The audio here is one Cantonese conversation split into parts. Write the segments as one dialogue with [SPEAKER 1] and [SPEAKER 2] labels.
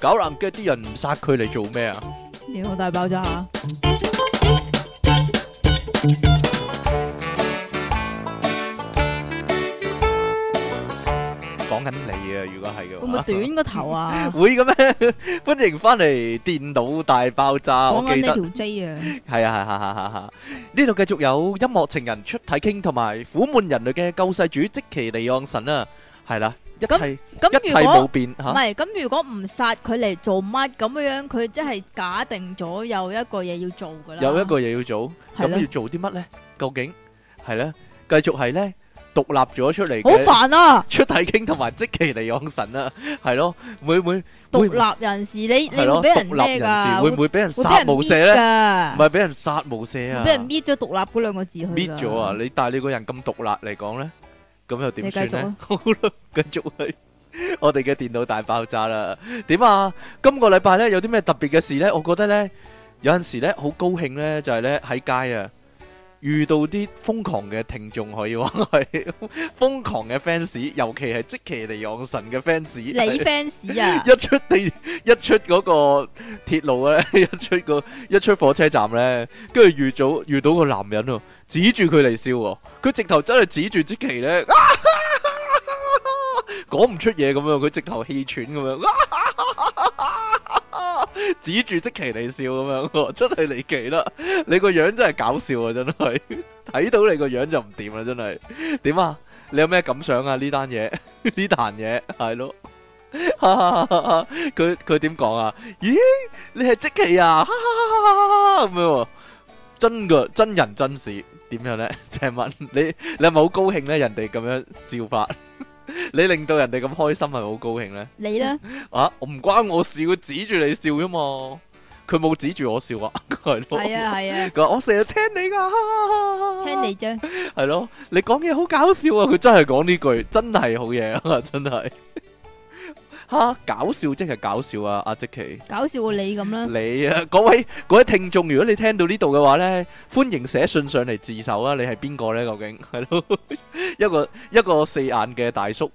[SPEAKER 1] 搞爛 gag 啲人唔殺佢嚟做咩啊？
[SPEAKER 2] 屌大爆炸！
[SPEAKER 1] 講緊你啊，如果係嘅
[SPEAKER 2] 會唔會
[SPEAKER 1] 話，？
[SPEAKER 2] 短個頭 啊
[SPEAKER 1] 會嘅咩？歡迎翻嚟電腦大爆炸，
[SPEAKER 2] 講
[SPEAKER 1] 我
[SPEAKER 2] 緊
[SPEAKER 1] 記
[SPEAKER 2] 呢
[SPEAKER 1] 得
[SPEAKER 2] 條 J 啊！
[SPEAKER 1] 係啊係係係係係，呢度繼續有音樂情人出體傾同埋苦悶人類嘅救世主即其利昂神啊，係啦，一
[SPEAKER 2] 咁
[SPEAKER 1] 切一
[SPEAKER 2] 咁
[SPEAKER 1] 切
[SPEAKER 2] 如
[SPEAKER 1] 冇
[SPEAKER 2] 果
[SPEAKER 1] 變
[SPEAKER 2] 唔
[SPEAKER 1] 嚇，
[SPEAKER 2] 係咁，如果唔殺佢嚟做乜咁樣，佢即係假定咗有一個嘢要做噶啦。
[SPEAKER 1] 有一個嘢要做，
[SPEAKER 2] 係
[SPEAKER 1] 咁
[SPEAKER 2] 咯
[SPEAKER 1] 要做啲乜咧？究竟係咧？繼續係咧獨立咗出嚟
[SPEAKER 2] 好
[SPEAKER 1] 嘅
[SPEAKER 2] 煩啊！
[SPEAKER 1] 出體傾同埋即其利昂神啊，係咯，會唔會
[SPEAKER 2] 獨
[SPEAKER 1] 會唔
[SPEAKER 2] 立人士，你你
[SPEAKER 1] 係咯
[SPEAKER 2] 會俾人
[SPEAKER 1] 獨
[SPEAKER 2] 咩
[SPEAKER 1] 立人士
[SPEAKER 2] 㗎？
[SPEAKER 1] 會唔會俾人
[SPEAKER 2] 會
[SPEAKER 1] 殺無
[SPEAKER 2] 俾
[SPEAKER 1] 赦
[SPEAKER 2] 人
[SPEAKER 1] 咧？唔
[SPEAKER 2] 搣㗎？
[SPEAKER 1] 係俾人殺無赦啊！
[SPEAKER 2] 俾人搣咗獨立嗰兩個字去㗎
[SPEAKER 1] 搣咗啊！！你但係你個人咁獨立嚟講咧，咁又點
[SPEAKER 2] 你繼
[SPEAKER 1] 算
[SPEAKER 2] 續
[SPEAKER 1] 咧
[SPEAKER 2] 啊？
[SPEAKER 1] 好 啦，繼續去我哋嘅電腦大爆炸啦。點啊？今個禮拜咧有啲咩特別嘅事咧？我覺得咧有陣時咧好高興咧，就係咧喺街啊遇到啲瘋狂嘅聽眾可以話 係瘋狂嘅 fans，尤其係即其尼昂神嘅 fans。
[SPEAKER 2] 你 fans 啊？
[SPEAKER 1] 一出地一出嗰個鐵路咧， 一出個一出火車站咧，跟住遇到遇到個男人喎，指住佢嚟笑喎，佢直頭真係指住支旗咧， 講唔出嘢咁樣，佢直頭氣喘咁樣。 指住即其嚟笑咁樣喎，真係離奇啦！你個樣真係搞笑啊，真係 睇到你個樣就唔掂啦，真係點啊？你有咩感想啊？呢單嘢呢單嘢係咯， 佢佢點講啊？咦，你係即其啊？咁樣喎，真噶真人真事點樣咧？ 鄭文，你你係咪好高興咧？人哋咁樣笑法， 你令到人哋咁開心係咪好高興咧？
[SPEAKER 2] 你咧？
[SPEAKER 1] 啊，我唔關我事，佢指住你笑啫嘛，佢冇指 住我笑啊，係咯。
[SPEAKER 2] 係啊係啊，
[SPEAKER 1] 佢話我成日聽你噶，
[SPEAKER 2] 聽你啫。
[SPEAKER 1] 係咯，你講嘢好搞笑啊！佢真係講呢句，真係好嘢啊！ 真係吓搞笑即係搞笑啊！阿即奇。
[SPEAKER 2] 搞笑過你咁啦，
[SPEAKER 1] 你啊，各位各位聽眾，如果你聽到呢度嘅話咧，歡迎寫信上嚟自首啊！你係邊個咧？究竟 係咯，一個一個四眼嘅大叔，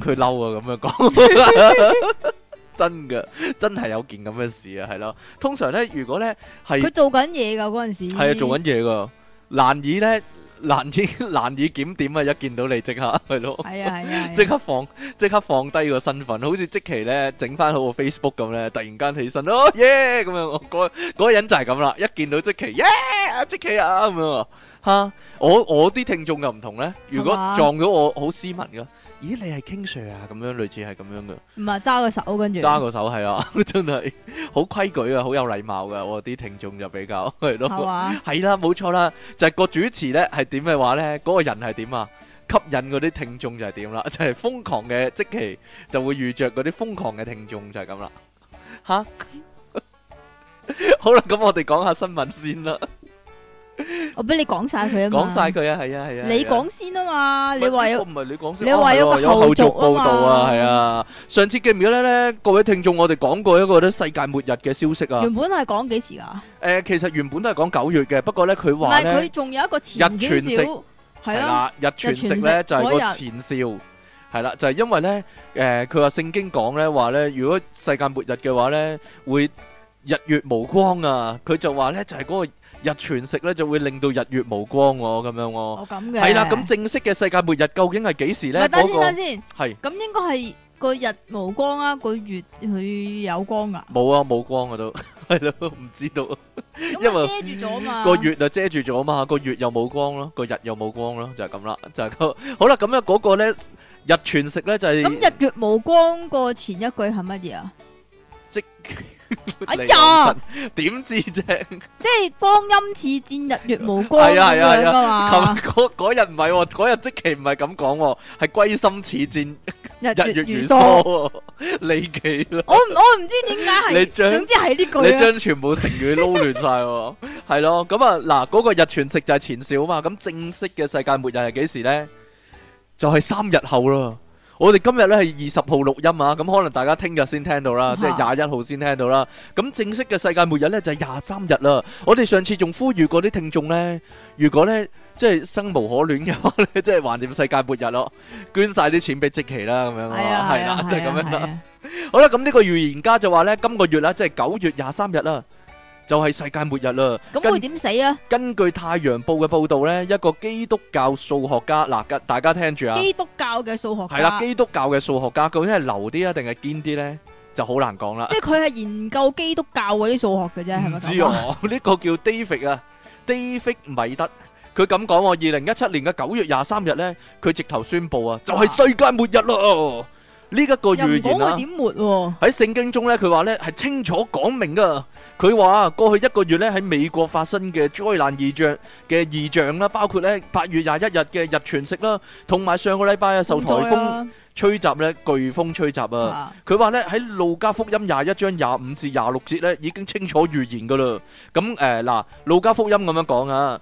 [SPEAKER 1] 佢嬲啊咁樣講，真嘅，真係有件咁嘅事啊，係咯。通常咧，如果咧係
[SPEAKER 2] 佢做緊嘢噶嗰陣時，
[SPEAKER 1] 係啊，做緊嘢噶，難以咧 難以難以檢點啊！一見到你即刻 係咯。
[SPEAKER 2] 係啊係啊，
[SPEAKER 1] 即刻放即刻放低個身份，好似即期咧整翻好個 Facebook 咁咧，突然間起身哦耶咁樣，我嗰嗰個人就係咁啦，一見到即期耶啊即期啊咁樣啊嚇，我我啲聽眾又唔同咧，如果
[SPEAKER 2] 係嘛
[SPEAKER 1] 撞到我好斯文噶，咦你係 King Sir 啊咁樣，類似係咁樣噶。
[SPEAKER 2] 唔係揸個手跟住
[SPEAKER 1] 揸個手係啊， 真係好規矩啊，好有禮貌噶。我啲聽眾就比較係咯，
[SPEAKER 2] 係嘛？
[SPEAKER 1] 係啦，冇錯啦，就係個主持呢係點嘅話呢，嗰個人係點啊？吸引嗰啲聽眾就係點啦， 就係瘋狂嘅即期就會遇着嗰啲瘋狂嘅聽眾就係咁啦。吓， 好啦，咁我哋講下新聞先啦，
[SPEAKER 2] 我俾你講晒佢啊嘛，
[SPEAKER 1] 講晒佢啊，係啊，係啊，
[SPEAKER 2] 你
[SPEAKER 1] 係啊
[SPEAKER 2] 講先啊嘛，你話有
[SPEAKER 1] 唔係你講先，
[SPEAKER 2] 你話有
[SPEAKER 1] 哦係喎
[SPEAKER 2] 個
[SPEAKER 1] 有後
[SPEAKER 2] 後
[SPEAKER 1] 續
[SPEAKER 2] 續啊
[SPEAKER 1] 報
[SPEAKER 2] 嘛
[SPEAKER 1] 導啊，係啊。上次記唔記得咧？各位聽眾，我哋講過一個咧世界末日嘅消息啊。
[SPEAKER 2] 原本係講幾時㗎？
[SPEAKER 1] 誒，其實原本都係講九月嘅，不過咧佢
[SPEAKER 2] 唔
[SPEAKER 1] 話
[SPEAKER 2] 係
[SPEAKER 1] 咧
[SPEAKER 2] 佢仲有一個前少
[SPEAKER 1] 日全食
[SPEAKER 2] 少，係啊，
[SPEAKER 1] 啦，日全食
[SPEAKER 2] 日全
[SPEAKER 1] 咧
[SPEAKER 2] 食
[SPEAKER 1] 就係個
[SPEAKER 2] 嗰日
[SPEAKER 1] 前兆。係啦，就係因為咧，誒佢話聖經講咧話咧，如果世界末日嘅話咧，會日月無光啊。佢就話咧就係嗰個日全食咧就會令到日月無光喎，咁樣喎。
[SPEAKER 2] 我哦咁嘅。
[SPEAKER 1] 係啦，咁正式嘅世界末日究竟係幾時
[SPEAKER 2] 唔係
[SPEAKER 1] 咧？
[SPEAKER 2] 等
[SPEAKER 1] 嗰
[SPEAKER 2] 先等
[SPEAKER 1] 個
[SPEAKER 2] 先，
[SPEAKER 1] 係
[SPEAKER 2] 咁應該係個日無光啊，個月佢有光㗎，
[SPEAKER 1] 冇啊，冇光啊都 係咯，唔知道
[SPEAKER 2] 咁
[SPEAKER 1] 因為
[SPEAKER 2] 佢遮住咗嘛。
[SPEAKER 1] 個月就遮住咗嘛，個月又冇光咯，個日又冇光咯，就係咁啦，就係咁。好啦，咁啊嗰個咧日全食咧就係
[SPEAKER 2] 咁日月無光個前一句係乜嘢啊？
[SPEAKER 1] 即
[SPEAKER 2] 哎呀
[SPEAKER 1] 利用神點知啫？
[SPEAKER 2] 即係光陰似箭，日月無光咁
[SPEAKER 1] 係啊係啊係
[SPEAKER 2] 樣
[SPEAKER 1] 啊
[SPEAKER 2] 㗎
[SPEAKER 1] 琴
[SPEAKER 2] 嘛。
[SPEAKER 1] 嗰嗰日唔係喎，嗰日即期唔係咁講喎，係歸心似箭，
[SPEAKER 2] 日
[SPEAKER 1] 日
[SPEAKER 2] 月
[SPEAKER 1] 月
[SPEAKER 2] 如
[SPEAKER 1] 如
[SPEAKER 2] 梭。
[SPEAKER 1] 梭喎， 你奇啦！
[SPEAKER 2] 我唔我唔知點解
[SPEAKER 1] 你
[SPEAKER 2] 係，
[SPEAKER 1] 將
[SPEAKER 2] 總之係呢
[SPEAKER 1] 你
[SPEAKER 2] 句啊。
[SPEAKER 1] 將全部成語撈亂晒喎，係咯，咁啊嗱，嗰、個日全食就係前兆啊嘛，咁正式嘅世界末日係幾時呢？就係、三日後啦。我哋今日呢係二十號錄音啊，咁可能大家聽日先聽到啦，即係廿一號先聽到啦。咁正式嘅世界末日呢就係廿三日啦。我哋上次仲呼籲過啲聽眾呢，如果呢即係生無可戀嘅話咧，哦即係橫掂世界末日咯，捐晒啲錢俾即期啦，咁樣
[SPEAKER 2] 係啊，
[SPEAKER 1] 係啦，即係咁樣啦。
[SPEAKER 2] 係啊。
[SPEAKER 1] 好啦，咁呢個預言家就話呢，今個月啦，即係九月廿三日啦，就係世界末日啦。
[SPEAKER 2] 咁
[SPEAKER 1] 跟
[SPEAKER 2] 會點死啊？
[SPEAKER 1] 根據《太陽報》嘅報導呢，一個基督教數學家嗱，大家聽住啊，
[SPEAKER 2] 基督教嘅數學
[SPEAKER 1] 係啦，
[SPEAKER 2] 家，
[SPEAKER 1] 基督教嘅數學家究竟係流啲啊，定係堅啲呢？就好難講啦。
[SPEAKER 2] 即係佢係研究基督教嗰啲數學嘅啫，係咪
[SPEAKER 1] 唔知
[SPEAKER 2] 咁啊？
[SPEAKER 1] 我 呢個叫 David 啊，David 米德，佢咁講喎，二零一七年嘅九月廿三日呢，佢直頭宣布啊，就係世界末日咯！呢一個
[SPEAKER 2] 又唔
[SPEAKER 1] 預言
[SPEAKER 2] 講
[SPEAKER 1] 啊
[SPEAKER 2] 會。點活喎？
[SPEAKER 1] 喺聖經中咧，佢話咧係清楚講明噶。佢話過去一個月咧喺美國發生嘅災難異象嘅異象啦，包括咧八月廿一日嘅日全食啦，同埋上個禮拜啊受颱風
[SPEAKER 2] 風
[SPEAKER 1] 吹襲咧颶風吹襲
[SPEAKER 2] 災
[SPEAKER 1] 啊。
[SPEAKER 2] 啊，
[SPEAKER 1] 佢話咧喺路加福音廿一章廿五至廿六節咧已經清楚預言噶啦。咁誒嗱，路加福音咁樣講啊，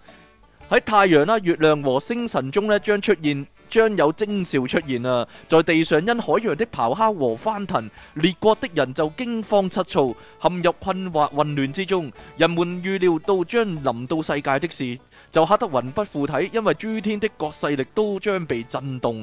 [SPEAKER 1] 喺太陽啦、月亮和星辰中咧將出現。將有徵兆出現啊！在地上因海洋的咆哮和翻騰，列國的人就驚慌失措，陷入困惑混亂之中。人們預料到將臨到世界的事，就嚇得魂不附體，因為諸天的各勢力都將被震動。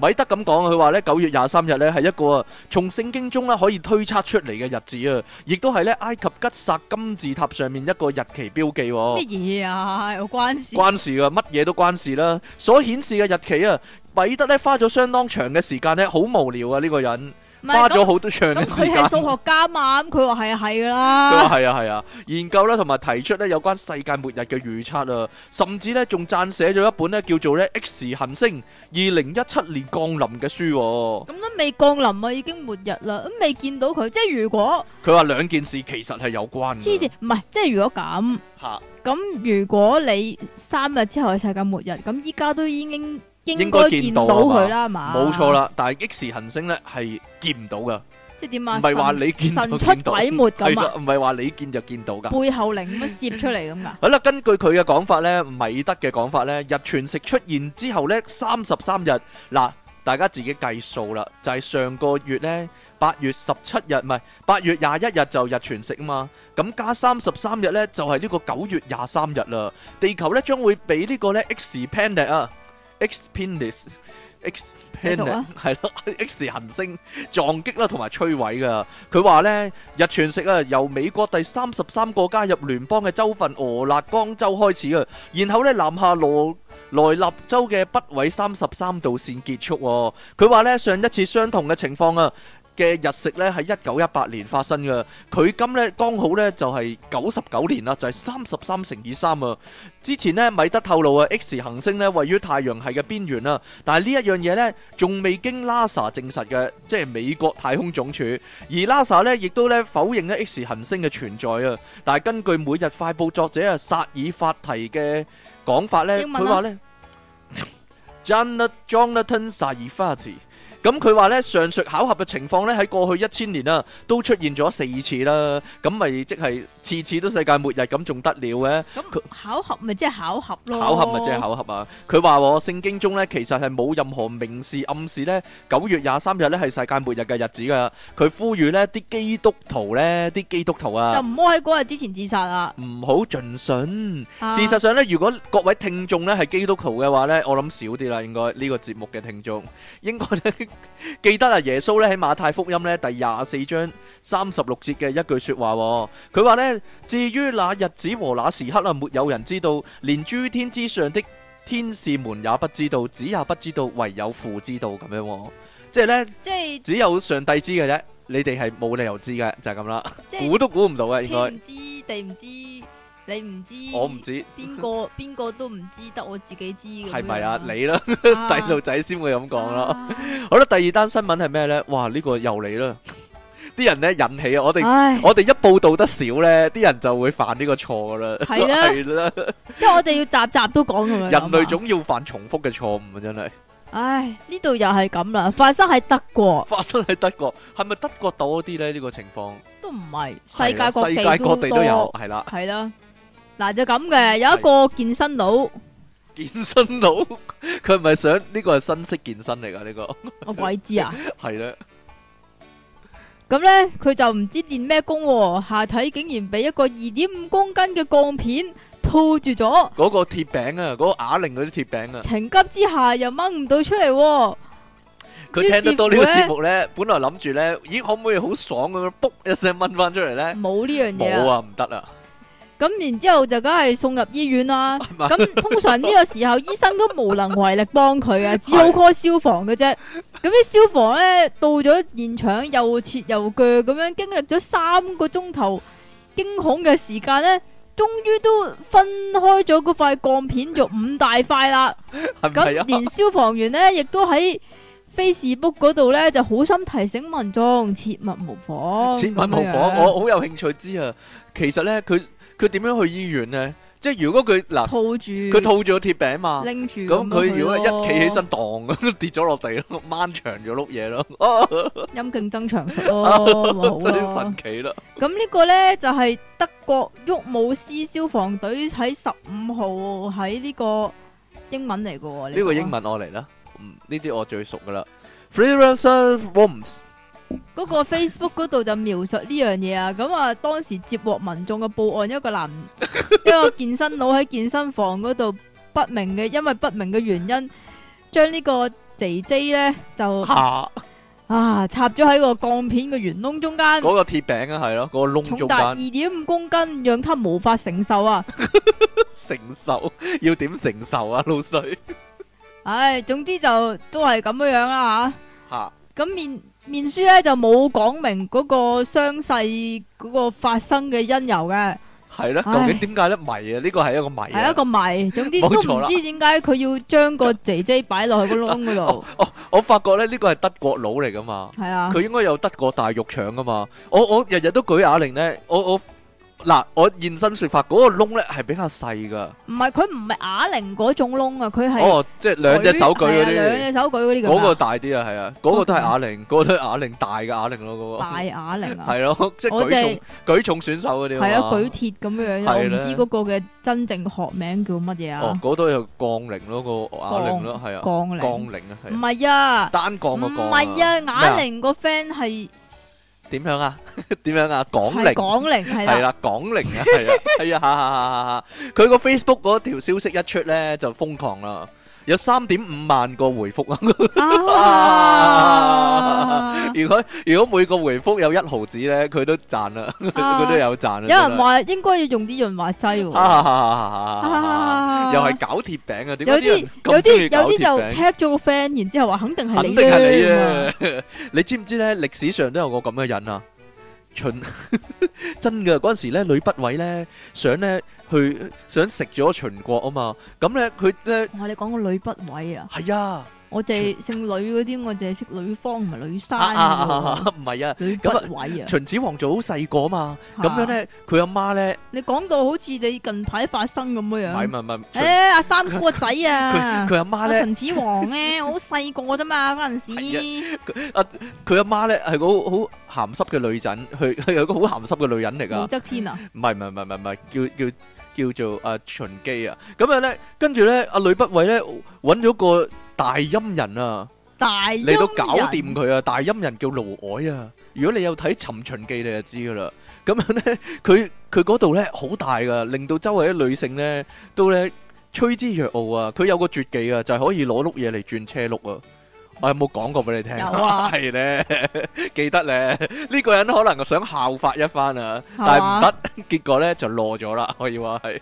[SPEAKER 1] 米德咁講，佢話咧九月廿三日咧係一個啊從聖經中咧可以推測出嚟嘅日子啊，亦都係咧埃及吉薩金字塔上面一個日期標記、喎。
[SPEAKER 2] 乜嘢啊？有關事？
[SPEAKER 1] 哦關事噶，乜嘢都關事啦。所顯示嘅日期啊，米德咧花咗相當長嘅時間咧，好無聊啊呢、個人，
[SPEAKER 2] 唔
[SPEAKER 1] 花
[SPEAKER 2] 係
[SPEAKER 1] 咗
[SPEAKER 2] 咁
[SPEAKER 1] 好多長嘅
[SPEAKER 2] 咁，
[SPEAKER 1] 時
[SPEAKER 2] 佢
[SPEAKER 1] 間
[SPEAKER 2] 係。數學家嘛？咁佢話係啊係
[SPEAKER 1] 佢
[SPEAKER 2] 㗎啦，
[SPEAKER 1] 話係啊係啊，研究咧同埋提出咧有關世界末日嘅預測啊，甚至咧仲撰寫咗一本咧叫做咧 X 行星二零一七年降臨嘅書、喎。
[SPEAKER 2] 咁都未降臨啊，已經末日啦，咁未見到佢，即係如果
[SPEAKER 1] 佢話兩件事其實係有關嘅。
[SPEAKER 2] 黐線，唔係即係如果咁。
[SPEAKER 1] 嚇
[SPEAKER 2] 咁如果你三日之後係世界末日，咁依家都已經
[SPEAKER 1] 應
[SPEAKER 2] 應
[SPEAKER 1] 該
[SPEAKER 2] 該
[SPEAKER 1] 見
[SPEAKER 2] 見
[SPEAKER 1] 到啊
[SPEAKER 2] 到佢啦，係嘛？
[SPEAKER 1] 冇錯，啦，但係 X 行星咧係見唔到噶，
[SPEAKER 2] 即係點
[SPEAKER 1] 唔
[SPEAKER 2] 啊？
[SPEAKER 1] 係話
[SPEAKER 2] 神
[SPEAKER 1] 你見就
[SPEAKER 2] 神
[SPEAKER 1] 見
[SPEAKER 2] 出
[SPEAKER 1] 到，
[SPEAKER 2] 鬼沒咁
[SPEAKER 1] 係
[SPEAKER 2] 啊？
[SPEAKER 1] 啦，唔係話你見就見到噶。
[SPEAKER 2] 背後靈咁樣攝出嚟咁噶？
[SPEAKER 1] 好啦，根據佢嘅講法咧，米德嘅講法咧，日全食出現之後咧，三十三日嗱，大家自己計數啦，就係、上個月咧八月十七日，唔係八月廿一日就日全食啊嘛，咁加三十三日咧就係、呢個九月廿三日啦，地球咧將會俾呢個咧 X planet 啊，X planet X
[SPEAKER 2] 繼續
[SPEAKER 1] planet
[SPEAKER 2] 啊
[SPEAKER 1] 係咯，X 行星撞擊啦同埋摧毀噶。佢話呢，日全食啊，由美國第三十三個加入聯邦嘅州份俄勒岡州開始啊，然後呢，南下羅萊納州嘅北緯三十三度線結束、喎。佢話呢，上一次相同嘅情況啊嘅日食呢，喺一九一八年發生嘅，佢今呢，剛好呢，就係九十九年啦，就係三十三乘以三啊。之前呢，米德透露啊，X 行星呢，位於太陽系嘅邊緣啦，但係呢一樣嘢呢，仲未經 NASA 證實嘅，即係美國太空總署。而 NASA 咧亦都咧否認咧 X 行星嘅存在啊，但係根據每日快報作者啊薩爾法提嘅講法咧，
[SPEAKER 2] 英文
[SPEAKER 1] 佢
[SPEAKER 2] 啊
[SPEAKER 1] 話咧 Jonathan Jonathan 薩爾法提。咁佢話咧，上述巧合嘅情況咧，喺過去一千年啊，都出現咗四次啦。咁咪即係次次都世界末日咁，仲得了嘅？
[SPEAKER 2] 咁巧合咪即係巧合咯？
[SPEAKER 1] 巧合咪即係巧合啊！佢話喎，聖經中咧其實係冇任何明示暗示咧，九月廿三日咧係世界末日嘅日子噶。佢呼籲咧啲基督徒咧，啲基督徒
[SPEAKER 2] 就
[SPEAKER 1] 啊，
[SPEAKER 2] 唔好喺嗰日之前自殺啦。
[SPEAKER 1] 唔好盡信。
[SPEAKER 2] 啊
[SPEAKER 1] 事實上咧，如果各位聽眾咧係基督徒嘅話咧，我諗少啲啦，應該呢個節目嘅聽眾應該咧 記得啊，耶穌咧喺馬太福音咧第廿四章三十六節嘅一句説話喎，佢話咧：至於那日子和那時刻啊，沒有人知道，連諸天之上的天使們也不知道，子也不知道，唯有父知道咁樣喎，即係咧
[SPEAKER 2] 即係
[SPEAKER 1] 只有上帝知嘅啫，你哋係冇理由知嘅，就係咁啦，
[SPEAKER 2] 即
[SPEAKER 1] 估
[SPEAKER 2] 係
[SPEAKER 1] 都估唔到啊嘅應
[SPEAKER 2] 天唔
[SPEAKER 1] 該，
[SPEAKER 2] 知地唔知，你唔知
[SPEAKER 1] 我唔知
[SPEAKER 2] 邊個邊個都唔知，得我自己知咁樣。
[SPEAKER 1] 係咪啊？你啦。
[SPEAKER 2] 啊
[SPEAKER 1] 細路仔先會咁講咯。
[SPEAKER 2] 啊
[SPEAKER 1] 好啦，第二單新聞係咩呢？哇，呢、個又嚟啦！啲人呢引起啊，我哋
[SPEAKER 2] 唉，
[SPEAKER 1] 我哋一報道得少呢，啲人就會犯呢個錯噶啦。
[SPEAKER 2] 係啦
[SPEAKER 1] 係啦，
[SPEAKER 2] 即係我啊哋要集集都講咁樣。
[SPEAKER 1] 人類。總要犯重複嘅錯誤啊！真係
[SPEAKER 2] 唉，呢度又係咁啦，發生喺德國
[SPEAKER 1] 發生喺德國，係咪德國多啲呢？呢、個情況
[SPEAKER 2] 都唔係，世
[SPEAKER 1] 係啦
[SPEAKER 2] 界各
[SPEAKER 1] 世界
[SPEAKER 2] 地
[SPEAKER 1] 各地都有
[SPEAKER 2] 多，
[SPEAKER 1] 係啦。
[SPEAKER 2] 係啦。嗱就咁嘅，有一個健身佬，
[SPEAKER 1] 健身佬佢唔係想呢個係新式健身嚟噶？呢、個
[SPEAKER 2] 我鬼知啊！
[SPEAKER 1] 係啦，
[SPEAKER 2] 咁呢，佢就唔知練咩功喎，下體竟然俾一個二點五公斤嘅鋼片套住咗，
[SPEAKER 1] 嗰、個鐵餅啊，嗰、個啞鈴嗰啲鐵餅啊。
[SPEAKER 2] 情急之下又掹唔到出嚟喎。
[SPEAKER 1] 佢聽
[SPEAKER 2] 於
[SPEAKER 1] 得
[SPEAKER 2] 是
[SPEAKER 1] 多呢個
[SPEAKER 2] 乎呢
[SPEAKER 1] 節目咧，本來諗住咧，咦可唔可以好爽咁樣卜一聲掹翻出嚟咧？
[SPEAKER 2] 冇呢樣嘢
[SPEAKER 1] 冇
[SPEAKER 2] 啊。
[SPEAKER 1] 啊，唔得啊，
[SPEAKER 2] 咁然之後就梗係送入醫院啦。
[SPEAKER 1] 咪啊
[SPEAKER 2] 咁通常呢個時候醫生都無能為力幫佢啊，只好 call 消防嘅啫。咁啲消防咧到咗現場又切又鋸咁樣，經歷咗三個鐘頭驚恐嘅時間咧，終於都分開咗嗰塊鋼片做五大塊啦。
[SPEAKER 1] 係咪
[SPEAKER 2] 咁
[SPEAKER 1] 啊？
[SPEAKER 2] 連消防員呢，亦都喺 Facebook 嗰度呢，就好心提醒民眾切勿模仿。
[SPEAKER 1] 千蚊冇
[SPEAKER 2] 咁樣
[SPEAKER 1] 講，我好有興趣知啊。其實咧，佢佢點樣去醫院咧？即係如果佢嗱，
[SPEAKER 2] 套住，
[SPEAKER 1] 佢套住個鐵餅嘛，
[SPEAKER 2] 拎住
[SPEAKER 1] 咁佢如果一企起身，
[SPEAKER 2] 樣
[SPEAKER 1] 蕩咁跌咗落地咯， 掹長咗碌嘢 咯，啊
[SPEAKER 2] 咯，陰莖增長術咯，咪 好
[SPEAKER 1] 真係
[SPEAKER 2] 咯
[SPEAKER 1] 神。奇啦！
[SPEAKER 2] 咁呢個呢，就係德國沃姆斯消防隊喺十五號喺呢個英文嚟嘅喎，你
[SPEAKER 1] 呢個
[SPEAKER 2] 講啊
[SPEAKER 1] 英文我嚟啦，嗯，呢啲我最熟噶啦。Freelancer Worms
[SPEAKER 2] 嗰個 Facebook 嗰度就描述呢樣嘢啊，咁啊當時接獲民眾嘅報案，一個男一個健身佬喺健身房嗰度不明嘅，因為不明嘅原因，將呢個 J J 咧就
[SPEAKER 1] 下
[SPEAKER 2] 啊插咗喺個鋼片嘅圓窿中間，
[SPEAKER 1] 嗰個鐵餅啊，係咯，嗰個窿
[SPEAKER 2] 重
[SPEAKER 1] 中
[SPEAKER 2] 達
[SPEAKER 1] 間
[SPEAKER 2] 二。點五公斤，讓他無法承受啊！
[SPEAKER 1] 承受， 要點承受啊，老細
[SPEAKER 2] 唉，總之就都係咁樣樣啦吓。
[SPEAKER 1] 吓
[SPEAKER 2] 咁面面書咧就冇講明嗰個傷勢嗰個發生嘅因由嘅。
[SPEAKER 1] 係啦，究
[SPEAKER 2] 唉
[SPEAKER 1] 竟點解咧？迷啊，呢個係一個迷
[SPEAKER 2] 系
[SPEAKER 1] 啊
[SPEAKER 2] 一。個谜，總之
[SPEAKER 1] 冇
[SPEAKER 2] 都
[SPEAKER 1] 錯
[SPEAKER 2] 唔
[SPEAKER 1] 啦
[SPEAKER 2] 知點解佢要將個 J J 擺落去個窿 嗰度，
[SPEAKER 1] 哦，我發覺咧呢個係德國佬嚟噶嘛，
[SPEAKER 2] 係啊，
[SPEAKER 1] 佢應該有德國大肉腸噶嘛。我我日日都舉啞鈴咧，我我嗱我現身說法，嗰、個窿咧係比較細噶。
[SPEAKER 2] 唔係佢唔係啞鈴嗰種窿啊，佢係啊
[SPEAKER 1] 哦，即係兩隻手舉嗰
[SPEAKER 2] 兩
[SPEAKER 1] 啲，
[SPEAKER 2] 隻手舉嗰啲
[SPEAKER 1] 嗰
[SPEAKER 2] 咁
[SPEAKER 1] 個
[SPEAKER 2] 啊
[SPEAKER 1] 大啲啊，係 啊，嗰、個都係啞鈴，嗰、個都係啞鈴大嘅啞鈴咯，嗰、
[SPEAKER 2] 大啞鈴
[SPEAKER 1] 個
[SPEAKER 2] 啊，
[SPEAKER 1] 係咯， 即係
[SPEAKER 2] 我
[SPEAKER 1] 舉
[SPEAKER 2] 哋
[SPEAKER 1] 重舉重選手嗰啲
[SPEAKER 2] 係
[SPEAKER 1] 嘛
[SPEAKER 2] 啊舉鐵咁樣樣，
[SPEAKER 1] 係
[SPEAKER 2] 我唔
[SPEAKER 1] 咧
[SPEAKER 2] 知嗰個嘅真正學名叫乜嘢
[SPEAKER 1] 哦
[SPEAKER 2] 啊，，
[SPEAKER 1] 嗰度有槓鈴咯，個啞鈴咯，係啊，
[SPEAKER 2] 槓鈴，
[SPEAKER 1] 槓鈴啊，係
[SPEAKER 2] 唔
[SPEAKER 1] 啊。
[SPEAKER 2] 係啊，
[SPEAKER 1] 單
[SPEAKER 2] 唔
[SPEAKER 1] 槓個槓
[SPEAKER 2] 係啊，啞鈴個 friend 係
[SPEAKER 1] 點樣 啊？點樣啊？港
[SPEAKER 2] 係
[SPEAKER 1] 零
[SPEAKER 2] 港鈴係
[SPEAKER 1] 係
[SPEAKER 2] 啦，
[SPEAKER 1] 啦，港零啊，係啊，係啊，哈哈哈哈！佢個 Facebook 嗰條消息一出咧，就瘋狂啦，有三點五萬個回 覆啊！
[SPEAKER 2] 啊
[SPEAKER 1] 如果如果每個回覆有一毫子咧，佢都賺 啦，佢都有賺啦。
[SPEAKER 2] 有
[SPEAKER 1] 真係
[SPEAKER 2] 人話應該要用啲潤滑劑喎。
[SPEAKER 1] 哈哈哈哈哈哈！又係搞鐵餅啊！點解
[SPEAKER 2] 有
[SPEAKER 1] 啲
[SPEAKER 2] 啲
[SPEAKER 1] 人
[SPEAKER 2] 有
[SPEAKER 1] 咁中
[SPEAKER 2] 啲
[SPEAKER 1] 意搞
[SPEAKER 2] 有啲
[SPEAKER 1] 鐵餅
[SPEAKER 2] 就 tag 咗個 friend，然之後話肯定係
[SPEAKER 1] 肯
[SPEAKER 2] 你
[SPEAKER 1] 定係你
[SPEAKER 2] 啦，
[SPEAKER 1] 啊！ 你知唔知咧？歷史上都有個咁嘅人啊， 秦真嘅嗰陣時咧，呂不韋咧想咧去想食咗秦國啊嘛，咁咧佢咧
[SPEAKER 2] 我你講個女不位啊，
[SPEAKER 1] 係啊，
[SPEAKER 2] 我淨 係姓女嗰啲，我淨係識女方唔係女
[SPEAKER 1] 啊
[SPEAKER 2] 山
[SPEAKER 1] 啊啊啊
[SPEAKER 2] 嘅
[SPEAKER 1] 啊唔係啊，
[SPEAKER 2] 喎，女不位啊。
[SPEAKER 1] 秦始皇就好細個啊嘛，咁樣
[SPEAKER 2] 嚇，
[SPEAKER 1] 咧佢阿媽咧
[SPEAKER 2] 你講到好似你近排發生咁
[SPEAKER 1] 唔係唔
[SPEAKER 2] 樣樣。
[SPEAKER 1] 係唔係秦
[SPEAKER 2] 誒，阿三姑個仔啊，
[SPEAKER 1] 佢阿媽
[SPEAKER 2] 阿
[SPEAKER 1] 咧
[SPEAKER 2] 秦始 皇咧，我好細個啫嘛，嗰陣
[SPEAKER 1] 啊
[SPEAKER 2] 時
[SPEAKER 1] 佢阿媽咧係個好好鹹濕嘅女人，佢佢有個好鹹濕嘅女人嚟
[SPEAKER 2] 武
[SPEAKER 1] 噶。
[SPEAKER 2] 則天啊，
[SPEAKER 1] 唔係唔係唔係唔係，叫叫叫做啊秦基啊，咁樣咧，跟住咧阿呂不韋咧揾咗個大陰人啊
[SPEAKER 2] 大
[SPEAKER 1] 嚟到搞
[SPEAKER 2] 陰
[SPEAKER 1] 掂
[SPEAKER 2] 人
[SPEAKER 1] 佢啊，大陰人叫嫪毐啊，如果你有睇《尋秦記》你就知噶啦，咁樣咧佢佢嗰度咧好大噶，令到周圍啲女性咧都咧趨之若鶩啊，佢有個絕技啊，就係、可以攞碌嘢嚟轉車碌啊。我有冇講過俾你聽？
[SPEAKER 2] 有啊
[SPEAKER 1] 係咧，記得咧，呢、個人可能想效法一番啊。
[SPEAKER 2] 係
[SPEAKER 1] 但係唔
[SPEAKER 2] 嘛？
[SPEAKER 1] 得，結果咧就落咗啦，可以話係。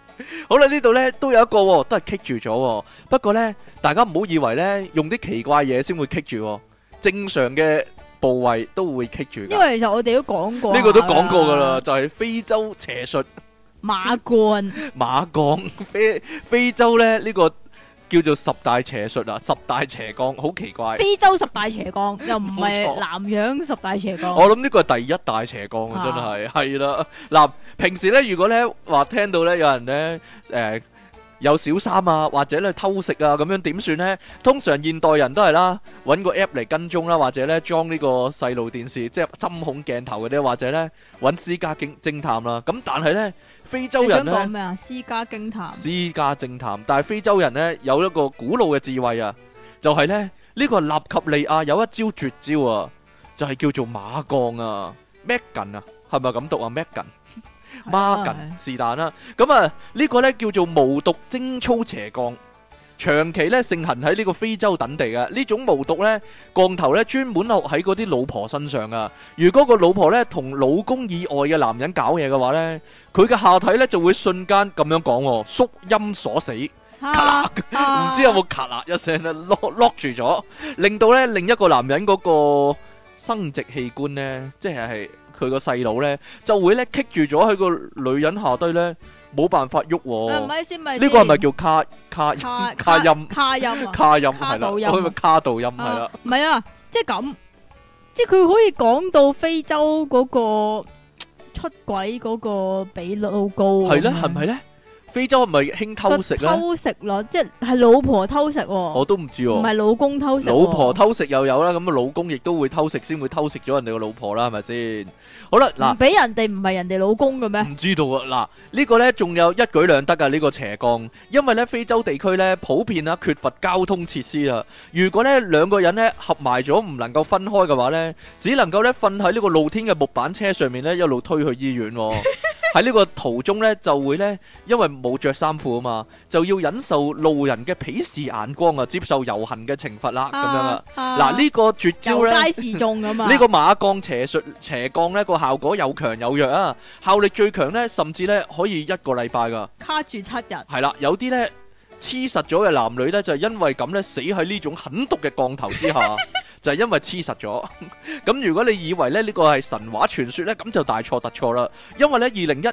[SPEAKER 1] 好啦，呢度咧都有一個、喎，都係棘住咗、喎。不過咧，大家唔好以為咧用啲奇怪嘢先會棘住、喎，正常嘅部位都會棘住
[SPEAKER 2] 因
[SPEAKER 1] 㗎。
[SPEAKER 2] 為其實我哋都講過，啊
[SPEAKER 1] 呢個都講過噶啦，，就係、非洲邪術
[SPEAKER 2] 馬冠
[SPEAKER 1] 馬降 非非洲咧呢、呢個叫做十大邪術啊，十大邪降好奇怪。
[SPEAKER 2] 非洲十大邪降，又唔
[SPEAKER 1] 冇
[SPEAKER 2] 係
[SPEAKER 1] 錯
[SPEAKER 2] 南洋十大邪降。
[SPEAKER 1] 我諗呢個係第一大斜杠啊，真
[SPEAKER 2] 啊
[SPEAKER 1] 係係啦。嗱，平時咧，如果咧話聽到咧有人咧诶、誒有小三啊，或者咧偷食啊，咁樣點算咧？通常現代人都係啦，揾個 app 嚟跟蹤啦，或者咧裝呢個細路電視，即係針孔鏡頭嗰啲，或者咧揾私家警偵探啦。咁但係咧，非洲
[SPEAKER 2] 你想
[SPEAKER 1] 人
[SPEAKER 2] 講
[SPEAKER 1] 咧
[SPEAKER 2] 咩啊？私家 驚探
[SPEAKER 1] 私家偵探，但係非洲人咧有一個古老嘅智慧啊，就係咧呢個納及利亞有一招絕招啊，就係叫做馬降啊，Megan 啊，係咪咁讀啊？Megan。
[SPEAKER 2] 係啊
[SPEAKER 1] Margan 是但啦，咁啊呢個咧叫做無毒精粗斜降，長期咧盛行喺呢個非洲等地嘅呢種無毒咧，降頭咧專門落喺嗰啲老婆身上啊。如果個老婆咧同老公以外嘅男人搞嘢嘅話咧，佢嘅下體咧就會瞬間咁樣講喎，縮陰鎖死。
[SPEAKER 2] 吓，
[SPEAKER 1] 唔
[SPEAKER 2] 唔
[SPEAKER 1] 知有冇咔啦一聲咧 lock lock 住咗，令到咧另一個男人嗰個生殖器官咧，即係係佢個細佬咧，就會咧棘住咗喺個女人下低咧，冇辦法喐
[SPEAKER 2] 誒唔
[SPEAKER 1] 喎。
[SPEAKER 2] 係先，咪
[SPEAKER 1] 呢個係咪叫卡卡
[SPEAKER 2] 卡
[SPEAKER 1] 卡音
[SPEAKER 2] 卡音啊？
[SPEAKER 1] 卡音
[SPEAKER 2] 卡
[SPEAKER 1] 係啦？
[SPEAKER 2] 到音
[SPEAKER 1] 我咪卡到音係啦
[SPEAKER 2] 啊，，唔係啊，即係咁，即係佢可以講到非洲嗰個出軌嗰個比率好高咁樣，
[SPEAKER 1] 係咧係咪咧？非洲係咪興偷食
[SPEAKER 2] 個
[SPEAKER 1] 咧？
[SPEAKER 2] 偷食率，即係係老婆偷食喎，
[SPEAKER 1] 我
[SPEAKER 2] 唔
[SPEAKER 1] 都唔知喎。
[SPEAKER 2] 係老公偷食喎，
[SPEAKER 1] 老婆偷食又有啦，咁啊老公亦都會偷食，先會偷食咗人哋個老婆啦，係咪先？好啦，嗱
[SPEAKER 2] 唔。俾人哋唔係人哋老公嘅咩？
[SPEAKER 1] 唔知道啊！嗱，呢個呢仲有一舉兩得噶呢個斜槓，因為呢非洲地區呢普遍啊缺乏交通設施啊。如果呢兩個人呢合埋咗唔能夠分開嘅話呢，只能夠呢瞓喺呢個露天嘅木板車上面呢一路推去醫院 喎。喺呢個途中呢，就會呢，因為冇着衫褲啊嘛，就要忍受路人嘅鄙視眼光啊，接受遊行嘅懲罰啦，咁樣啊。
[SPEAKER 2] 啊，
[SPEAKER 1] 嗱，呢個絕招
[SPEAKER 2] 遊
[SPEAKER 1] 呢。
[SPEAKER 2] 街示眾咁啊，
[SPEAKER 1] 呢個馬鋼斜術斜鋼呢個效果有強有弱啊，效力最強呢，甚至呢可以一個禮拜噶。
[SPEAKER 2] 卡住七日，
[SPEAKER 1] 係啦，有啲呢黐實咗嘅男女呢，就係因為咁呢死喺呢種狠毒嘅降頭之 下，就係因為黐實咗。咁如果你以為咧呢個係神話傳說呢，咁就大錯特錯啦。因為呢，二零一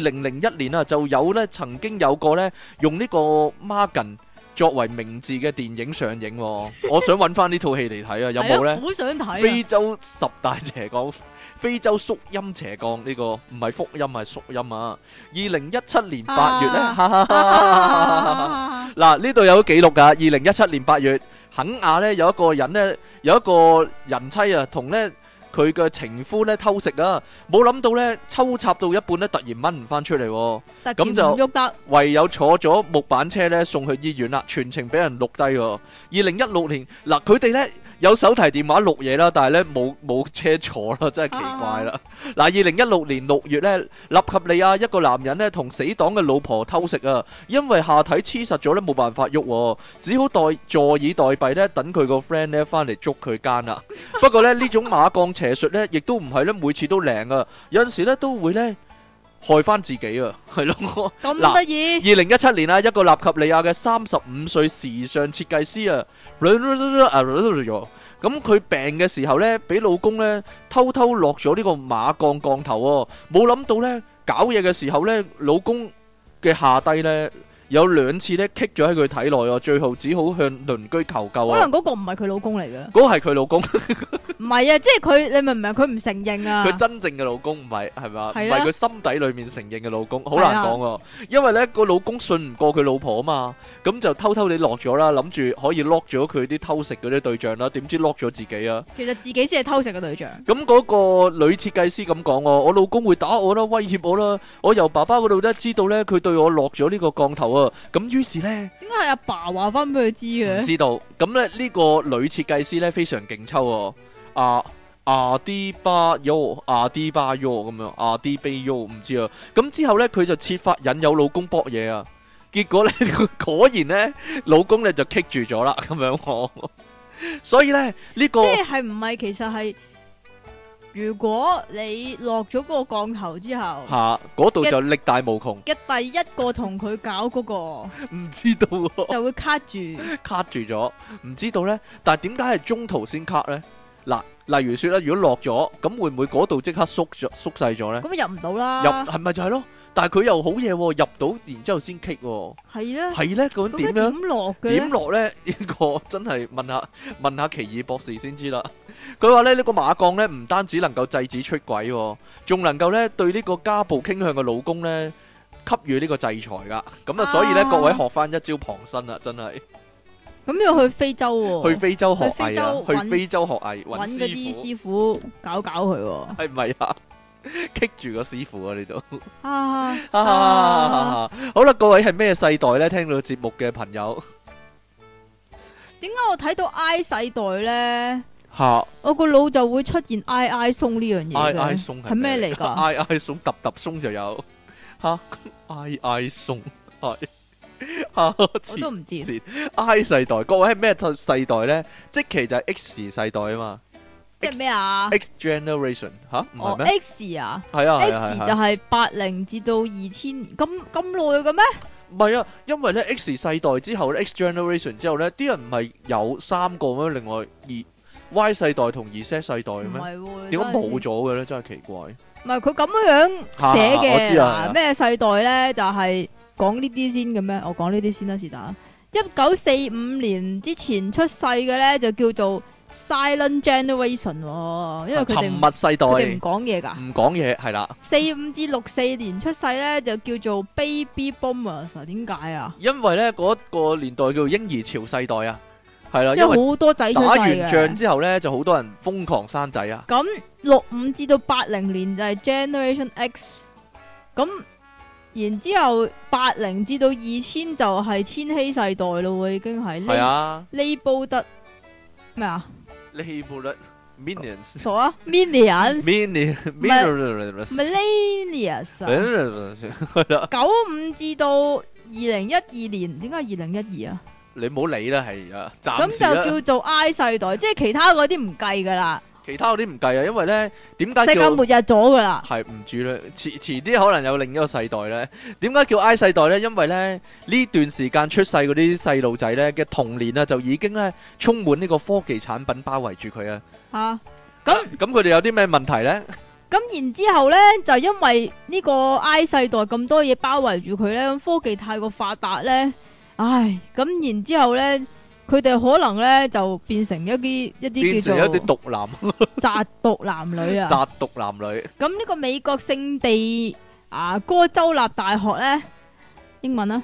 [SPEAKER 1] 二零零一年啊，就有呢曾經有個呢用呢個 Margin 作為名字嘅電影上映喎，我想揾翻呢套戲嚟睇啊，有冇
[SPEAKER 2] 係
[SPEAKER 1] 呢
[SPEAKER 2] 啊？好想睇
[SPEAKER 1] 非
[SPEAKER 2] 啊
[SPEAKER 1] 洲十大邪降，非洲縮陰邪降呢、個唔係福音，係縮陰啊！二零一七年八月呢，
[SPEAKER 2] 啊
[SPEAKER 1] 哈哈哈哈
[SPEAKER 2] 啊！
[SPEAKER 1] 嗱呢度有記錄噶。二零一七年八月，肯亞呢有一個人呢，有一個人妻啊，同呢佢嘅情夫呢偷食啊，冇諗到呢，抽插到一半呢，突然掹唔翻出嚟、喎。
[SPEAKER 2] 突然
[SPEAKER 1] 咁就
[SPEAKER 2] 唔喐得，
[SPEAKER 1] 唯有坐咗木板車咧送去醫院啦，全程俾人錄低喎。二零一六年嗱，佢哋咧有手提電話錄嘢啦，但係咧冇冇車坐啦，真係奇怪啦。嗱，二零一六年六月咧，納及利亞一個男人咧同死黨嘅老婆偷食啊，因為下體黐實咗咧冇辦法喐喎，只好代坐以待斃咧，等佢個 friend 咧翻嚟捉佢奸啦。不過咧呢種馬鋼邪術咧，亦都唔係咧每次都靈啊，有陣時咧都會咧害翻自己啊，係咯。嗱
[SPEAKER 2] 咁得意，
[SPEAKER 1] 二零一七年啊，一個納及利亞嘅三十五歲時尚設計師啊，咁佢病嘅時候呢，俾老公呢偷偷落咗呢個馬鋼鋼頭喎，冇諗到呢，搞嘢嘅時候呢，老公嘅下低呢，有兩次呢棘咗喺佢體內喎，最後只好向鄰居求救
[SPEAKER 2] 可
[SPEAKER 1] 啊
[SPEAKER 2] 能！嗰個唔係佢老公嚟嘅，
[SPEAKER 1] 嗰個係佢老公，佢
[SPEAKER 2] 唔係啊，即係佢，你明唔明？佢唔承認啊，
[SPEAKER 1] 真正嘅老公唔係係嘛？唔
[SPEAKER 2] 係
[SPEAKER 1] 係
[SPEAKER 2] 啦
[SPEAKER 1] 佢心底裏面承認嘅老公，好
[SPEAKER 2] 係
[SPEAKER 1] 難
[SPEAKER 2] 啊
[SPEAKER 1] 講喎。因為咧個老公信唔過佢老婆啊嘛，咁就偷偷地落咗啦，諗住可以 lock 咗佢啲偷食嗰啲對象啦，點知 lock 咗自己啊！
[SPEAKER 2] 其實自己先係偷食嘅對象。
[SPEAKER 1] 咁嗰個女設計師咁講喎，我老公會打我啦，威脅我啦，我由爸爸嗰度咧知道咧佢對我落咗呢個降頭啊，咁於是咧。
[SPEAKER 2] 點解係阿爸話翻俾佢知
[SPEAKER 1] 唔
[SPEAKER 2] 嘅？
[SPEAKER 1] 知道。咁咧呢個女設計師咧非常勁抽喎，啊阿迪巴優，阿迪巴優咁樣，阿迪比優唔知啊。咁之後咧佢就設法引誘老公搏嘢啊，結果咧 果然咧老公咧就棘住咗啦，咁樣我。 所以咧呢、個
[SPEAKER 2] 即係唔係其實係，如果你落咗嗰個降頭之後
[SPEAKER 1] 嚇嗰度就力大無窮，
[SPEAKER 2] 嘅第一個同佢搞嗰
[SPEAKER 1] 唔知道喎
[SPEAKER 2] 個就會卡住，
[SPEAKER 1] 卡住咗，唔知道呢。但係點解係中途先卡呢？嗱，例如説咧，如果落咗，咁會唔會嗰度即刻縮咗縮細咗呢？
[SPEAKER 2] 咁入唔到
[SPEAKER 1] 入
[SPEAKER 2] 啦，
[SPEAKER 1] 係咪就係咯？但係佢又好嘢喎，入到然之後先 kick 喎，
[SPEAKER 2] 係啦，
[SPEAKER 1] 係咧咁
[SPEAKER 2] 啊咁
[SPEAKER 1] 點樣
[SPEAKER 2] 佢點落嘅
[SPEAKER 1] 點
[SPEAKER 2] 咧？
[SPEAKER 1] 落咧？呢個 真係問下問下奇異博士先知啦。佢話咧呢個馬鋼咧唔單止能夠制止出軌喎，仲能夠咧對呢個家暴傾向嘅老公咧給予呢個制裁噶。咁啊，所以咧
[SPEAKER 2] 啊
[SPEAKER 1] 各位學翻一招傍身啦，真係
[SPEAKER 2] 咁要去非洲
[SPEAKER 1] 去
[SPEAKER 2] 喎，
[SPEAKER 1] 非洲學
[SPEAKER 2] 哦去非
[SPEAKER 1] 藝啊，
[SPEAKER 2] 洲
[SPEAKER 1] 去
[SPEAKER 2] 搵
[SPEAKER 1] 非洲學藝
[SPEAKER 2] 搵
[SPEAKER 1] 揾
[SPEAKER 2] 嗰啲
[SPEAKER 1] 師
[SPEAKER 2] 師傅搞搞佢喎
[SPEAKER 1] 傅，係咪啊？ 棘住個師傅啊！呢度。
[SPEAKER 2] 啊 啊！
[SPEAKER 1] 啊！好啦，各位係咩世代咧？聽到節目嘅朋友，
[SPEAKER 2] 點解我睇到 I 世代咧，
[SPEAKER 1] 吓
[SPEAKER 2] 我個腦就會出現 I I 鬆呢樣嘢
[SPEAKER 1] I
[SPEAKER 2] 嘅
[SPEAKER 1] I 松
[SPEAKER 2] 係咩嚟㗎？
[SPEAKER 1] ？I I 松揼揼松就有吓 I I 松係下
[SPEAKER 2] 我
[SPEAKER 1] 次
[SPEAKER 2] 都唔知。
[SPEAKER 1] 是 I 世代，各位係咩世代咧？即其就係 X 世代啊嘛
[SPEAKER 2] 即係咩啊？
[SPEAKER 1] ，X generation 吓，唔
[SPEAKER 2] 哦
[SPEAKER 1] 係咩？
[SPEAKER 2] ，X 啊
[SPEAKER 1] 係啊係啊
[SPEAKER 2] ，X
[SPEAKER 1] 係
[SPEAKER 2] 就
[SPEAKER 1] 啊，
[SPEAKER 2] 係八零至到二千咁咁耐嘅咩？
[SPEAKER 1] 唔係啊，因為咧 X 世代之後咧，X generation 之後咧，啲人唔係有三個咩？另外二 Y 世代同二 Z 世代嘅
[SPEAKER 2] 唔
[SPEAKER 1] 咩？
[SPEAKER 2] 係喎，
[SPEAKER 1] 點解冇
[SPEAKER 2] 真係
[SPEAKER 1] 咗嘅咧？真係奇怪。
[SPEAKER 2] 唔係佢咁樣樣寫
[SPEAKER 1] 啊我
[SPEAKER 2] 嘅
[SPEAKER 1] 知啊
[SPEAKER 2] 嗱咩世代咧就係講呢啲先嘅咩？我講呢啲先啦，是但。一九四五年之前出世嘅咧就叫做 Silent Generation，喎因為佢哋
[SPEAKER 1] 啊沉
[SPEAKER 2] 唔
[SPEAKER 1] 默啊世代
[SPEAKER 2] 佢哋唔講嘢㗎。
[SPEAKER 1] 唔講嘢係啦，
[SPEAKER 2] 四五至六四年出世咧就叫做 Baby Boomers，啊點解啊？
[SPEAKER 1] 因為咧嗰個年代叫嬰兒潮世代啊，係啦，
[SPEAKER 2] 即
[SPEAKER 1] 因為
[SPEAKER 2] 係好多仔出
[SPEAKER 1] 打
[SPEAKER 2] 世
[SPEAKER 1] 完仗
[SPEAKER 2] 嘅。
[SPEAKER 1] 之後咧，就好多人瘋狂生仔啊。
[SPEAKER 2] 咁六五至到八零年就係 Generation X，咁然之後八零至到二千就係千禧世代咯喎，已經
[SPEAKER 1] 係
[SPEAKER 2] 係呢
[SPEAKER 1] 啊
[SPEAKER 2] 呢波得咩啊？
[SPEAKER 1] ，Labeled Minions。
[SPEAKER 2] 傻啊，Millions
[SPEAKER 1] Mini-
[SPEAKER 2] 唔係-
[SPEAKER 1] Minions-
[SPEAKER 2] Millennials 啊，
[SPEAKER 1] 啊
[SPEAKER 2] 九五至到二零一二年，點解二零一二啊？
[SPEAKER 1] 你唔好理啦，係啊，暫
[SPEAKER 2] 咁
[SPEAKER 1] 時啦。
[SPEAKER 2] 就叫做 I 世代，即係其他嗰啲唔計噶啦，
[SPEAKER 1] 其他嗰啲唔計啊，因為呢，點解
[SPEAKER 2] 世界
[SPEAKER 1] 叫-
[SPEAKER 2] 末日咗噶啦，
[SPEAKER 1] 係，唔知呢，遲-遲啲可能有另一個世代呢。點解叫 I 世代呢？因為呢，呢段時間出世嗰啲細路仔呢，嘅童年啊，就已經呢，充滿呢個科技產品包圍住佢啊。
[SPEAKER 2] 吓咁。
[SPEAKER 1] 咁佢哋有啲咩問題呢？係啦，
[SPEAKER 2] 咁然之後咧，就因為呢個 I 世代咁多嘢包圍住佢咧，咁科技太過發達咧，唉，咁然之後咧，佢哋可能咧就變成一啲一啲叫做
[SPEAKER 1] 變成一啲毒男，
[SPEAKER 2] 宅毒男女 啊。
[SPEAKER 1] 宅毒男女。
[SPEAKER 2] 咁呢個美國聖地牙哥州立大學咧，英文啊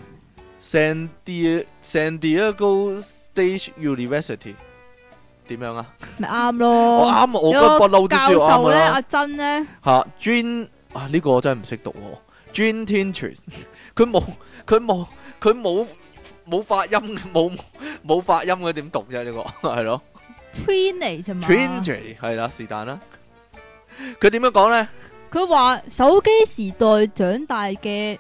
[SPEAKER 1] San Di- San Diego State University。點樣啊？
[SPEAKER 2] 咪啱咯。
[SPEAKER 1] 我啱啊，我
[SPEAKER 2] 哦有
[SPEAKER 1] 不
[SPEAKER 2] 個
[SPEAKER 1] 嬲都知
[SPEAKER 2] 教
[SPEAKER 1] 我啱啊
[SPEAKER 2] 授
[SPEAKER 1] 㗎
[SPEAKER 2] 咧，
[SPEAKER 1] 啦
[SPEAKER 2] 阿。珍咧，
[SPEAKER 1] 吓 j a n 啊呢個我真係唔識讀喎 j a n Tintre，佢冇佢冇佢冇冇發音冇冇發音嘅點讀啫？呢個 係
[SPEAKER 2] 啊
[SPEAKER 1] 咯
[SPEAKER 2] Trini 啫嘛。
[SPEAKER 1] t r i n t r 係啦，是但啦。佢點樣講咧？
[SPEAKER 2] 佢話手機時代長大嘅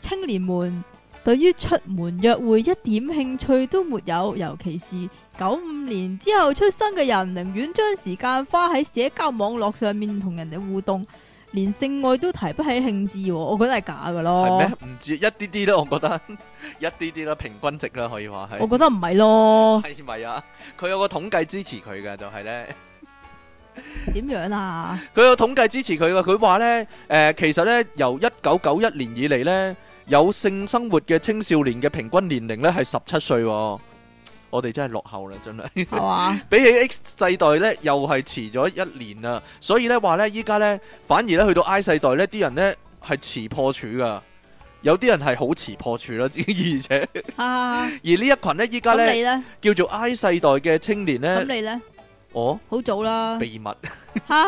[SPEAKER 2] 青年們，對於出門約會一點興趣都沒有，尤其是九五年之後出生嘅人，寧願將時間花喺社交網絡上面同人哋互動，連性愛都提不起興致喎。我覺得係假噶
[SPEAKER 1] 係
[SPEAKER 2] 咯，
[SPEAKER 1] 咩？唔知一啲啲啦，我覺得一啲啲啦，平均值啦，可以話
[SPEAKER 2] 我
[SPEAKER 1] 係。
[SPEAKER 2] 覺得唔係咯，
[SPEAKER 1] 係咪啊？佢有個統計支持佢嘅，就係咧。
[SPEAKER 2] 點樣啊？
[SPEAKER 1] 佢有統計支持佢嘅，佢話呢，誒、其實呢，由一九九一年以嚟呢，有性生活嘅青少年嘅平均年齡呢係十七歲喎，我哋真係落後啦，真係。
[SPEAKER 2] 係嘛？
[SPEAKER 1] 比起 X 世代呢，又係遲咗一年啦，所以呢話呢，依家呢，反而呢去到 I 世代呢啲人呢係遲破處噶，有啲人係好遲破處啦， 而且
[SPEAKER 2] 啊，
[SPEAKER 1] 而呢一群呢，依家
[SPEAKER 2] 咁你
[SPEAKER 1] 呢
[SPEAKER 2] 呢？
[SPEAKER 1] 叫做 I 世代嘅青年呢，
[SPEAKER 2] 咁你呢？
[SPEAKER 1] 我
[SPEAKER 2] 好早啦，
[SPEAKER 1] 秘密。
[SPEAKER 2] 吓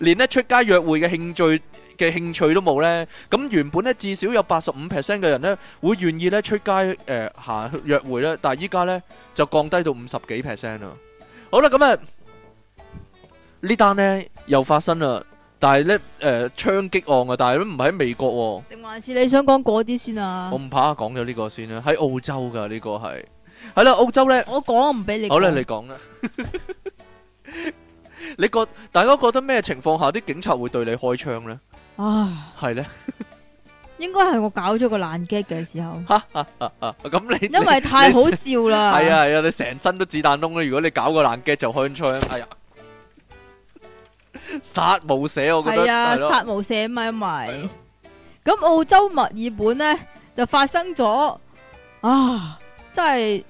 [SPEAKER 1] 連咧出街約會嘅興趣嘅興趣都冇呢。咁原本咧至少有八十五 percent 嘅人呢會願意咧出街誒、呃行約會咧，但係依家呢就降低到五十幾 percent 啦。好啦，咁啊呢單呢又發生啦，但係呢誒槍擊案啊，但係都唔喺美國喎、
[SPEAKER 2] 定還是你想講嗰啲先啊
[SPEAKER 1] 我？唔怕講咗呢個先啦，喺澳洲噶呢、個係係啦，澳洲呢。
[SPEAKER 2] 我講唔俾你講。
[SPEAKER 1] 好啦，你講啦。 你覺大家覺得咩情況下啲警察會對你開槍呢？
[SPEAKER 2] 啊！
[SPEAKER 1] 係呢？
[SPEAKER 2] 應該係我搞咗個爛 g 嘅時候，
[SPEAKER 1] 啊咁你
[SPEAKER 2] 因為太好笑啦。
[SPEAKER 1] 係啊係啊，你成身都子彈窿啦！如果你搞個爛 g 就開槍，哎呀， 殺無赦，我覺得
[SPEAKER 2] 係啊，
[SPEAKER 1] 係咯
[SPEAKER 2] 殺無赦嘛，因
[SPEAKER 1] 係啊
[SPEAKER 2] 為咁澳洲墨爾本呢，就發生咗啊，真係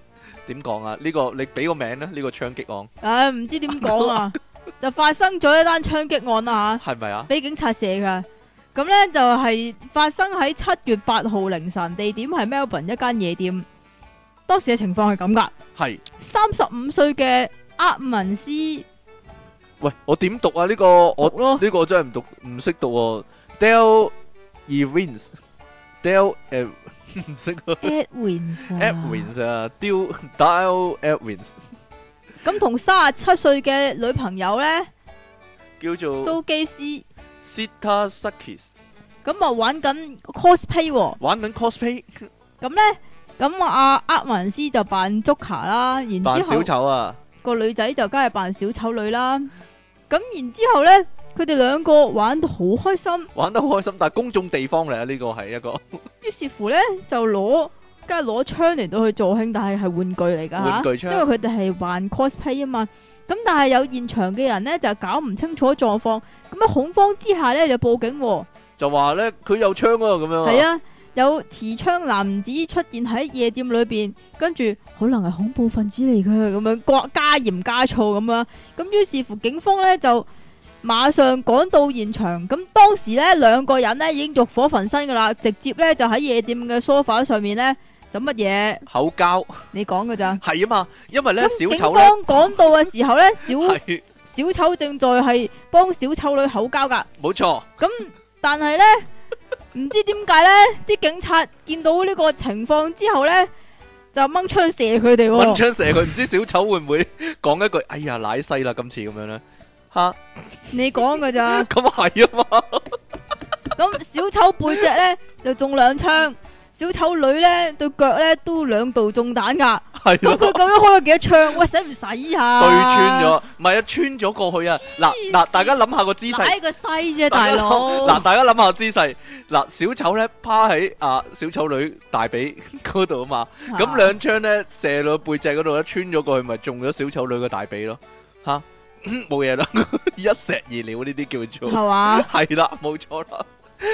[SPEAKER 1] 點講啊？呢個你俾個名啦，呢個槍 擊案
[SPEAKER 2] 唉唔知點 講啊，就發生咗一單槍擊案啦吓，
[SPEAKER 1] 係咪啊？
[SPEAKER 2] 俾警察射噶。咁呢，就係發生喺七月八號凌晨，地點係 Melbourne 一間夜店。當時嘅情況係咁噶，
[SPEAKER 1] 係
[SPEAKER 2] 三十五歲嘅厄文斯
[SPEAKER 1] 喂，我點讀啊？呢個我
[SPEAKER 2] 讀咯，
[SPEAKER 1] 呢個真係唔讀唔識讀喎。Del Evans，Del 誒 唔識啊
[SPEAKER 2] Edwin 啊
[SPEAKER 1] Edwins 啊，Del Del Edwins
[SPEAKER 2] 咁同三十七歲嘅女朋友咧，
[SPEAKER 1] 叫做
[SPEAKER 2] 蘇基斯
[SPEAKER 1] Sita Sakis，
[SPEAKER 2] 咁啊玩緊 cosplay 喎，
[SPEAKER 1] 玩緊 cosplay
[SPEAKER 2] 咁咧咁啊，阿厄文斯就扮足卡啦，然
[SPEAKER 1] 扮
[SPEAKER 2] 之後
[SPEAKER 1] 小丑啊，
[SPEAKER 2] 個女仔就梗係扮小丑女啦。咁然之後咧，佢哋兩個玩得好開心，
[SPEAKER 1] 玩得好開心，但係公眾地方嚟啊，呢個係一個
[SPEAKER 2] 於是乎咧就攞，梗係攞槍嚟到去助興，但係係玩具嚟㗎吓
[SPEAKER 1] 玩具
[SPEAKER 2] 因
[SPEAKER 1] 槍
[SPEAKER 2] 為佢哋係玩 cosplay 啊嘛。咁但係有現場嘅人咧就搞唔清楚狀況，咁喺恐慌之下咧就報警喎、
[SPEAKER 1] 就話咧佢有槍啊咁樣啊，
[SPEAKER 2] 係啊，有持槍男子出現喺夜店裏边，跟住可能係恐怖分子嚟嘅咁樣，加加鹽加醋咁啦。咁於是乎，警方咧就馬上趕到現場。咁當時咧兩個人咧已經欲火焚身噶啦，直接咧就喺夜店嘅 sofa 上面咧就乜嘢？
[SPEAKER 1] 口交
[SPEAKER 2] 你講噶咋？
[SPEAKER 1] 係啊嘛，因為咧
[SPEAKER 2] 咁
[SPEAKER 1] 小
[SPEAKER 2] 警
[SPEAKER 1] 丑咧
[SPEAKER 2] 方趕到嘅時候咧， 小
[SPEAKER 1] 係
[SPEAKER 2] 小丑正在係幫小丑女口交噶。
[SPEAKER 1] 冇錯，
[SPEAKER 2] 但系咧，唔知点解咧，啲警察见到呢个情况之后咧，就掹枪射佢哋、
[SPEAKER 1] 揾
[SPEAKER 2] 喎。
[SPEAKER 1] 槍射佢，唔知小丑會 唔會講一句哎呀奶西啦今次咁樣咧吓，
[SPEAKER 2] 你讲噶咋？
[SPEAKER 1] 咁係啊嘛，
[SPEAKER 2] 咁小丑背脊咧就中两枪，小丑女咧对脚咧都两度中弹噶。
[SPEAKER 1] 係
[SPEAKER 2] 咁
[SPEAKER 1] 咯。
[SPEAKER 2] 佢究竟开咗几多枪？喂，使唔使啊？
[SPEAKER 1] 對穿咗，唔係啊，穿咗過去啊！嗱
[SPEAKER 2] 黐
[SPEAKER 1] 嗱，
[SPEAKER 2] 線
[SPEAKER 1] 大家諗下個姿勢，
[SPEAKER 2] 舐個西啫，大佬。
[SPEAKER 1] 嗱，大家諗下姿勢，嗱，小丑咧趴喺啊小丑女大髀嗰度啊嘛，咁兩槍咧射到背脊嗰度咧穿咗過去，咪中咗小丑女個大髀咯，吓 冇嘢啦， 一石二鳥呢啲叫
[SPEAKER 2] 系
[SPEAKER 1] 做
[SPEAKER 2] 嘛？
[SPEAKER 1] 係啦，冇錯啦，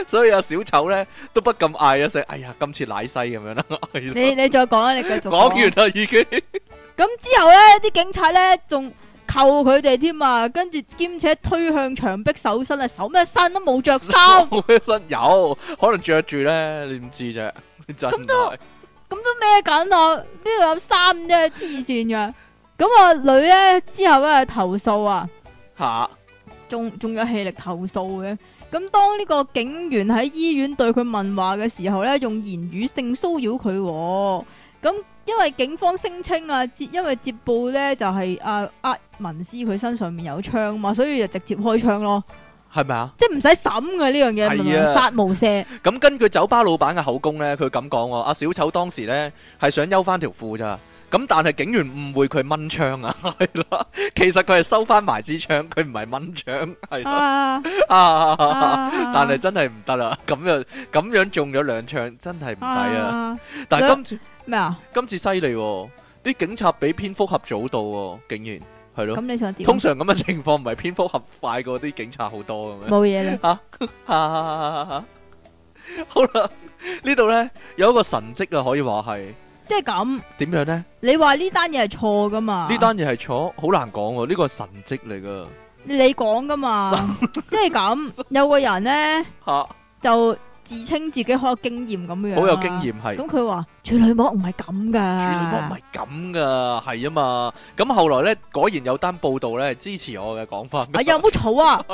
[SPEAKER 1] 所以啊小丑咧都不禁嗌一聲，哎呀，今次奶西咁樣啦， 係啦
[SPEAKER 2] 你你再讲啊，你继续
[SPEAKER 1] 講
[SPEAKER 2] 講
[SPEAKER 1] 完啦已經。
[SPEAKER 2] 咁之後咧，啲警察咧仲扣佢哋添啊，跟住兼且推向牆壁搜身啊，搜咩身都冇着衫，
[SPEAKER 1] 冇一身有，可能着住咧，你唔知啫。真
[SPEAKER 2] 咁
[SPEAKER 1] 都
[SPEAKER 2] 咁都咩緊啊？邊度有衫啫？黐線嘅。咁啊女咧之後咧投訴啊，
[SPEAKER 1] 吓
[SPEAKER 2] 仲仲有氣力投訴嘅。咁當呢個警員喺醫院對佢問話嘅時候咧，用言語性騷擾佢、喎。咁因為警方聲稱啊，接因為接報咧就係啊呃文斯佢身上面有槍嘛，所以就直接開槍咯。
[SPEAKER 1] 係咪啊？
[SPEAKER 2] 即系唔使審嘅呢
[SPEAKER 1] 係
[SPEAKER 2] 樣嘢，
[SPEAKER 1] 啊
[SPEAKER 2] 明唔明？殺無赦，
[SPEAKER 1] 咁根據酒吧老闆嘅口供咧，佢咁講喎，阿小丑當時咧係想休翻條褲咋，咁但係警員誤會佢掹槍啊， 係啦，其實佢係收翻埋支槍，佢唔係掹槍，係啦，啊
[SPEAKER 2] 啊
[SPEAKER 1] 但
[SPEAKER 2] 但
[SPEAKER 1] 係真係唔得啦，咁樣咁樣中咗兩槍，真係唔抵啊！
[SPEAKER 2] 啊
[SPEAKER 1] 但係
[SPEAKER 2] 兩
[SPEAKER 1] 今次
[SPEAKER 2] 咩啊？
[SPEAKER 1] 今次犀利喎，啲警察俾蝙蝠俠早到喎，竟然係咯
[SPEAKER 2] 咁。你想點？啊
[SPEAKER 1] 通常咁嘅情況唔係蝙蝠俠快過啲警察好多咁樣。
[SPEAKER 2] 冇嘢啦，
[SPEAKER 1] 哈哈哈哈哈哈好啦，呢度呢，有一個神蹟啊，可以話係
[SPEAKER 2] 即係咁。
[SPEAKER 1] 點樣呢？
[SPEAKER 2] 你話呢單嘢係錯噶嘛？
[SPEAKER 1] 呢單嘢係錯，好難講喎。呢個係神蹟嚟噶，
[SPEAKER 2] 你講噶嘛？即係咁，有個人咧
[SPEAKER 1] 吓
[SPEAKER 2] 就自稱自己好有經驗咁樣，
[SPEAKER 1] 好有經。驗係。
[SPEAKER 2] 咁佢話處女膜唔係咁
[SPEAKER 1] 處
[SPEAKER 2] 噶，
[SPEAKER 1] 女膜唔係咁噶，係啊嘛。咁後來呢，果然有單報道呢支持我嘅講法。
[SPEAKER 2] 哎呀，唔好嘈啊！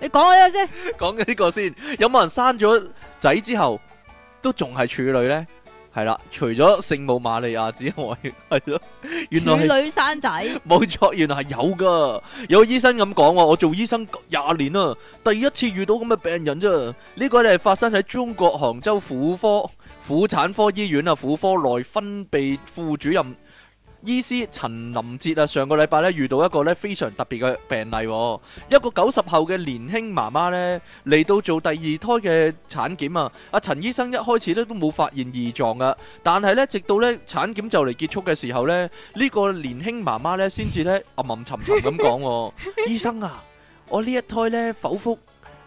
[SPEAKER 2] 你講下先，
[SPEAKER 1] 講緊呢個先，有冇人生咗仔之後都仲係處女呢？係啦，除咗聖母瑪利亞之外，係咯，原來係
[SPEAKER 2] 處女生仔，
[SPEAKER 1] 冇錯，原來係有噶。有醫生咁講喎，我做醫生廿年啦，第一次遇到咁嘅病人啫。呢個咧係發生喺中國杭州婦科婦產科醫院啊，婦科內分泌副主任。醫師陳林哲啊，上個禮拜咧遇到一個咧非常特別嘅病例、喎。一個九十後嘅年輕媽媽咧嚟到做第二胎嘅產檢啊，阿陳醫生一開始咧都冇發現異狀噶，但係咧直到咧產檢就嚟結束嘅時候咧，呢個年輕媽媽咧先至咧吟吟沉沉咁講喎， 醫生啊，我呢一胎咧剖腹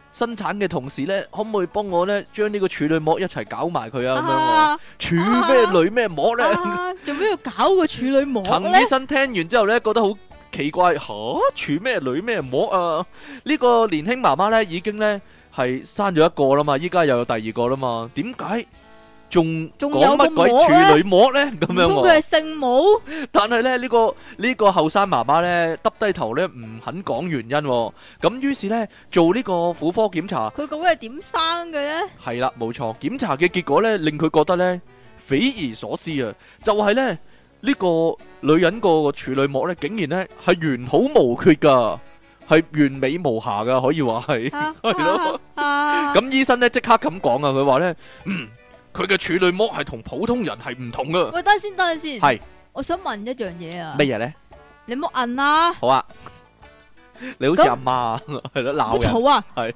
[SPEAKER 1] 生產嘅同時咧，可唔可以幫我咧將呢個處女膜一齊搞埋佢啊咁樣喎、
[SPEAKER 2] 啊
[SPEAKER 1] 處咩女咩膜咧？
[SPEAKER 2] 啊做咩要搞個處女膜
[SPEAKER 1] 陳
[SPEAKER 2] 咧
[SPEAKER 1] 醫？生聽完之後咧，覺得好奇怪，吓處咩女咩膜啊？呢、個年輕媽媽咧已經咧係生咗一個啦嘛，依家又有第二個啦嘛，點解仲
[SPEAKER 2] 仲
[SPEAKER 1] 講
[SPEAKER 2] 有個
[SPEAKER 1] 乜鬼
[SPEAKER 2] 膜咧
[SPEAKER 1] 處女膜咧？咁
[SPEAKER 2] 唔
[SPEAKER 1] 樣
[SPEAKER 2] 通
[SPEAKER 1] 喎、
[SPEAKER 2] 佢係聖母？
[SPEAKER 1] 但係咧，呢、個呢、個後生媽媽咧，耷低頭咧，唔肯講原因、喎。咁於是咧，做呢個婦科檢查，
[SPEAKER 2] 佢究竟係點生嘅 咧？
[SPEAKER 1] 係啦，冇錯。檢查嘅結果咧，令佢覺得咧匪夷所思啊！就係咧呢、呢個女人個處女膜咧，竟然咧係完好無缺噶，係完美無瑕噶，可以話係。
[SPEAKER 2] 係
[SPEAKER 1] 係咯
[SPEAKER 2] 啊，
[SPEAKER 1] 咁醫生咧即刻咁講啊，佢話咧，嗯，佢嘅處女膜係同普通人係唔同噶。
[SPEAKER 2] 喂，等陣先，等陣先。
[SPEAKER 1] 係
[SPEAKER 2] 我想問一樣嘢啊。
[SPEAKER 1] 咩嘢咧？
[SPEAKER 2] 你唔好摁啦，
[SPEAKER 1] 好啊，你好似
[SPEAKER 2] 咁
[SPEAKER 1] 阿媽係咯，
[SPEAKER 2] 好
[SPEAKER 1] 鬧人
[SPEAKER 2] 嘈啊。
[SPEAKER 1] 係。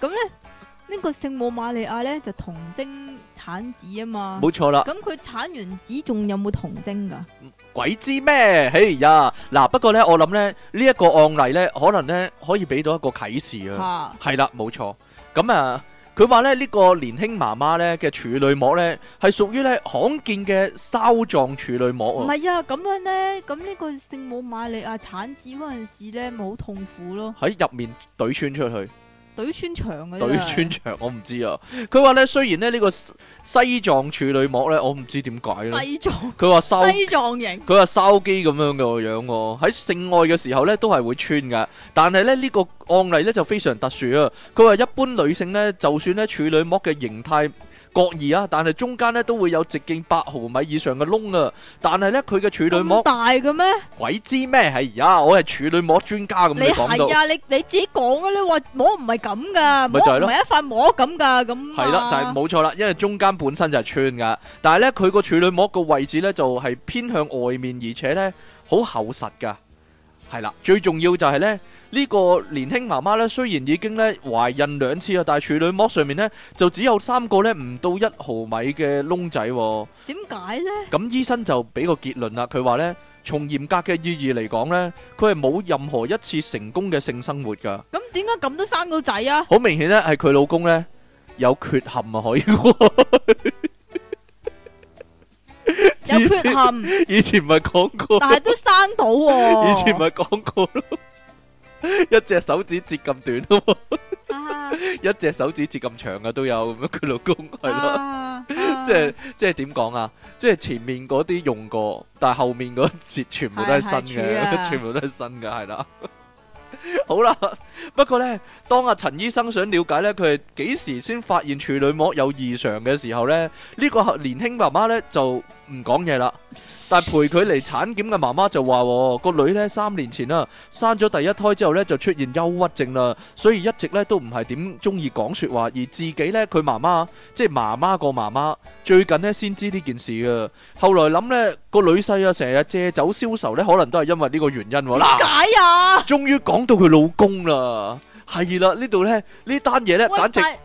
[SPEAKER 2] 咁咧，呢個聖母瑪利亞咧就童貞產子啊嘛。
[SPEAKER 1] 冇錯啦。
[SPEAKER 2] 咁佢產完子仲有冇童貞噶？
[SPEAKER 1] 鬼知咩？哎呀，嗱，不過呢，我諗呢，呢、一個案例呢，可能呢，可以俾到一個啟示啊。
[SPEAKER 2] 吓，
[SPEAKER 1] 係啦，冇錯。咁啊，佢話呢，呢、個年輕媽媽呢嘅處女膜呢，係屬於呢罕見嘅梢狀處女
[SPEAKER 2] 唔
[SPEAKER 1] 膜喎。
[SPEAKER 2] 係啊，咁樣咧，咁呢個聖母瑪利亞產子嗰陣時咧，咪好痛苦咯，
[SPEAKER 1] 喺入面懟穿出去，
[SPEAKER 2] 懟穿牆啊嘅。
[SPEAKER 1] 懟穿牆，我唔知啊。佢話呢，雖然呢，呢、個西西藏處女膜呢，我唔知點解咧。
[SPEAKER 2] 西藏
[SPEAKER 1] 佢話收
[SPEAKER 2] 西藏型，
[SPEAKER 1] 佢話筲箕咁樣嘅個樣喎，喺性愛嘅時候咧都係會穿噶，但係咧呢、個案例咧就非常特殊啊！佢話一般女性咧，就算咧處女膜嘅形態各異啊，但係中間咧都會有直徑八毫米以上嘅窿啊，但係咧佢嘅處女
[SPEAKER 2] 咁
[SPEAKER 1] 膜
[SPEAKER 2] 大嘅咩？
[SPEAKER 1] 鬼知咩係而家，我係處女膜專家咁
[SPEAKER 2] 你
[SPEAKER 1] 講
[SPEAKER 2] 係
[SPEAKER 1] 到。
[SPEAKER 2] 啊，你你自己講啊，你話摸唔係咁噶，
[SPEAKER 1] 咪
[SPEAKER 2] 摸
[SPEAKER 1] 就係
[SPEAKER 2] 唔
[SPEAKER 1] 咯
[SPEAKER 2] 係一塊摸咁噶，咁
[SPEAKER 1] 係啦，就係冇錯啦，因為中間本身就係穿噶，但係咧佢個處女膜個位置咧就係偏向外面，而且咧好厚實噶。係啦，最重要就係咧呢個年輕媽媽咧，雖然已經咧懷孕兩次啊，但係處女膜上面咧就只有三個咧唔到一毫米嘅窿仔喎。
[SPEAKER 2] 點解咧？
[SPEAKER 1] 咁醫生就俾個結論啦，佢話呢，從嚴格嘅意義嚟講呢，佢係冇任何一次成功嘅性生活噶。
[SPEAKER 2] 咁點解咁都生到仔啊？
[SPEAKER 1] 好明顯呢，係佢老公呢有缺陷啊，可以話。
[SPEAKER 2] 有缺陷，
[SPEAKER 1] 以前咪講過，
[SPEAKER 2] 但係都生到喎。
[SPEAKER 1] 以前咪講過咯，一隻手指節咁短咯，
[SPEAKER 2] 啊
[SPEAKER 1] 一隻手指節咁長嘅都有咁樣，佢老公
[SPEAKER 2] à,
[SPEAKER 1] 係咯，
[SPEAKER 2] 啊
[SPEAKER 1] 即係即係點講啊？即係前面嗰啲用過，但係後面嗰節全部都係新
[SPEAKER 2] 係係柱
[SPEAKER 1] 嘅，
[SPEAKER 2] 啊
[SPEAKER 1] 全部都係新嘅，係啦。好啦，不過呢，當阿陳醫生想了解呢，佢係幾時先發現處女膜有異常嘅時候呢，呢、個年輕媽媽呢就唔講嘢啦。但陪佢嚟產檢嘅媽媽就話、喎，個女呢三年前啦、啊生咗第一胎之後呢，就出現憂鬱症啦，所以一直呢都唔係點中意講説話，而自己呢，佢媽媽即係媽媽個媽媽，最近呢先知呢件事嘅。後來諗呢個女婿啊，成日借酒消愁呢，可能都係因為呢個原因喎。
[SPEAKER 2] 點
[SPEAKER 1] 嗱，
[SPEAKER 2] 解啊？
[SPEAKER 1] 終於講到佢老公啦，係啦，呢度呢，呢單嘢呢，
[SPEAKER 2] 喂
[SPEAKER 1] 簡直
[SPEAKER 2] 但係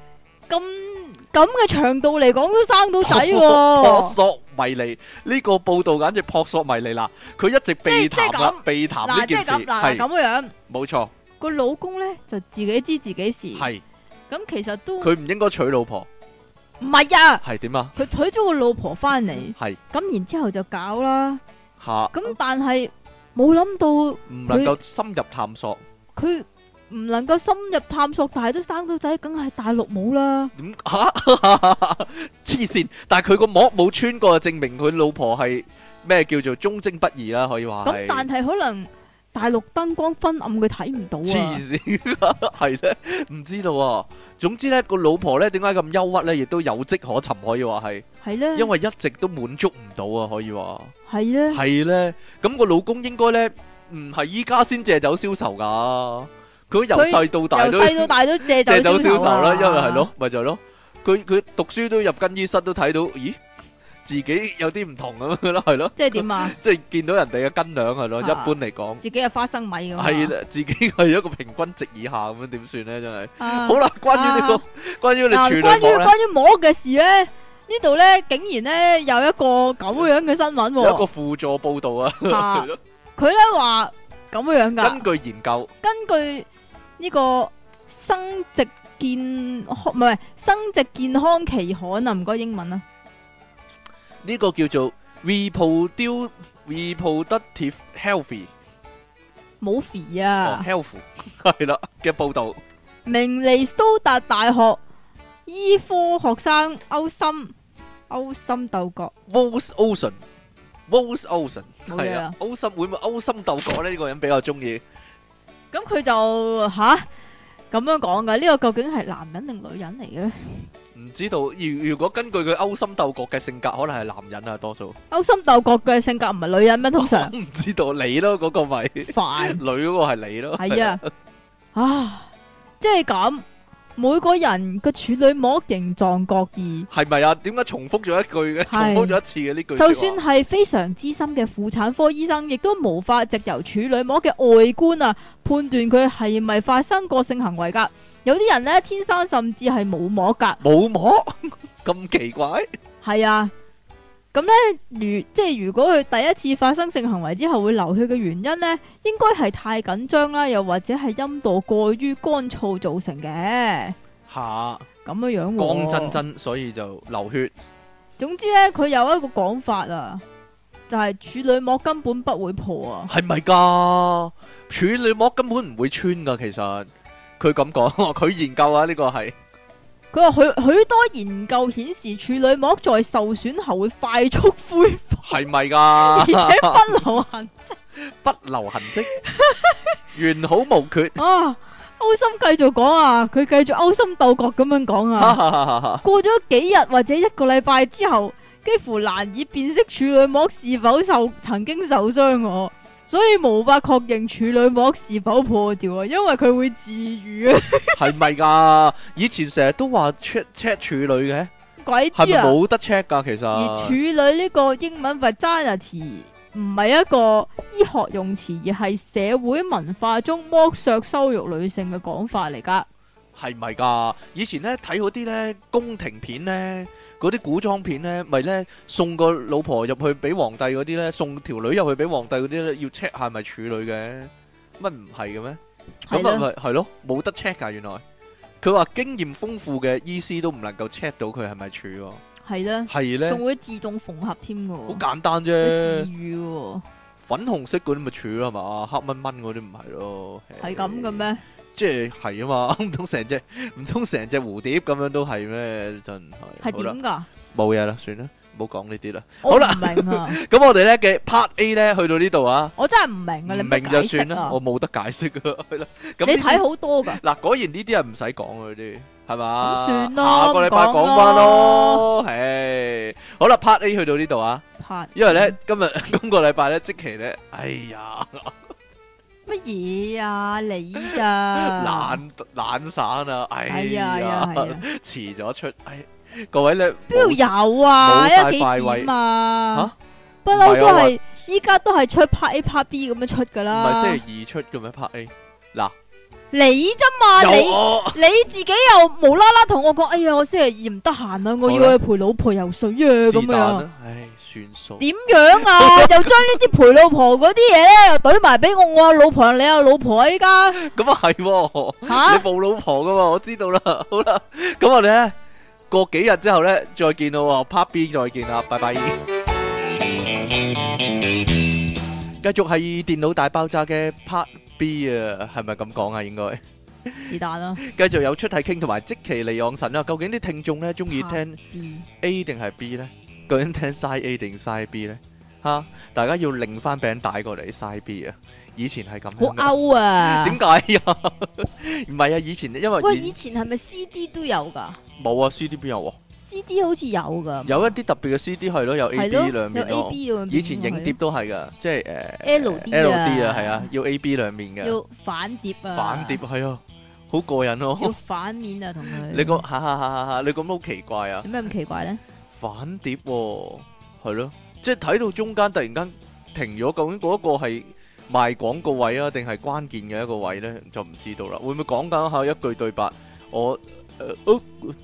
[SPEAKER 2] 咁咁嘅長度嚟講都生到 仔
[SPEAKER 1] 撲
[SPEAKER 2] 喎。
[SPEAKER 1] 朔迷離。呢個報道簡直撲朔迷離嗱，佢一直避
[SPEAKER 2] 即係
[SPEAKER 1] 談啦
[SPEAKER 2] 咁，
[SPEAKER 1] 避談呢
[SPEAKER 2] 嗱，即
[SPEAKER 1] 件
[SPEAKER 2] 係
[SPEAKER 1] 事
[SPEAKER 2] 咁，嗱
[SPEAKER 1] 係
[SPEAKER 2] 咁樣，
[SPEAKER 1] 冇錯，
[SPEAKER 2] 個老公咧就自己知自己事，
[SPEAKER 1] 係。
[SPEAKER 2] 咁其實都
[SPEAKER 1] 佢唔應該娶老婆，
[SPEAKER 2] 唔係啊。
[SPEAKER 1] 係點啊？
[SPEAKER 2] 佢娶咗個老婆翻嚟，
[SPEAKER 1] 係
[SPEAKER 2] 咁然之後就搞啦。
[SPEAKER 1] 吓，
[SPEAKER 2] 咁但係冇諗到
[SPEAKER 1] 唔能夠深入探索，
[SPEAKER 2] 佢唔能夠深入探索，但係都生到仔，梗係大陸冇啦。
[SPEAKER 1] 點 吓？黐線！但係佢個膜冇穿過，證明佢老婆係咩叫做忠貞不二啦，可以話
[SPEAKER 2] 咁但
[SPEAKER 1] 係。
[SPEAKER 2] 係可能大陸燈光昏暗，佢睇唔到
[SPEAKER 1] 黐
[SPEAKER 2] 啊。
[SPEAKER 1] 線， 係咧，唔知道喎。總之咧，個老婆咧點解咁憂鬱咧，亦都有跡可尋，可以話係，
[SPEAKER 2] 係咧，
[SPEAKER 1] 因為一直都滿足唔到啊，可以話
[SPEAKER 2] 係咧，
[SPEAKER 1] 係咧。咁個老公應該咧唔係依家先借酒消愁㗎，佢由
[SPEAKER 2] 佢
[SPEAKER 1] 細到大
[SPEAKER 2] 由
[SPEAKER 1] 都。
[SPEAKER 2] 細到大都借
[SPEAKER 1] 借酒消
[SPEAKER 2] 消
[SPEAKER 1] 愁啦，
[SPEAKER 2] 啊
[SPEAKER 1] 因為係咯，，咪就係咯，佢佢讀書都入更衣室都睇到，咦，自己有啲唔同咁樣咯，係 咯，
[SPEAKER 2] 即係點啊？
[SPEAKER 1] 即係見到人哋嘅斤兩係咯，一
[SPEAKER 2] 啊
[SPEAKER 1] 般嚟講
[SPEAKER 2] 自己係花生米咁啊。
[SPEAKER 1] 係啦，自己係一個平均值以下咁樣點算咧，真係。
[SPEAKER 2] 啊
[SPEAKER 1] 好啦，關於呢個，關於你
[SPEAKER 2] 嗱，
[SPEAKER 1] 處女
[SPEAKER 2] 關於
[SPEAKER 1] 膜咧，
[SPEAKER 2] 關於摸嘅事咧，呢度咧竟然咧有一個咁樣嘅新聞
[SPEAKER 1] 有一個
[SPEAKER 2] 喎，
[SPEAKER 1] 輔助報導啊，
[SPEAKER 2] 啊
[SPEAKER 1] 係咯
[SPEAKER 2] 佢咧話咁樣噶，
[SPEAKER 1] 根據研究
[SPEAKER 2] 根據呢個生殖健康唔係生殖健康期刊啊，唔該英文啊，
[SPEAKER 1] 呢個叫做 reproduce reproductive healthy
[SPEAKER 2] 冇肥
[SPEAKER 1] 哦
[SPEAKER 2] 啊，
[SPEAKER 1] health 係啦嘅報導。
[SPEAKER 2] 明尼蘇達大學醫科學生歐森歐森鬥角，
[SPEAKER 1] Wolves Ocean。Wolves Ocean
[SPEAKER 2] 冇
[SPEAKER 1] 係
[SPEAKER 2] 嘢
[SPEAKER 1] 啊
[SPEAKER 2] 啦，
[SPEAKER 1] 歐森會唔會歐森鬥角呢？呢個人比較中意
[SPEAKER 2] 咁佢就吓咁樣講噶，呢、個究竟係男人定女人嚟嘅咧？
[SPEAKER 1] 唔知道。如如果根據佢歐森鬥角嘅性格，可能係男人啊，多數。
[SPEAKER 2] 勾心鬥角嘅性格唔係女人 咩？通常
[SPEAKER 1] 唔知道你咯，嗰個咪 女嗰
[SPEAKER 2] 煩
[SPEAKER 1] 個係你咯。
[SPEAKER 2] 係啊，啊，即係咁。每個人個處女膜形狀各異，
[SPEAKER 1] 系咪啊？點解重複咗一句嘅？重
[SPEAKER 2] 係
[SPEAKER 1] 複咗一次嘅呢句說話？
[SPEAKER 2] 就算係非常資深嘅婦產科醫生，亦都無法藉由處女膜嘅外觀啊判斷佢係咪發生過性行為㗎。有啲人呢，天生甚至係冇膜㗎。
[SPEAKER 1] 冇膜 咁奇怪，
[SPEAKER 2] 係啊，咁呢，如即係如果佢第一次發生性行為之後會流血嘅原因呢，應該係太緊張啦，又或者係陰道過於乾燥造成嘅。
[SPEAKER 1] 吓
[SPEAKER 2] 咁樣样喎
[SPEAKER 1] 光真真，所以就流血。
[SPEAKER 2] 總之咧，佢有一個講法啊，就係處女膜根本不會破啊。
[SPEAKER 1] 係咪噶？處女膜根本唔會穿噶，其實佢咁講， 佢研究啊，呢個係
[SPEAKER 2] 佢話許許多研究顯示，處女膜在受損後會快速恢 復，
[SPEAKER 1] 係咪噶
[SPEAKER 2] 而？且不 留痕
[SPEAKER 1] 不留痕跡， 完好無缺。
[SPEAKER 2] 啊。勾心繼續講啊，佢繼續勾心鬥角咁樣講啊。過咗幾日或者一個禮拜之後，幾乎難以辨識處女膜是否受曾經受傷我，所以無法確認處女膜是否破掉啊，因為佢會治愈啊，
[SPEAKER 1] 係咪噶？以前成日都話 check check 處女嘅，
[SPEAKER 2] 鬼
[SPEAKER 1] 係
[SPEAKER 2] 知
[SPEAKER 1] 咪
[SPEAKER 2] 啊！
[SPEAKER 1] 冇得 check 噶？其
[SPEAKER 2] 而處
[SPEAKER 1] 實
[SPEAKER 2] 女呢個英文 virginity 唔係一個醫學用詞，而係社會文化中剝削羞辱女性嘅講法嚟噶。
[SPEAKER 1] 係咪噶？以前咧睇嗰啲咧宮廷片咧，嗰啲古裝片咧，咪咧送個老婆入去俾皇帝嗰啲咧，送條女入去俾皇帝嗰啲咧，要 check 下係咪處女嘅，乜唔係嘅咩？咁
[SPEAKER 2] 係
[SPEAKER 1] 啊
[SPEAKER 2] 啦，
[SPEAKER 1] 咪係咯，冇得 check 噶原來。佢話經驗豐富嘅醫師都唔能夠 check 到佢係咪處喎，
[SPEAKER 2] 係啦，
[SPEAKER 1] 係咧
[SPEAKER 2] 仲會自動縫合添噶，
[SPEAKER 1] 好簡單
[SPEAKER 2] 會治
[SPEAKER 1] 啫。
[SPEAKER 2] 愈喎，
[SPEAKER 1] 粉紅色嗰啲咪處咯係嘛，黑蚊蚊嗰啲唔係咯。
[SPEAKER 2] 係咁嘅
[SPEAKER 1] 嘅？
[SPEAKER 2] 咩？
[SPEAKER 1] 即係係啊嘛，唔 通成隻唔通成隻蝴蝶咁樣都係咩？真係
[SPEAKER 2] 係
[SPEAKER 1] 好啦，
[SPEAKER 2] 點㗎？
[SPEAKER 1] 冇嘢啦，算啦，唔好講呢啲啦。
[SPEAKER 2] 我
[SPEAKER 1] 好
[SPEAKER 2] 唔
[SPEAKER 1] 啦
[SPEAKER 2] 明啊，
[SPEAKER 1] 咁我哋咧嘅 Part A 咧去到呢度啊，
[SPEAKER 2] 我真係唔明啊，你
[SPEAKER 1] 唔
[SPEAKER 2] 咪
[SPEAKER 1] 明就
[SPEAKER 2] 解
[SPEAKER 1] 算
[SPEAKER 2] 釋
[SPEAKER 1] 啦，
[SPEAKER 2] 啊！
[SPEAKER 1] 我冇得解釋噶，係啦。咁
[SPEAKER 2] 你
[SPEAKER 1] 呢啲
[SPEAKER 2] 睇好多㗎，
[SPEAKER 1] 嗱，果然呢啲係唔使講嘅啲，係嘛？
[SPEAKER 2] 咁算咯
[SPEAKER 1] 下個禮拜
[SPEAKER 2] 唔講
[SPEAKER 1] 講翻咯。唉，好啦，Part A 去到呢度啊，
[SPEAKER 2] 拍
[SPEAKER 1] 因為咧今日 今個禮拜咧即期咧，哎呀，
[SPEAKER 2] 乜嘢啊？你 咋？
[SPEAKER 1] 懶懶散啊，哎
[SPEAKER 2] 係啊係
[SPEAKER 1] 呀
[SPEAKER 2] 啊，係啊，
[SPEAKER 1] 遲咗出，哎，各位咧
[SPEAKER 2] 邊度有
[SPEAKER 1] 冇
[SPEAKER 2] 啊？一
[SPEAKER 1] 晒
[SPEAKER 2] 幾
[SPEAKER 1] 快位
[SPEAKER 2] 點啊
[SPEAKER 1] 嚇？
[SPEAKER 2] 不嬲都
[SPEAKER 1] 唔係啊
[SPEAKER 2] 係，依家都係出 part A part B 咁樣出噶
[SPEAKER 1] 唔係
[SPEAKER 2] 啦。
[SPEAKER 1] 星期二出嘅咩？Part A
[SPEAKER 2] 你啫嘛，
[SPEAKER 1] 有
[SPEAKER 2] 啊
[SPEAKER 1] 啊
[SPEAKER 2] 你
[SPEAKER 1] 我
[SPEAKER 2] 你自己又無啦啦同我講，哎呀，我星期二唔得閒啊，我要去陪老婆游水啊，
[SPEAKER 1] 是
[SPEAKER 2] 咁
[SPEAKER 1] 但
[SPEAKER 2] 樣
[SPEAKER 1] 啦，唉，算數。
[SPEAKER 2] 點樣 啊？又將呢啲陪老婆嗰啲嘢咧，又懟埋俾我，我有老婆，你有老婆啊 依家
[SPEAKER 1] 咁啊係喎。
[SPEAKER 2] 吓
[SPEAKER 1] 你，冇老婆噶嘛？我知道啦。好啦，咁我哋咧過幾日之後咧再見咯喎，Part B 再見啦，拜拜。繼續係電腦大爆炸嘅 Part B 啊，係咪咁講啊？應該。
[SPEAKER 2] 是但啦。
[SPEAKER 1] 繼續有出體傾同埋即其利昂神啊！究竟啲聽眾咧中意聽
[SPEAKER 2] B
[SPEAKER 1] A 定係 B 咧？究竟聽 side A 定 side B 咧？吓，大家要擰翻餅帶過嚟 side B 啊！以前係咁
[SPEAKER 2] 好
[SPEAKER 1] 樣嘅，
[SPEAKER 2] 勾啊！
[SPEAKER 1] 點解啊？唔係啊，以前因為
[SPEAKER 2] 喂，
[SPEAKER 1] 以
[SPEAKER 2] 以前係咪 CD 都有㗎
[SPEAKER 1] 冇啊，CD 邊有喎？
[SPEAKER 2] ？CD 好似有㗎，
[SPEAKER 1] 有一啲特別嘅 CD 係咯，有 A、
[SPEAKER 2] 係咯
[SPEAKER 1] B 兩
[SPEAKER 2] 有
[SPEAKER 1] 面
[SPEAKER 2] A
[SPEAKER 1] 咯。
[SPEAKER 2] B 咁樣
[SPEAKER 1] 以前影碟
[SPEAKER 2] 係
[SPEAKER 1] 都係噶，即係誒
[SPEAKER 2] LD 啊
[SPEAKER 1] LD 啊，係啊，要 A、B 兩面
[SPEAKER 2] 咯
[SPEAKER 1] 嘅
[SPEAKER 2] 要反碟啊，
[SPEAKER 1] 反碟係啊，好過癮
[SPEAKER 2] 要
[SPEAKER 1] 咯！
[SPEAKER 2] 反面啊，同佢
[SPEAKER 1] 你講哈哈哈哈哈，你咁好奇怪啊！
[SPEAKER 2] 有咩咁奇怪咧？
[SPEAKER 1] 反碟喎，係咯，即係睇到中間突然間停咗，究竟嗰一個係賣廣告位啊，定係關鍵嘅一個位咧，就唔知道啦。會唔會講緊下一句對白，我誒哦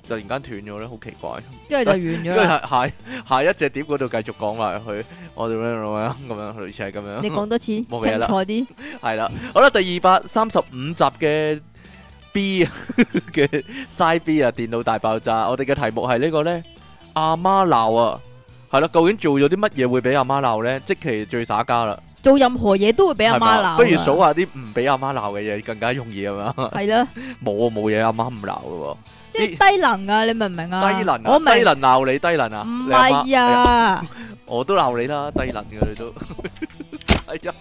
[SPEAKER 1] 突然間斷咗咧，好奇怪。
[SPEAKER 2] 跟住就完咗
[SPEAKER 1] 因為
[SPEAKER 2] 啦。
[SPEAKER 1] 下下下一隻碟嗰度繼續講埋佢，我哋咩咁樣，類似係咁
[SPEAKER 2] 你
[SPEAKER 1] 樣，
[SPEAKER 2] 講多次，清楚
[SPEAKER 1] 冇嘢啦
[SPEAKER 2] 啲。
[SPEAKER 1] 係啦，好啦，第二百三十五集嘅 B 嘅 side B 啊，電腦大爆炸，我哋嘅題目係呢個呢：「阿媽鬧啊，係啦，究竟做咗啲乜嘢會俾阿媽鬧呢？即其最耍家啦，
[SPEAKER 2] 做任何嘢都會俾阿
[SPEAKER 1] 係
[SPEAKER 2] 媽
[SPEAKER 1] 嘛
[SPEAKER 2] 鬧。
[SPEAKER 1] 不如數，下啲唔俾阿媽鬧嘅嘢，更加容易啊嘛，
[SPEAKER 2] 係啦，
[SPEAKER 1] 冇啊冇嘢，阿媽唔鬧嘅喎。
[SPEAKER 2] 即係低能啊！你明唔明啊？
[SPEAKER 1] 低能啊！
[SPEAKER 2] 我明
[SPEAKER 1] 低。能鬧你，低能啊！
[SPEAKER 2] 唔
[SPEAKER 1] 你阿媽
[SPEAKER 2] 係，啊，
[SPEAKER 1] 我都鬧你啦，低能嘅你都， 哎呀！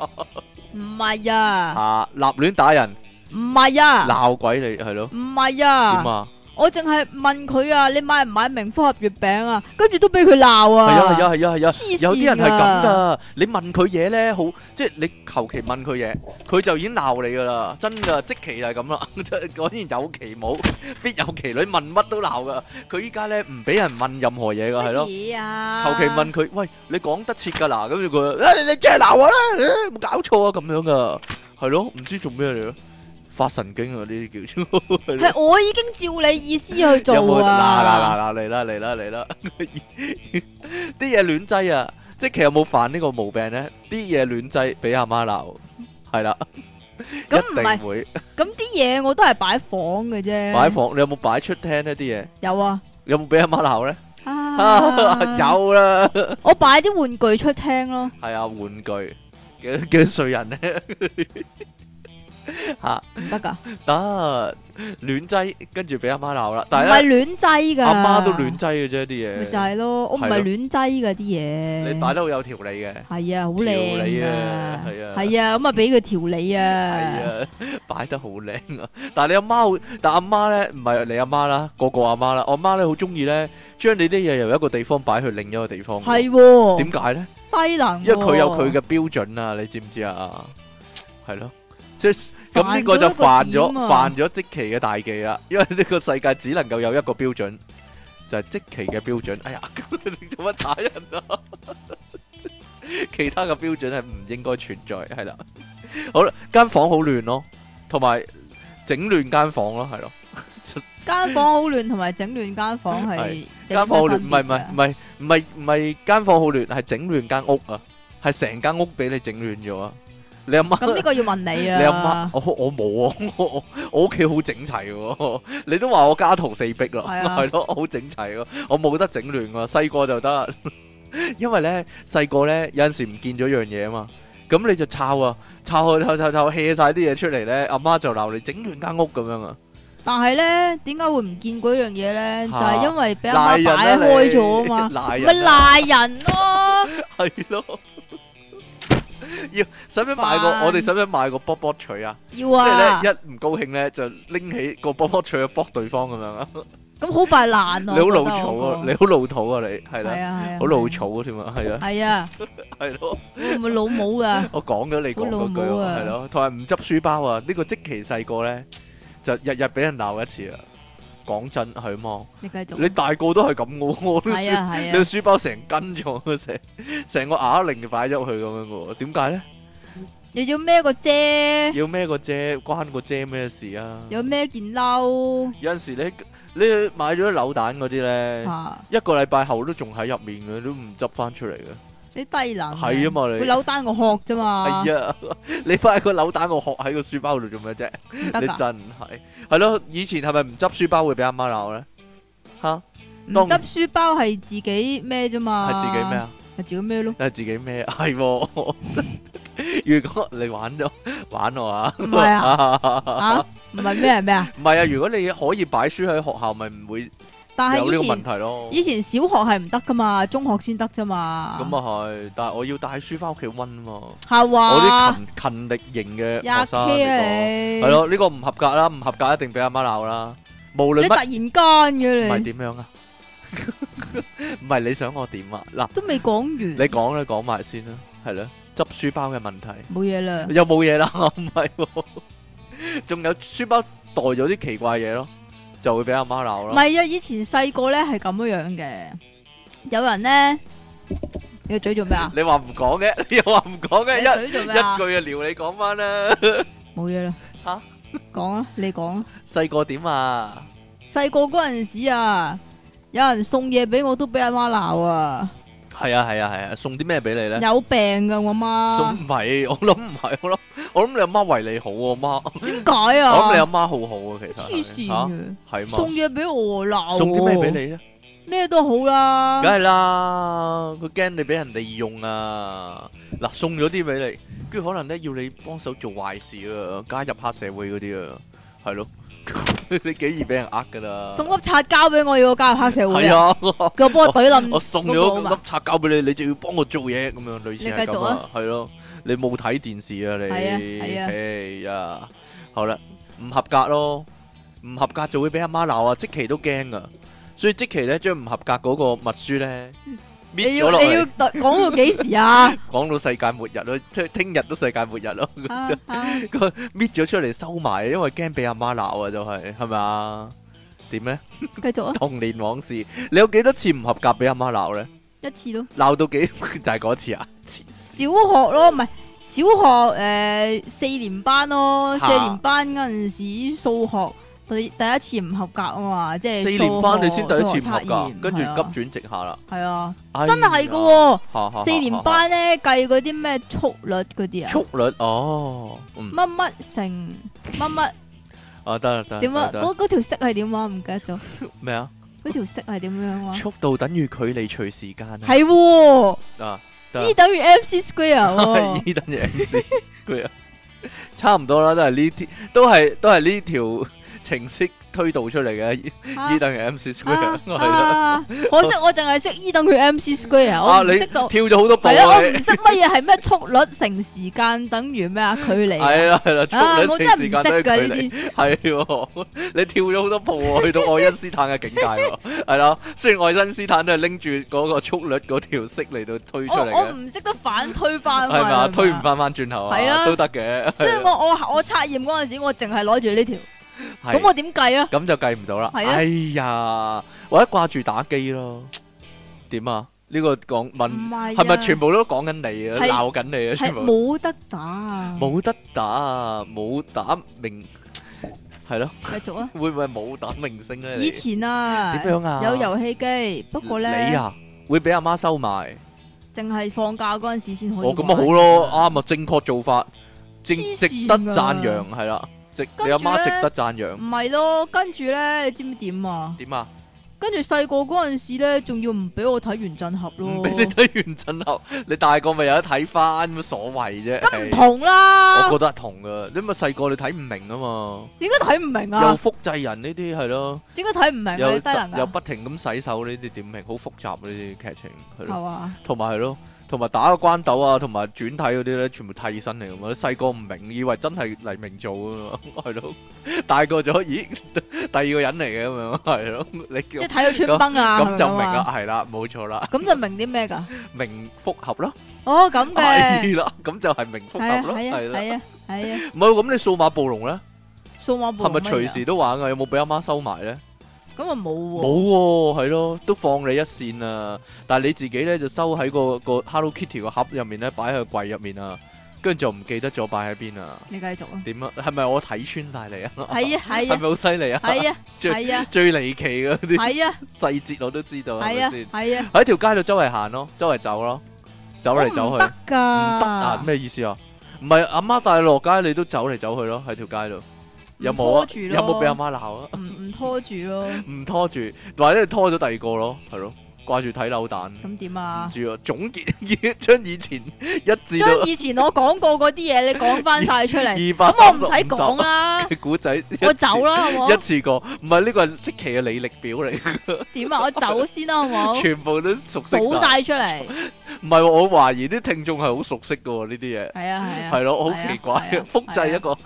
[SPEAKER 2] 唔係啊，
[SPEAKER 1] 啊！立亂打人，
[SPEAKER 2] 唔係啊，
[SPEAKER 1] 鬧鬼你係咯？
[SPEAKER 2] 唔係
[SPEAKER 1] 點
[SPEAKER 2] 啊，
[SPEAKER 1] 啊？
[SPEAKER 2] 我淨係問佢啊，你買唔買明福合月餅啊？跟住都俾佢鬧啊！
[SPEAKER 1] 係啊係啊係啊係啊，
[SPEAKER 2] 黐線
[SPEAKER 1] 有啲人係咁
[SPEAKER 2] 㗎
[SPEAKER 1] 噶，你問佢嘢咧，好即係你求其問佢嘢，佢就已經鬧你噶啦，真噶，即期就係咁啦， 即係果然有其母， 必有其女，問乜都鬧噶。佢依家咧唔俾人問任何嘢噶，係咯。
[SPEAKER 2] 乜嘢啊？
[SPEAKER 1] 求其問佢，喂，你講得切㗎嗱，跟住佢，誒你真係鬧我啦，誒冇搞錯啊，咁樣噶，係咯，唔知做咩嚟咯，發神經啊呢啲叫做， 係咯
[SPEAKER 2] 係我已經照你意思去
[SPEAKER 1] 有冇
[SPEAKER 2] 做
[SPEAKER 1] 嗱嗱
[SPEAKER 2] 啊！
[SPEAKER 1] 嗱嚟啦嚟啦嚟啦， 啲嘢亂擠啊，即係其實有冇犯呢個毛病咧？啲嘢亂擠俾阿媽鬧，係啦，一
[SPEAKER 2] 咁唔係
[SPEAKER 1] 定會
[SPEAKER 2] 咁啲嘢我都係擺房嘅啫。
[SPEAKER 1] 擺房，你有冇擺出廳呢啲嘢？
[SPEAKER 2] 有啊，
[SPEAKER 1] 有冇俾阿媽鬧咧？
[SPEAKER 2] 啊
[SPEAKER 1] 有啦。
[SPEAKER 2] 我擺啲玩具出廳咯。
[SPEAKER 1] 系啊，玩具幾幾歲 人咧？吓
[SPEAKER 2] 唔得噶，
[SPEAKER 1] 得亂擠，跟住俾阿媽鬧啦。
[SPEAKER 2] 唔
[SPEAKER 1] 但
[SPEAKER 2] 係
[SPEAKER 1] 係咧，
[SPEAKER 2] 亂擠噶。
[SPEAKER 1] 阿媽都亂擠嘅啫
[SPEAKER 2] 咪
[SPEAKER 1] 啲
[SPEAKER 2] 就
[SPEAKER 1] 嘢，
[SPEAKER 2] 係咯，我唔係
[SPEAKER 1] 係咯
[SPEAKER 2] 亂擠噶啲嘢。
[SPEAKER 1] 你擺得好有條理嘅。
[SPEAKER 2] 係啊，好
[SPEAKER 1] 條理
[SPEAKER 2] 靚
[SPEAKER 1] 啊
[SPEAKER 2] 啊，
[SPEAKER 1] 係啊
[SPEAKER 2] 係啊，咁啊俾佢調理啊，
[SPEAKER 1] 係啊，擺得好靚啊！但係你阿媽好，但阿媽咧唔係你阿媽啦，個個阿媽啦，我媽咧好中意咧，將你啲嘢由一個地方擺去另一個地方。
[SPEAKER 2] 係喎，
[SPEAKER 1] 點解咧？
[SPEAKER 2] 低能
[SPEAKER 1] 因
[SPEAKER 2] 喎？
[SPEAKER 1] 為佢有佢嘅標準啊，你知唔知啊？係咯，即係咁呢個就犯咗
[SPEAKER 2] 犯咗一個點啊
[SPEAKER 1] 犯咗即期嘅大忌 啦，因為呢個世界只能夠有一個標準，就係、即期嘅標準。哎呀，咁你做乜打人啊？ 其他嘅標準係唔應該存在，係啦。好啦，間房好亂咯，同埋整亂間房咯，係咯。
[SPEAKER 2] 間房好亂，同埋整亂間房係
[SPEAKER 1] 間房好亂，唔係唔係唔係
[SPEAKER 2] 係
[SPEAKER 1] 唔係唔係間房好亂，係整亂間屋啊，係成間屋俾你整亂咗啊！你阿媽
[SPEAKER 2] 咁呢個要問 你
[SPEAKER 1] 你阿媽
[SPEAKER 2] 啊，
[SPEAKER 1] 我我冇啊， 我我我屋企好整齊喎， 你都話我家徒四壁咯，
[SPEAKER 2] 係 啊
[SPEAKER 1] 係咯，好整齊咯，我冇得整亂喎，細個就得， 因為咧細個咧有陣時唔見咗樣嘢啊嘛，咁你就抄啊，抄去抄抄抄 hea 晒啲嘢出嚟咧，阿媽就鬧你整亂間屋咁樣啊，
[SPEAKER 2] 但係咧點解會唔見嗰樣嘢咧？就
[SPEAKER 1] 嚇
[SPEAKER 2] 係因為俾阿
[SPEAKER 1] 賴
[SPEAKER 2] 媽
[SPEAKER 1] 人啊
[SPEAKER 2] 擺
[SPEAKER 1] 你，
[SPEAKER 2] 開咗啊 嘛，
[SPEAKER 1] 賴
[SPEAKER 2] 咪
[SPEAKER 1] 人啊
[SPEAKER 2] 賴人咯，
[SPEAKER 1] 係咯， 要使唔使買個
[SPEAKER 2] 煩
[SPEAKER 1] 我哋使唔使買個卜卜錘啊？
[SPEAKER 2] 要
[SPEAKER 1] 即係，
[SPEAKER 2] 啊
[SPEAKER 1] 咧一唔高興咧就拎起個卜卜錘去卜對方咁樣啊！
[SPEAKER 2] 咁好快爛啊！
[SPEAKER 1] 你好老
[SPEAKER 2] 我覺得
[SPEAKER 1] 土
[SPEAKER 2] 我
[SPEAKER 1] 啊！
[SPEAKER 2] 個
[SPEAKER 1] 你好老土啊！你係
[SPEAKER 2] 係
[SPEAKER 1] 啦，
[SPEAKER 2] 啊係啊，
[SPEAKER 1] 好老土添啊， 係啊，
[SPEAKER 2] 係啊，
[SPEAKER 1] 係咯，
[SPEAKER 2] 會唔會老母噶？
[SPEAKER 1] 我講咗你講嗰句
[SPEAKER 2] 好老母
[SPEAKER 1] 喎，
[SPEAKER 2] 啊
[SPEAKER 1] 係咯，同埋唔執書包啊！呢個即期細個咧就日日俾人鬧一次啊！講真係嘛，
[SPEAKER 2] 你繼續，
[SPEAKER 1] 你大個都係咁嘅喎，我都
[SPEAKER 2] 係啊係
[SPEAKER 1] 你
[SPEAKER 2] 啊
[SPEAKER 1] 個。書包成斤 重，成成個啞鈴擺入去咁樣嘅喎，點解咧？
[SPEAKER 2] 又要孭個遮，
[SPEAKER 1] 要孭個遮，關個遮咩事啊？
[SPEAKER 2] 又孭件褸
[SPEAKER 1] 有陣時你你買咗扭蛋嗰啲咧，
[SPEAKER 2] 啊！
[SPEAKER 1] 一個禮拜後都仲喺入面嘅，都唔執翻出嚟嘅。
[SPEAKER 2] 你低能
[SPEAKER 1] 係啊嘛你
[SPEAKER 2] 佢扭單個殼啫 嘛，
[SPEAKER 1] 係啊，你快個扭蛋個殼喺個書包度做咩啫？
[SPEAKER 2] 唔
[SPEAKER 1] 你
[SPEAKER 2] 得
[SPEAKER 1] 真
[SPEAKER 2] 噶，
[SPEAKER 1] 係係咯，以前係咪唔執書包會俾阿媽鬧咧？吓，
[SPEAKER 2] 唔
[SPEAKER 1] 當
[SPEAKER 2] 執書包係自己孭啫嘛，
[SPEAKER 1] 係自己咩？啊？
[SPEAKER 2] 係自己孭咯，
[SPEAKER 1] 係自己咩？啊 係喎。如果你玩咗玩我啊，
[SPEAKER 2] 唔 係啊啊
[SPEAKER 1] 啊，
[SPEAKER 2] 唔係咩係咩啊？
[SPEAKER 1] 唔係啊！如果你可以擺書喺學校，咪唔會
[SPEAKER 2] 但係
[SPEAKER 1] 有呢個
[SPEAKER 2] 啊以
[SPEAKER 1] 問
[SPEAKER 2] 前
[SPEAKER 1] 題咯。
[SPEAKER 2] 以前小學係唔得噶嘛，中學先得啫嘛，
[SPEAKER 1] 咁啊係，但係我要帶書翻屋企溫啊嘛。
[SPEAKER 2] 係
[SPEAKER 1] 我啲
[SPEAKER 2] 話
[SPEAKER 1] 勤勤力型嘅
[SPEAKER 2] 呀
[SPEAKER 1] 學生呢
[SPEAKER 2] K 啊
[SPEAKER 1] 個
[SPEAKER 2] 你，
[SPEAKER 1] 係，咯，呢個唔合格啦，唔合格一定俾阿媽鬧啦。無論
[SPEAKER 2] 你突
[SPEAKER 1] 乜。
[SPEAKER 2] 然間嘅
[SPEAKER 1] 唔係
[SPEAKER 2] 你，
[SPEAKER 1] 點樣 啊？唔係你想我點啊？嗱，
[SPEAKER 2] 都未講
[SPEAKER 1] 你
[SPEAKER 2] 完，
[SPEAKER 1] 講啦，講埋先啦，係啦，執書包嘅問題
[SPEAKER 2] 冇嘢啦，
[SPEAKER 1] 又冇 嘢啦，唔係喎，仲有書包袋咗啲奇怪嘢咯，就會俾阿媽鬧
[SPEAKER 2] 唔
[SPEAKER 1] 啦。
[SPEAKER 2] 係啊，以前細個咧係咁樣樣嘅，有人咧，你個嘴做咩啊？
[SPEAKER 1] 你話唔講 嘅，你又話唔講嘅，
[SPEAKER 2] 你
[SPEAKER 1] 一
[SPEAKER 2] 嘴做
[SPEAKER 1] 一
[SPEAKER 2] 咩啊？
[SPEAKER 1] 句就撩你講翻 啦。
[SPEAKER 2] 冇嘢啦。
[SPEAKER 1] 吓
[SPEAKER 2] 講啊，你講啊。
[SPEAKER 1] 細個點啊？
[SPEAKER 2] 細個嗰陣時啊，有人送嘢俾我都俾阿媽鬧啊，
[SPEAKER 1] 係啊係啊係啊，送啲咩俾你咧？
[SPEAKER 2] 有病噶我
[SPEAKER 1] 送
[SPEAKER 2] 媽。
[SPEAKER 1] 唔係，我諗唔係，我諗我諗你阿媽為你好喎，媽，
[SPEAKER 2] 點解
[SPEAKER 1] 我諗你阿
[SPEAKER 2] 啊？
[SPEAKER 1] 媽好好啊，其實
[SPEAKER 2] 黐線
[SPEAKER 1] 嚇
[SPEAKER 2] 嘅，
[SPEAKER 1] 係嘛？
[SPEAKER 2] 送嘢俾我鬧。
[SPEAKER 1] 送啲咩俾你？咧？
[SPEAKER 2] 你？咩都好啦。
[SPEAKER 1] 梗係啦，佢驚你俾人利用啊！嗱，送咗啲俾你，跟住可能咧要你幫手做壞事啊，加入黑社會嗰啲啊，係咯， 你幾易俾人呃噶啦。
[SPEAKER 2] 送粒擦膠俾我，要我加入黑社會
[SPEAKER 1] 係
[SPEAKER 2] 啊！
[SPEAKER 1] 啊，
[SPEAKER 2] 叫我幫我懟
[SPEAKER 1] 我
[SPEAKER 2] 冧。
[SPEAKER 1] 送
[SPEAKER 2] 嗰個
[SPEAKER 1] 咗
[SPEAKER 2] 嘛
[SPEAKER 1] 粒擦膠俾你，你就要幫我做嘢咁樣，類似
[SPEAKER 2] 你
[SPEAKER 1] 係
[SPEAKER 2] 繼
[SPEAKER 1] 咁
[SPEAKER 2] 續
[SPEAKER 1] 啊
[SPEAKER 2] 啊，
[SPEAKER 1] 係咯，你冇睇電視啊你，
[SPEAKER 2] 係啊係啊
[SPEAKER 1] 哎呀，好啦，唔合格咯，唔合格就會俾阿媽鬧啊，即期都驚噶，所以即期咧將唔合格嗰個默書咧
[SPEAKER 2] 你
[SPEAKER 1] 搣咗
[SPEAKER 2] 要
[SPEAKER 1] 落
[SPEAKER 2] 你要
[SPEAKER 1] 嚟，
[SPEAKER 2] 講到幾 時啊？
[SPEAKER 1] 講到世界末日咯，即係聽日都世界末日咯，
[SPEAKER 2] 啊啊
[SPEAKER 1] 佢搣咗出嚟收埋，因為驚俾阿媽鬧啊，就係係咪啊？點咧？
[SPEAKER 2] 繼續啊，
[SPEAKER 1] 童年往事，你有幾多次唔合格俾阿媽鬧咧？
[SPEAKER 2] 一次咯。
[SPEAKER 1] 鬧到幾 就係嗰次啊？黐線
[SPEAKER 2] 啊小學咯，唔係小學诶、四年班咯，
[SPEAKER 1] 嚇
[SPEAKER 2] 四年班嗰阵时數學第第一次唔合格啊嘛，即係
[SPEAKER 1] 四年班你先第一次唔合
[SPEAKER 2] 合
[SPEAKER 1] 格，跟住急轉直下啦，
[SPEAKER 2] 系啊，
[SPEAKER 1] 哎
[SPEAKER 2] 真係噶、
[SPEAKER 1] 呀
[SPEAKER 2] 喎！
[SPEAKER 1] 哈哈哈哈
[SPEAKER 2] 四年班咧計嗰啲咩速率嗰啲啊，
[SPEAKER 1] 速率哦，嗯，
[SPEAKER 2] 乜乜乘乜乜
[SPEAKER 1] 啊得啦得啦，
[SPEAKER 2] 點啊？
[SPEAKER 1] 得啦
[SPEAKER 2] 嗰嗰条式係點啊？唔記得咗，
[SPEAKER 1] 咩啊？
[SPEAKER 2] 嗰條式係點樣啊？
[SPEAKER 1] 速度等於距離除時間啊！
[SPEAKER 2] 係喎，
[SPEAKER 1] 啊，得
[SPEAKER 2] 呢 E 等於 M C square 啊哦喎，
[SPEAKER 1] 依等於 MC 佢啊，差唔多啦，都係呢啲，都係都係呢條 程式推導出嚟嘅，依
[SPEAKER 2] 啊
[SPEAKER 1] E，等於 MC square
[SPEAKER 2] 啊
[SPEAKER 1] 係啦。
[SPEAKER 2] 啊！可惜我淨係識 E 等於 M C square，
[SPEAKER 1] 啊，
[SPEAKER 2] 我唔
[SPEAKER 1] 你
[SPEAKER 2] 識到
[SPEAKER 1] 跳。咗好多步
[SPEAKER 2] 系啊，
[SPEAKER 1] 啊！
[SPEAKER 2] 我
[SPEAKER 1] 你
[SPEAKER 2] 唔識乜嘢係咩速率乘時間等於咩啊距離啊
[SPEAKER 1] 係啦係啦，
[SPEAKER 2] 啊！
[SPEAKER 1] 速
[SPEAKER 2] 我
[SPEAKER 1] 率性
[SPEAKER 2] 真係唔
[SPEAKER 1] 時間都
[SPEAKER 2] 識
[SPEAKER 1] 係
[SPEAKER 2] 㗎呢
[SPEAKER 1] 距離。
[SPEAKER 2] 啲，
[SPEAKER 1] 係喎， 你跳咗好多步喎，去到愛因斯坦嘅境界 喎，係啦。雖然愛因斯坦都係拎住嗰個速率嗰條式嚟到推出
[SPEAKER 2] 我
[SPEAKER 1] 嚟
[SPEAKER 2] 我
[SPEAKER 1] 嘅，
[SPEAKER 2] 唔識得反推翻
[SPEAKER 1] 係咪
[SPEAKER 2] 嘛，係
[SPEAKER 1] 啊？
[SPEAKER 2] 咪
[SPEAKER 1] 推唔。翻翻轉頭
[SPEAKER 2] 係
[SPEAKER 1] 啊，
[SPEAKER 2] 啊
[SPEAKER 1] 都得嘅。
[SPEAKER 2] 所以我我我测验嗰阵时，我淨係攞住呢條，
[SPEAKER 1] 係
[SPEAKER 2] 咁我點計啊？
[SPEAKER 1] 咁就計唔到啦。
[SPEAKER 2] 係啊
[SPEAKER 1] 哎呀，或者掛住打機咯。點啊？呢個講
[SPEAKER 2] 唔
[SPEAKER 1] 問
[SPEAKER 2] 係
[SPEAKER 1] 係咪
[SPEAKER 2] 啊
[SPEAKER 1] 全部都講緊你啊？
[SPEAKER 2] 係
[SPEAKER 1] 鬧緊你啊？
[SPEAKER 2] 係
[SPEAKER 1] 全部
[SPEAKER 2] 冇得打啊？
[SPEAKER 1] 冇得打啊！冇打明係咯，
[SPEAKER 2] 繼續啊！
[SPEAKER 1] 會唔會冇打明星咧？你
[SPEAKER 2] 以前啊，
[SPEAKER 1] 點樣啊？
[SPEAKER 2] 有遊戲機，不過
[SPEAKER 1] 你
[SPEAKER 2] 咧，
[SPEAKER 1] 啊，會俾阿媽收埋。
[SPEAKER 2] 淨係放假嗰阵时先可以。
[SPEAKER 1] 哦，咁啊好咯，。啱啊，正確做法，正
[SPEAKER 2] 黐
[SPEAKER 1] 值
[SPEAKER 2] 線
[SPEAKER 1] 得
[SPEAKER 2] 㗎
[SPEAKER 1] 讚揚係啦，值
[SPEAKER 2] 跟
[SPEAKER 1] 你阿媽
[SPEAKER 2] 住
[SPEAKER 1] 值
[SPEAKER 2] 呢
[SPEAKER 1] 得讚揚
[SPEAKER 2] 唔。係咯，跟住咧，你知唔知點啊？
[SPEAKER 1] 點啊？
[SPEAKER 2] 跟住細個嗰阵时咧，仲要唔俾我睇原振俠
[SPEAKER 1] 唔
[SPEAKER 2] 咯
[SPEAKER 1] 俾。你睇完震後，你大個咪有得睇翻，乜所謂啫？
[SPEAKER 2] 咁唔
[SPEAKER 1] 係
[SPEAKER 2] 同啊啦
[SPEAKER 1] 我，覺得係同噶，因為細個你睇唔明啊嘛，
[SPEAKER 2] 點解睇唔明
[SPEAKER 1] 又
[SPEAKER 2] 啊？
[SPEAKER 1] 複製人呢啲係咯，
[SPEAKER 2] 點解睇唔明啊？
[SPEAKER 1] 又
[SPEAKER 2] 你低能
[SPEAKER 1] 又
[SPEAKER 2] 噶
[SPEAKER 1] 不停咁洗手呢啲點明，好複雜啊呢啲劇情係咯，
[SPEAKER 2] 係嘛？
[SPEAKER 1] 同埋係咯，同埋打個關鬥啊，同埋轉體嗰啲咧，全部替身嚟噶嘛，細個唔明，以為真係黎明做啊嘛，係咯， 大個咗，咦，第二個人嚟嘅咁樣係咯，你
[SPEAKER 2] 即係睇到穿崩啦，
[SPEAKER 1] 咁就
[SPEAKER 2] 係
[SPEAKER 1] 明
[SPEAKER 2] 咪咁
[SPEAKER 1] 啦，
[SPEAKER 2] 啊。
[SPEAKER 1] 係啦，冇錯啦，
[SPEAKER 2] 咁就明啲咩㗎？
[SPEAKER 1] 明複合咯。
[SPEAKER 2] 哦， 咁嘅，
[SPEAKER 1] 系啦，哎咁就係明复
[SPEAKER 2] 係
[SPEAKER 1] 合
[SPEAKER 2] 啊，
[SPEAKER 1] 咯，
[SPEAKER 2] 係啊，
[SPEAKER 1] 係啦。
[SPEAKER 2] 係啊，係啊，
[SPEAKER 1] 唔係咁，你數碼暴龍咧，
[SPEAKER 2] 數碼暴
[SPEAKER 1] 係咪
[SPEAKER 2] 龍乜嘢
[SPEAKER 1] 隨
[SPEAKER 2] 啊
[SPEAKER 1] 時都玩啊？有冇俾阿媽收埋咧？
[SPEAKER 2] 咁啊冇
[SPEAKER 1] 冇喎，
[SPEAKER 2] 喎，
[SPEAKER 1] 係咯，都放你一線啊！但係你自己咧就收喺個個 Hello Kitty 個盒入面咧，擺喺個櫃入面啊，跟住就唔記得咗擺喺邊啊？
[SPEAKER 2] 你繼續 啊。
[SPEAKER 1] 點啊？係咪我睇穿晒你啊？
[SPEAKER 2] 係 啊，係
[SPEAKER 1] 係咪
[SPEAKER 2] 啊，
[SPEAKER 1] 好犀利啊？
[SPEAKER 2] 係啊，係啊，
[SPEAKER 1] 最離奇嘅啲
[SPEAKER 2] 係啊，
[SPEAKER 1] 細節我都知道，係
[SPEAKER 2] 係
[SPEAKER 1] 咪
[SPEAKER 2] 啊
[SPEAKER 1] 先？，
[SPEAKER 2] 係啊，
[SPEAKER 1] 喺條街度周圍行咯，周圍走咯，走嚟
[SPEAKER 2] 我
[SPEAKER 1] 走
[SPEAKER 2] 唔
[SPEAKER 1] 去
[SPEAKER 2] 得。㗎，
[SPEAKER 1] 唔得啊？？咩意思啊？唔係阿媽帶你落街，你都走嚟走去咯，喺條街度。有冇
[SPEAKER 2] 唔拖
[SPEAKER 1] 啊？
[SPEAKER 2] 住咯
[SPEAKER 1] 有冇俾阿媽鬧啊？
[SPEAKER 2] 唔唔拖住咯，
[SPEAKER 1] 唔拖住，或者你拖咗第二個咯，係咯，掛住睇扭蛋。唔
[SPEAKER 2] 咁點啊？
[SPEAKER 1] 知啊，總結 將以前一至到
[SPEAKER 2] 將以前我講過嗰啲嘢，你講翻晒出嚟，
[SPEAKER 1] 二百
[SPEAKER 2] 咁我唔
[SPEAKER 1] 三
[SPEAKER 2] 使
[SPEAKER 1] 十五
[SPEAKER 2] 講
[SPEAKER 1] 集
[SPEAKER 2] 啦，
[SPEAKER 1] 嘅古仔，一
[SPEAKER 2] 我走啦，好
[SPEAKER 1] 一
[SPEAKER 2] 冇？
[SPEAKER 1] 次過。唔係呢個係即期嘅履歷表嚟，
[SPEAKER 2] 點啊？我走先啦，好冇？
[SPEAKER 1] 全部都熟悉
[SPEAKER 2] 數
[SPEAKER 1] 晒。
[SPEAKER 2] 晒出嚟，
[SPEAKER 1] 唔係喎，我懷疑啲聽眾係好熟悉嘅喎呢啲嘢。
[SPEAKER 2] 係啊係啊，
[SPEAKER 1] 係咯，
[SPEAKER 2] 係
[SPEAKER 1] 好
[SPEAKER 2] 啊
[SPEAKER 1] 奇怪
[SPEAKER 2] 係啊，
[SPEAKER 1] 複製
[SPEAKER 2] 係
[SPEAKER 1] 一
[SPEAKER 2] 啊
[SPEAKER 1] 個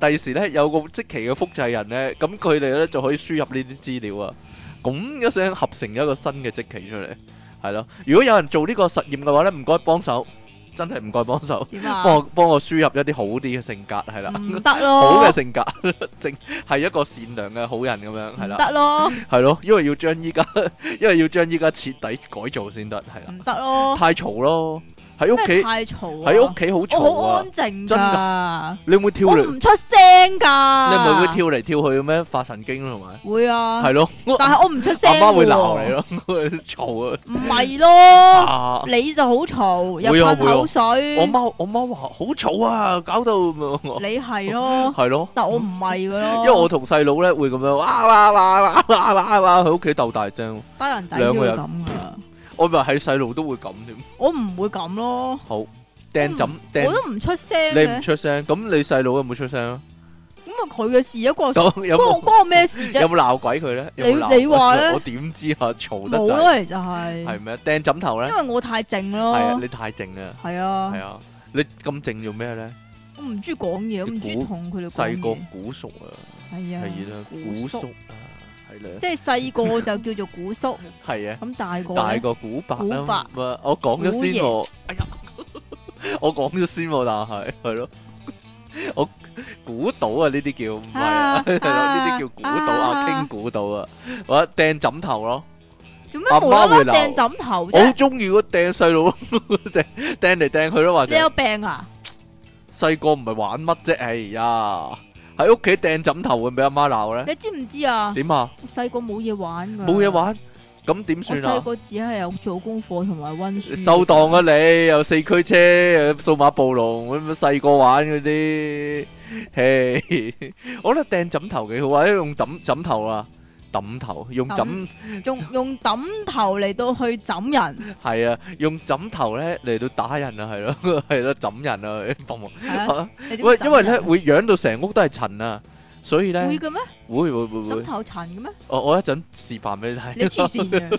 [SPEAKER 1] 嗱，第時咧有個即期嘅複製人咧，咁佢哋咧就可以輸入呢啲資料啊，咁一聲合成一個新嘅即期出嚟，係咯。如果有人做呢個實驗嘅話咧，唔該幫手，真係唔該幫手，
[SPEAKER 2] 點啊？嗯
[SPEAKER 1] 幫幫我輸入一啲好啲嘅性格係啦，
[SPEAKER 2] 唔 得
[SPEAKER 1] 好
[SPEAKER 2] 咯
[SPEAKER 1] 嘅，性格，正係一個善良嘅好人咁樣係
[SPEAKER 2] 唔
[SPEAKER 1] 啦，
[SPEAKER 2] 得咯，
[SPEAKER 1] 係咯，因為要將依家， 因為要將依家徹底改造先得，係啦，
[SPEAKER 2] 唔得咯，
[SPEAKER 1] 太嘈咯，喺屋
[SPEAKER 2] 咩
[SPEAKER 1] 企
[SPEAKER 2] 嗯太嘈啊！
[SPEAKER 1] 喺屋企好嘈
[SPEAKER 2] 我好
[SPEAKER 1] 啊！
[SPEAKER 2] 安靜
[SPEAKER 1] 真
[SPEAKER 2] 㗎，
[SPEAKER 1] 你會唔會跳
[SPEAKER 2] 我
[SPEAKER 1] 嚟？
[SPEAKER 2] 唔出聲㗎。
[SPEAKER 1] 你咪會跳嚟跳去嘅咩？發神經咯，同埋
[SPEAKER 2] 會啊，
[SPEAKER 1] 係咯，
[SPEAKER 2] 但係我唔出聲
[SPEAKER 1] 阿
[SPEAKER 2] 㗎喎。
[SPEAKER 1] 媽會鬧 你咯，嘈
[SPEAKER 2] 唔係咯，
[SPEAKER 1] 啊！啊
[SPEAKER 2] 你就好嘈，又
[SPEAKER 1] 會啊
[SPEAKER 2] 噴口水。
[SPEAKER 1] 我媽我媽話好嘈啊，搞到係
[SPEAKER 2] 你係咯，
[SPEAKER 1] 咯，
[SPEAKER 2] 但我唔係㗎咯。
[SPEAKER 1] 因為我同細佬咧會咁樣哇哇哇哇哇哇哇喺屋企鬥大聲，
[SPEAKER 2] 低能仔
[SPEAKER 1] 兩個
[SPEAKER 2] 先會
[SPEAKER 1] 人
[SPEAKER 2] 咁㗎，
[SPEAKER 1] 我咪喺細路都會咁添，
[SPEAKER 2] 我唔會咁咯，
[SPEAKER 1] 掟枕
[SPEAKER 2] 我
[SPEAKER 1] 掟
[SPEAKER 2] 都唔出聲
[SPEAKER 1] 你唔
[SPEAKER 2] 嘅。
[SPEAKER 1] 出聲，咁你細佬有冇出聲啊？
[SPEAKER 2] 咁啊，佢嘅事一個關
[SPEAKER 1] 咁有
[SPEAKER 2] 我
[SPEAKER 1] 冇
[SPEAKER 2] 關我咩事
[SPEAKER 1] 有
[SPEAKER 2] 啫？
[SPEAKER 1] 冇鬧鬼佢咧？有冇鬧
[SPEAKER 2] 你你話
[SPEAKER 1] 鬼佢
[SPEAKER 2] 呢
[SPEAKER 1] 我點知啊？嘈得
[SPEAKER 2] 冇
[SPEAKER 1] 滯
[SPEAKER 2] 咯，其實係
[SPEAKER 1] 係，咩？掟枕頭咧
[SPEAKER 2] 因，為我太靜
[SPEAKER 1] 係啊，
[SPEAKER 2] 咯。
[SPEAKER 1] 你太靜啦。
[SPEAKER 2] 係啊
[SPEAKER 1] 系。啊，你咁靜做咩咧？
[SPEAKER 2] 我唔中意講嘢，我唔中意同佢哋講
[SPEAKER 1] 細個
[SPEAKER 2] 嘢。
[SPEAKER 1] 古熟啊，
[SPEAKER 2] 系啊，
[SPEAKER 1] 係啦，
[SPEAKER 2] 古
[SPEAKER 1] 古
[SPEAKER 2] 叔
[SPEAKER 1] 叔啊，係啦，
[SPEAKER 2] 即系细个就叫做古叔，
[SPEAKER 1] 係啊。
[SPEAKER 2] 咁大个
[SPEAKER 1] 大
[SPEAKER 2] 咧
[SPEAKER 1] 過古白
[SPEAKER 2] 古白
[SPEAKER 1] 啦，唔係我講咗先喎，哎呀， 我講咗先喎，但係係咯， 我估到啊，呢啲叫唔係啊，
[SPEAKER 2] 啊
[SPEAKER 1] 係咯，
[SPEAKER 2] 啊
[SPEAKER 1] 呢啲叫估到啊，
[SPEAKER 2] 啊
[SPEAKER 1] 傾估到啊，或者掟枕頭咯，
[SPEAKER 2] 做
[SPEAKER 1] 阿
[SPEAKER 2] 咩
[SPEAKER 1] 媽
[SPEAKER 2] 无啦啦
[SPEAKER 1] 會鬧
[SPEAKER 2] 掟枕头
[SPEAKER 1] 我好
[SPEAKER 2] 啫？
[SPEAKER 1] 中意嗰掟細佬， 掟掟嚟掟去咯，或
[SPEAKER 2] 你有
[SPEAKER 1] 者
[SPEAKER 2] 病啊？
[SPEAKER 1] 細個唔係玩乜啫，哎呀，喺屋企掟枕頭會唔會阿媽鬧咧？
[SPEAKER 2] 你知唔知啊？
[SPEAKER 1] 點啊？
[SPEAKER 2] 我细个冇嘢玩噶，
[SPEAKER 1] 冇嘢。玩，咁點
[SPEAKER 2] 我
[SPEAKER 1] 算
[SPEAKER 2] 细
[SPEAKER 1] 啊？
[SPEAKER 2] 个只系有做功课同埋温书。
[SPEAKER 1] 收檔啊！你又四驅車，又數碼暴龍咁細個玩嗰啲，嘿，我覺得掟枕頭幾好啊！用枕枕頭啊，枕頭用枕
[SPEAKER 2] 仲用抌頭嚟到去枕 人，
[SPEAKER 1] 係啊，用枕頭咧嚟到打人啊，係咯， 係咯，枕人啊，砰砰
[SPEAKER 2] 係啊，
[SPEAKER 1] 啊
[SPEAKER 2] 你點
[SPEAKER 1] 喂，
[SPEAKER 2] 枕
[SPEAKER 1] 因為咧
[SPEAKER 2] 人
[SPEAKER 1] 會養到成屋都係塵啊，所以咧
[SPEAKER 2] 會嘅咩？
[SPEAKER 1] 會會會
[SPEAKER 2] 枕
[SPEAKER 1] 會，
[SPEAKER 2] 頭 塵嘅咩？
[SPEAKER 1] 我我一陣示範俾你
[SPEAKER 2] 你黐
[SPEAKER 1] 睇，
[SPEAKER 2] 線嘅，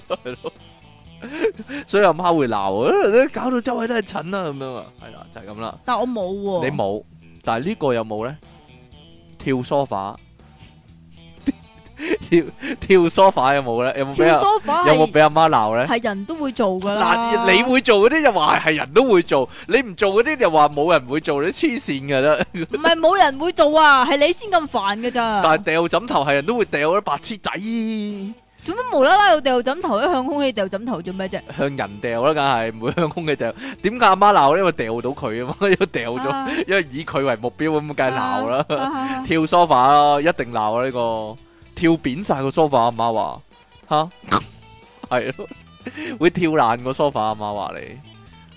[SPEAKER 1] 所以阿媽會鬧啊，搞到周圍都係塵啊咁樣啊，係啦，就係咁啦。
[SPEAKER 2] 但我冇喎。
[SPEAKER 1] 你冇，但系呢個有冇咧？跳 sofa，跳跳 sofa 有冇咧？有冇俾
[SPEAKER 2] 跳
[SPEAKER 1] 阿
[SPEAKER 2] sofa
[SPEAKER 1] 有冇
[SPEAKER 2] 係
[SPEAKER 1] 俾阿媽鬧咧？
[SPEAKER 2] 係人都會做㗎啦。
[SPEAKER 1] 嗱，你會做嗰啲就話係人都會做，你唔做嗰啲就話冇人會做，你黐線㗎啦！
[SPEAKER 2] 唔係冇人會做啊？係你先咁煩㗎咋？
[SPEAKER 1] 但係掉枕頭係人都會掉啦，白痴仔向
[SPEAKER 2] 做乜無啦啦要掉枕頭？一向空氣掉枕頭做咩啫？
[SPEAKER 1] 人掉啦，梗 係唔會向空嘅掉。點解阿媽鬧咧？因為掉到佢啊 嘛，因為掉咗，
[SPEAKER 2] 啊
[SPEAKER 1] 因為以佢為目標咁，
[SPEAKER 2] Ờ.
[SPEAKER 1] 梗係鬧啦。
[SPEAKER 2] 啊啊啊
[SPEAKER 1] 跳 sofa 咯，一定鬧啊呢個，跳扁晒個 sofa，阿媽話吓， 係咯，會跳爛個 sofa，阿媽話你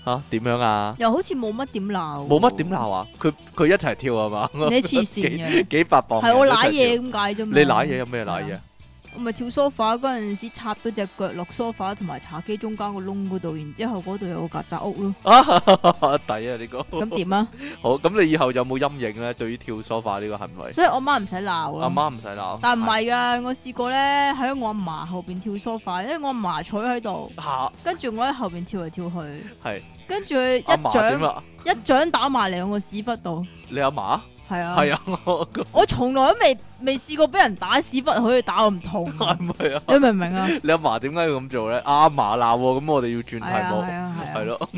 [SPEAKER 1] 吓點樣啊？
[SPEAKER 2] 又好似冇乜點鬧，
[SPEAKER 1] 冇乜點。鬧啊？佢佢一齊跳係嘛？
[SPEAKER 2] 你黐線嘅，
[SPEAKER 1] 幾百磅
[SPEAKER 2] 係我舐
[SPEAKER 1] 攋
[SPEAKER 2] 嘢，咁解啫嘛。
[SPEAKER 1] 你攋嘢有咩啊攋嘢？
[SPEAKER 2] 我咪啊跳 sofa 嗰陣時插咗只腳落 sofa 同埋茶幾中間個窿嗰度，然之後嗰度有個曱甴 屋咯。
[SPEAKER 1] 啊， 抵啊呢個！
[SPEAKER 2] 咁點啊？
[SPEAKER 1] 好，咁你以後有冇陰影咧？對於跳 sofa 呢個行為，
[SPEAKER 2] 所以我媽唔使鬧
[SPEAKER 1] 阿
[SPEAKER 2] 啦。
[SPEAKER 1] 媽唔使鬧，
[SPEAKER 2] 啊但唔係噶，我試過咧喺我阿嫲後邊跳 sofa，因為我阿嫲坐喺度，
[SPEAKER 1] 吓
[SPEAKER 2] 跟住我喺後邊跳嚟跳去，
[SPEAKER 1] 係
[SPEAKER 2] 跟住佢
[SPEAKER 1] 阿
[SPEAKER 2] 一
[SPEAKER 1] 嫲點
[SPEAKER 2] 掌
[SPEAKER 1] 啊？
[SPEAKER 2] 一掌打埋嚟我屎忽度，
[SPEAKER 1] 你阿嫲
[SPEAKER 2] 係啊，
[SPEAKER 1] 係啊，我
[SPEAKER 2] 我從來都未未試過俾人打屎忽可以打咁痛，
[SPEAKER 1] 係咪啊？
[SPEAKER 2] 你明唔明啊？
[SPEAKER 1] 你阿嫲點解要咁做咧？阿嫲鬧喎，咁我哋要轉題
[SPEAKER 2] 係啊係
[SPEAKER 1] 目，
[SPEAKER 2] 啊
[SPEAKER 1] 係
[SPEAKER 2] 係啊，
[SPEAKER 1] 咯，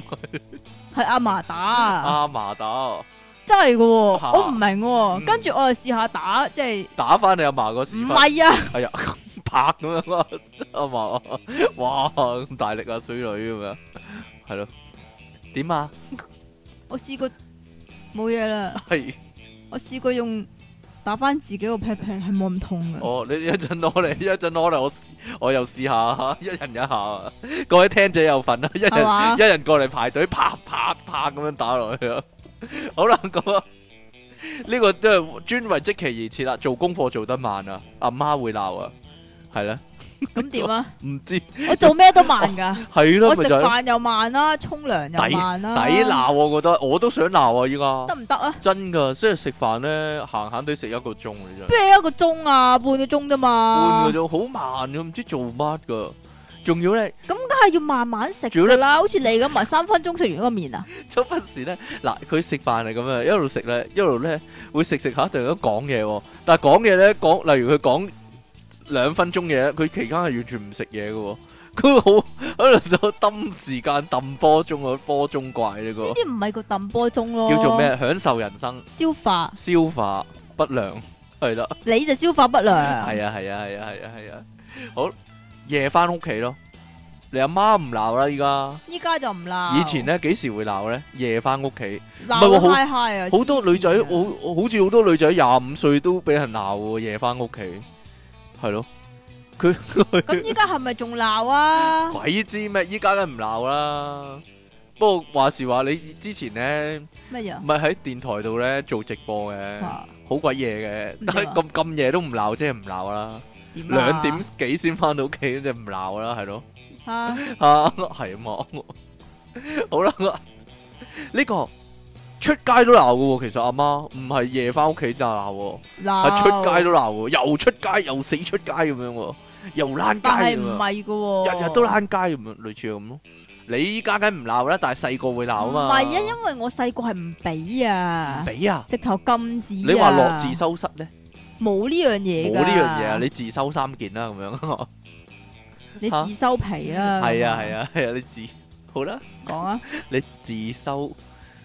[SPEAKER 2] 係阿嫲打啊，
[SPEAKER 1] 阿嫲打
[SPEAKER 2] 真係噶，
[SPEAKER 1] 嚇
[SPEAKER 2] 我唔明
[SPEAKER 1] 嗯
[SPEAKER 2] 喎。跟住我就試下打，即係
[SPEAKER 1] 打翻你阿嫲個屎
[SPEAKER 2] 唔
[SPEAKER 1] 忽，
[SPEAKER 2] 係啊？
[SPEAKER 1] 哎呀，拍咁樣啊， 阿嫲，哇咁大力啊，水女咁樣，係咯，點啊？
[SPEAKER 2] 我試過冇嘢啦，
[SPEAKER 1] 係，
[SPEAKER 2] 我試過用打翻自己個 pat pat 係冇咁痛嘅。
[SPEAKER 1] 哦，你一陣攞嚟，一陣攞嚟，我我又試下，一人一下，各位聽者有份啊啦，一
[SPEAKER 2] 係
[SPEAKER 1] 人
[SPEAKER 2] 嘛
[SPEAKER 1] 一？人過嚟排隊，啪啪啪咁樣打落去啊！好啦，咁啊，呢個都係專為即其而設啦。做功課做得慢啊，阿媽會鬧啊，係啦，
[SPEAKER 2] 咁點啊？
[SPEAKER 1] 唔知
[SPEAKER 2] 我做咩都慢噶，
[SPEAKER 1] 係咯，
[SPEAKER 2] 我
[SPEAKER 1] 哦咪
[SPEAKER 2] 食
[SPEAKER 1] 就係咯
[SPEAKER 2] 飯又慢啦，沖涼又慢啦，
[SPEAKER 1] 抵鬧，啊我覺得我都想鬧啊！依
[SPEAKER 2] 啊得
[SPEAKER 1] 家
[SPEAKER 2] 唔得啊？
[SPEAKER 1] 真噶，即係食飯咧，閒閒地食一個鐘嘅啫
[SPEAKER 2] 不，如一個鐘啊，半個鐘啫
[SPEAKER 1] 半
[SPEAKER 2] 嘛
[SPEAKER 1] 個，鐘好慢嘅，唔知做乜噶。仲要咧，
[SPEAKER 2] 咁梗係要慢慢食噶啦，好似你咁啊，三分鐘食完嗰個麵啊，
[SPEAKER 1] 周不時咧，嗱佢食飯係咁啊，一路食咧，一路咧會食食下，突然間講嘢喎。但係講嘢咧，講例如佢講兩分鐘嘢，佢期間係完全唔食嘢嘅喎。 佢好喺度抌時間抌波鐘啊，波鐘怪呢
[SPEAKER 2] 呢
[SPEAKER 1] 個
[SPEAKER 2] 啲唔係個揼波鐘咯，
[SPEAKER 1] 叫做？咩？啊享受人生，
[SPEAKER 2] 消化，
[SPEAKER 1] 消化不良係啦，
[SPEAKER 2] 你就消化不良，
[SPEAKER 1] 係啊係啊係啊係啊係啊，好夜翻屋企咯。你阿媽唔鬧啦，依家
[SPEAKER 2] 依家就唔啦。
[SPEAKER 1] 以前咧幾時會鬧咧？夜翻屋企。
[SPEAKER 2] 鬧
[SPEAKER 1] 唔係喎好
[SPEAKER 2] 太 high 啊，
[SPEAKER 1] 好多女仔，
[SPEAKER 2] 黐線啊
[SPEAKER 1] 我我好似好多女仔廿五歲都俾人鬧喎，夜翻屋企，係咯，佢
[SPEAKER 2] 咁依家係咪仲鬧啊？
[SPEAKER 1] 鬼知咩？依家梗係唔鬧啦。不過話時話，你之前咧，
[SPEAKER 2] 乜嘢啊？
[SPEAKER 1] 咪喺電台度咧做直播嘅，
[SPEAKER 2] 啊
[SPEAKER 1] 好鬼夜嘅，
[SPEAKER 2] 唔知啊
[SPEAKER 1] 但係 咁咁夜都唔鬧，即係唔鬧啦。
[SPEAKER 2] 點
[SPEAKER 1] 兩
[SPEAKER 2] 啊
[SPEAKER 1] 點幾先翻到屋企，就唔鬧啦，係咯。
[SPEAKER 2] 啊？
[SPEAKER 1] 啊，係啊嘛，好啦，呢個出街都鬧嘅喎，其實阿媽唔係夜翻屋企就鬧喎。
[SPEAKER 2] 鬧
[SPEAKER 1] 係出街都鬧喎，又出街又死出街咁樣喎，又躝街
[SPEAKER 2] 但係
[SPEAKER 1] 咁
[SPEAKER 2] 唔
[SPEAKER 1] 樣，
[SPEAKER 2] 係噶喎，
[SPEAKER 1] 日日都躝街咁樣，類似咁咯。你依家梗唔鬧啦，但係細個會鬧啊
[SPEAKER 2] 唔
[SPEAKER 1] 嘛。
[SPEAKER 2] 係啊，因為我細個係唔俾啊，
[SPEAKER 1] 俾啊！
[SPEAKER 2] 直頭禁止啊。
[SPEAKER 1] 你話落自修室咧，
[SPEAKER 2] 冇呢樣嘢㗎
[SPEAKER 1] 冇呢樣嘢啊！你自收三件啦，咁樣。
[SPEAKER 2] 你自收皮啦。
[SPEAKER 1] 係啊係，啊係啊！你自好啦，
[SPEAKER 2] 講啊
[SPEAKER 1] 你自收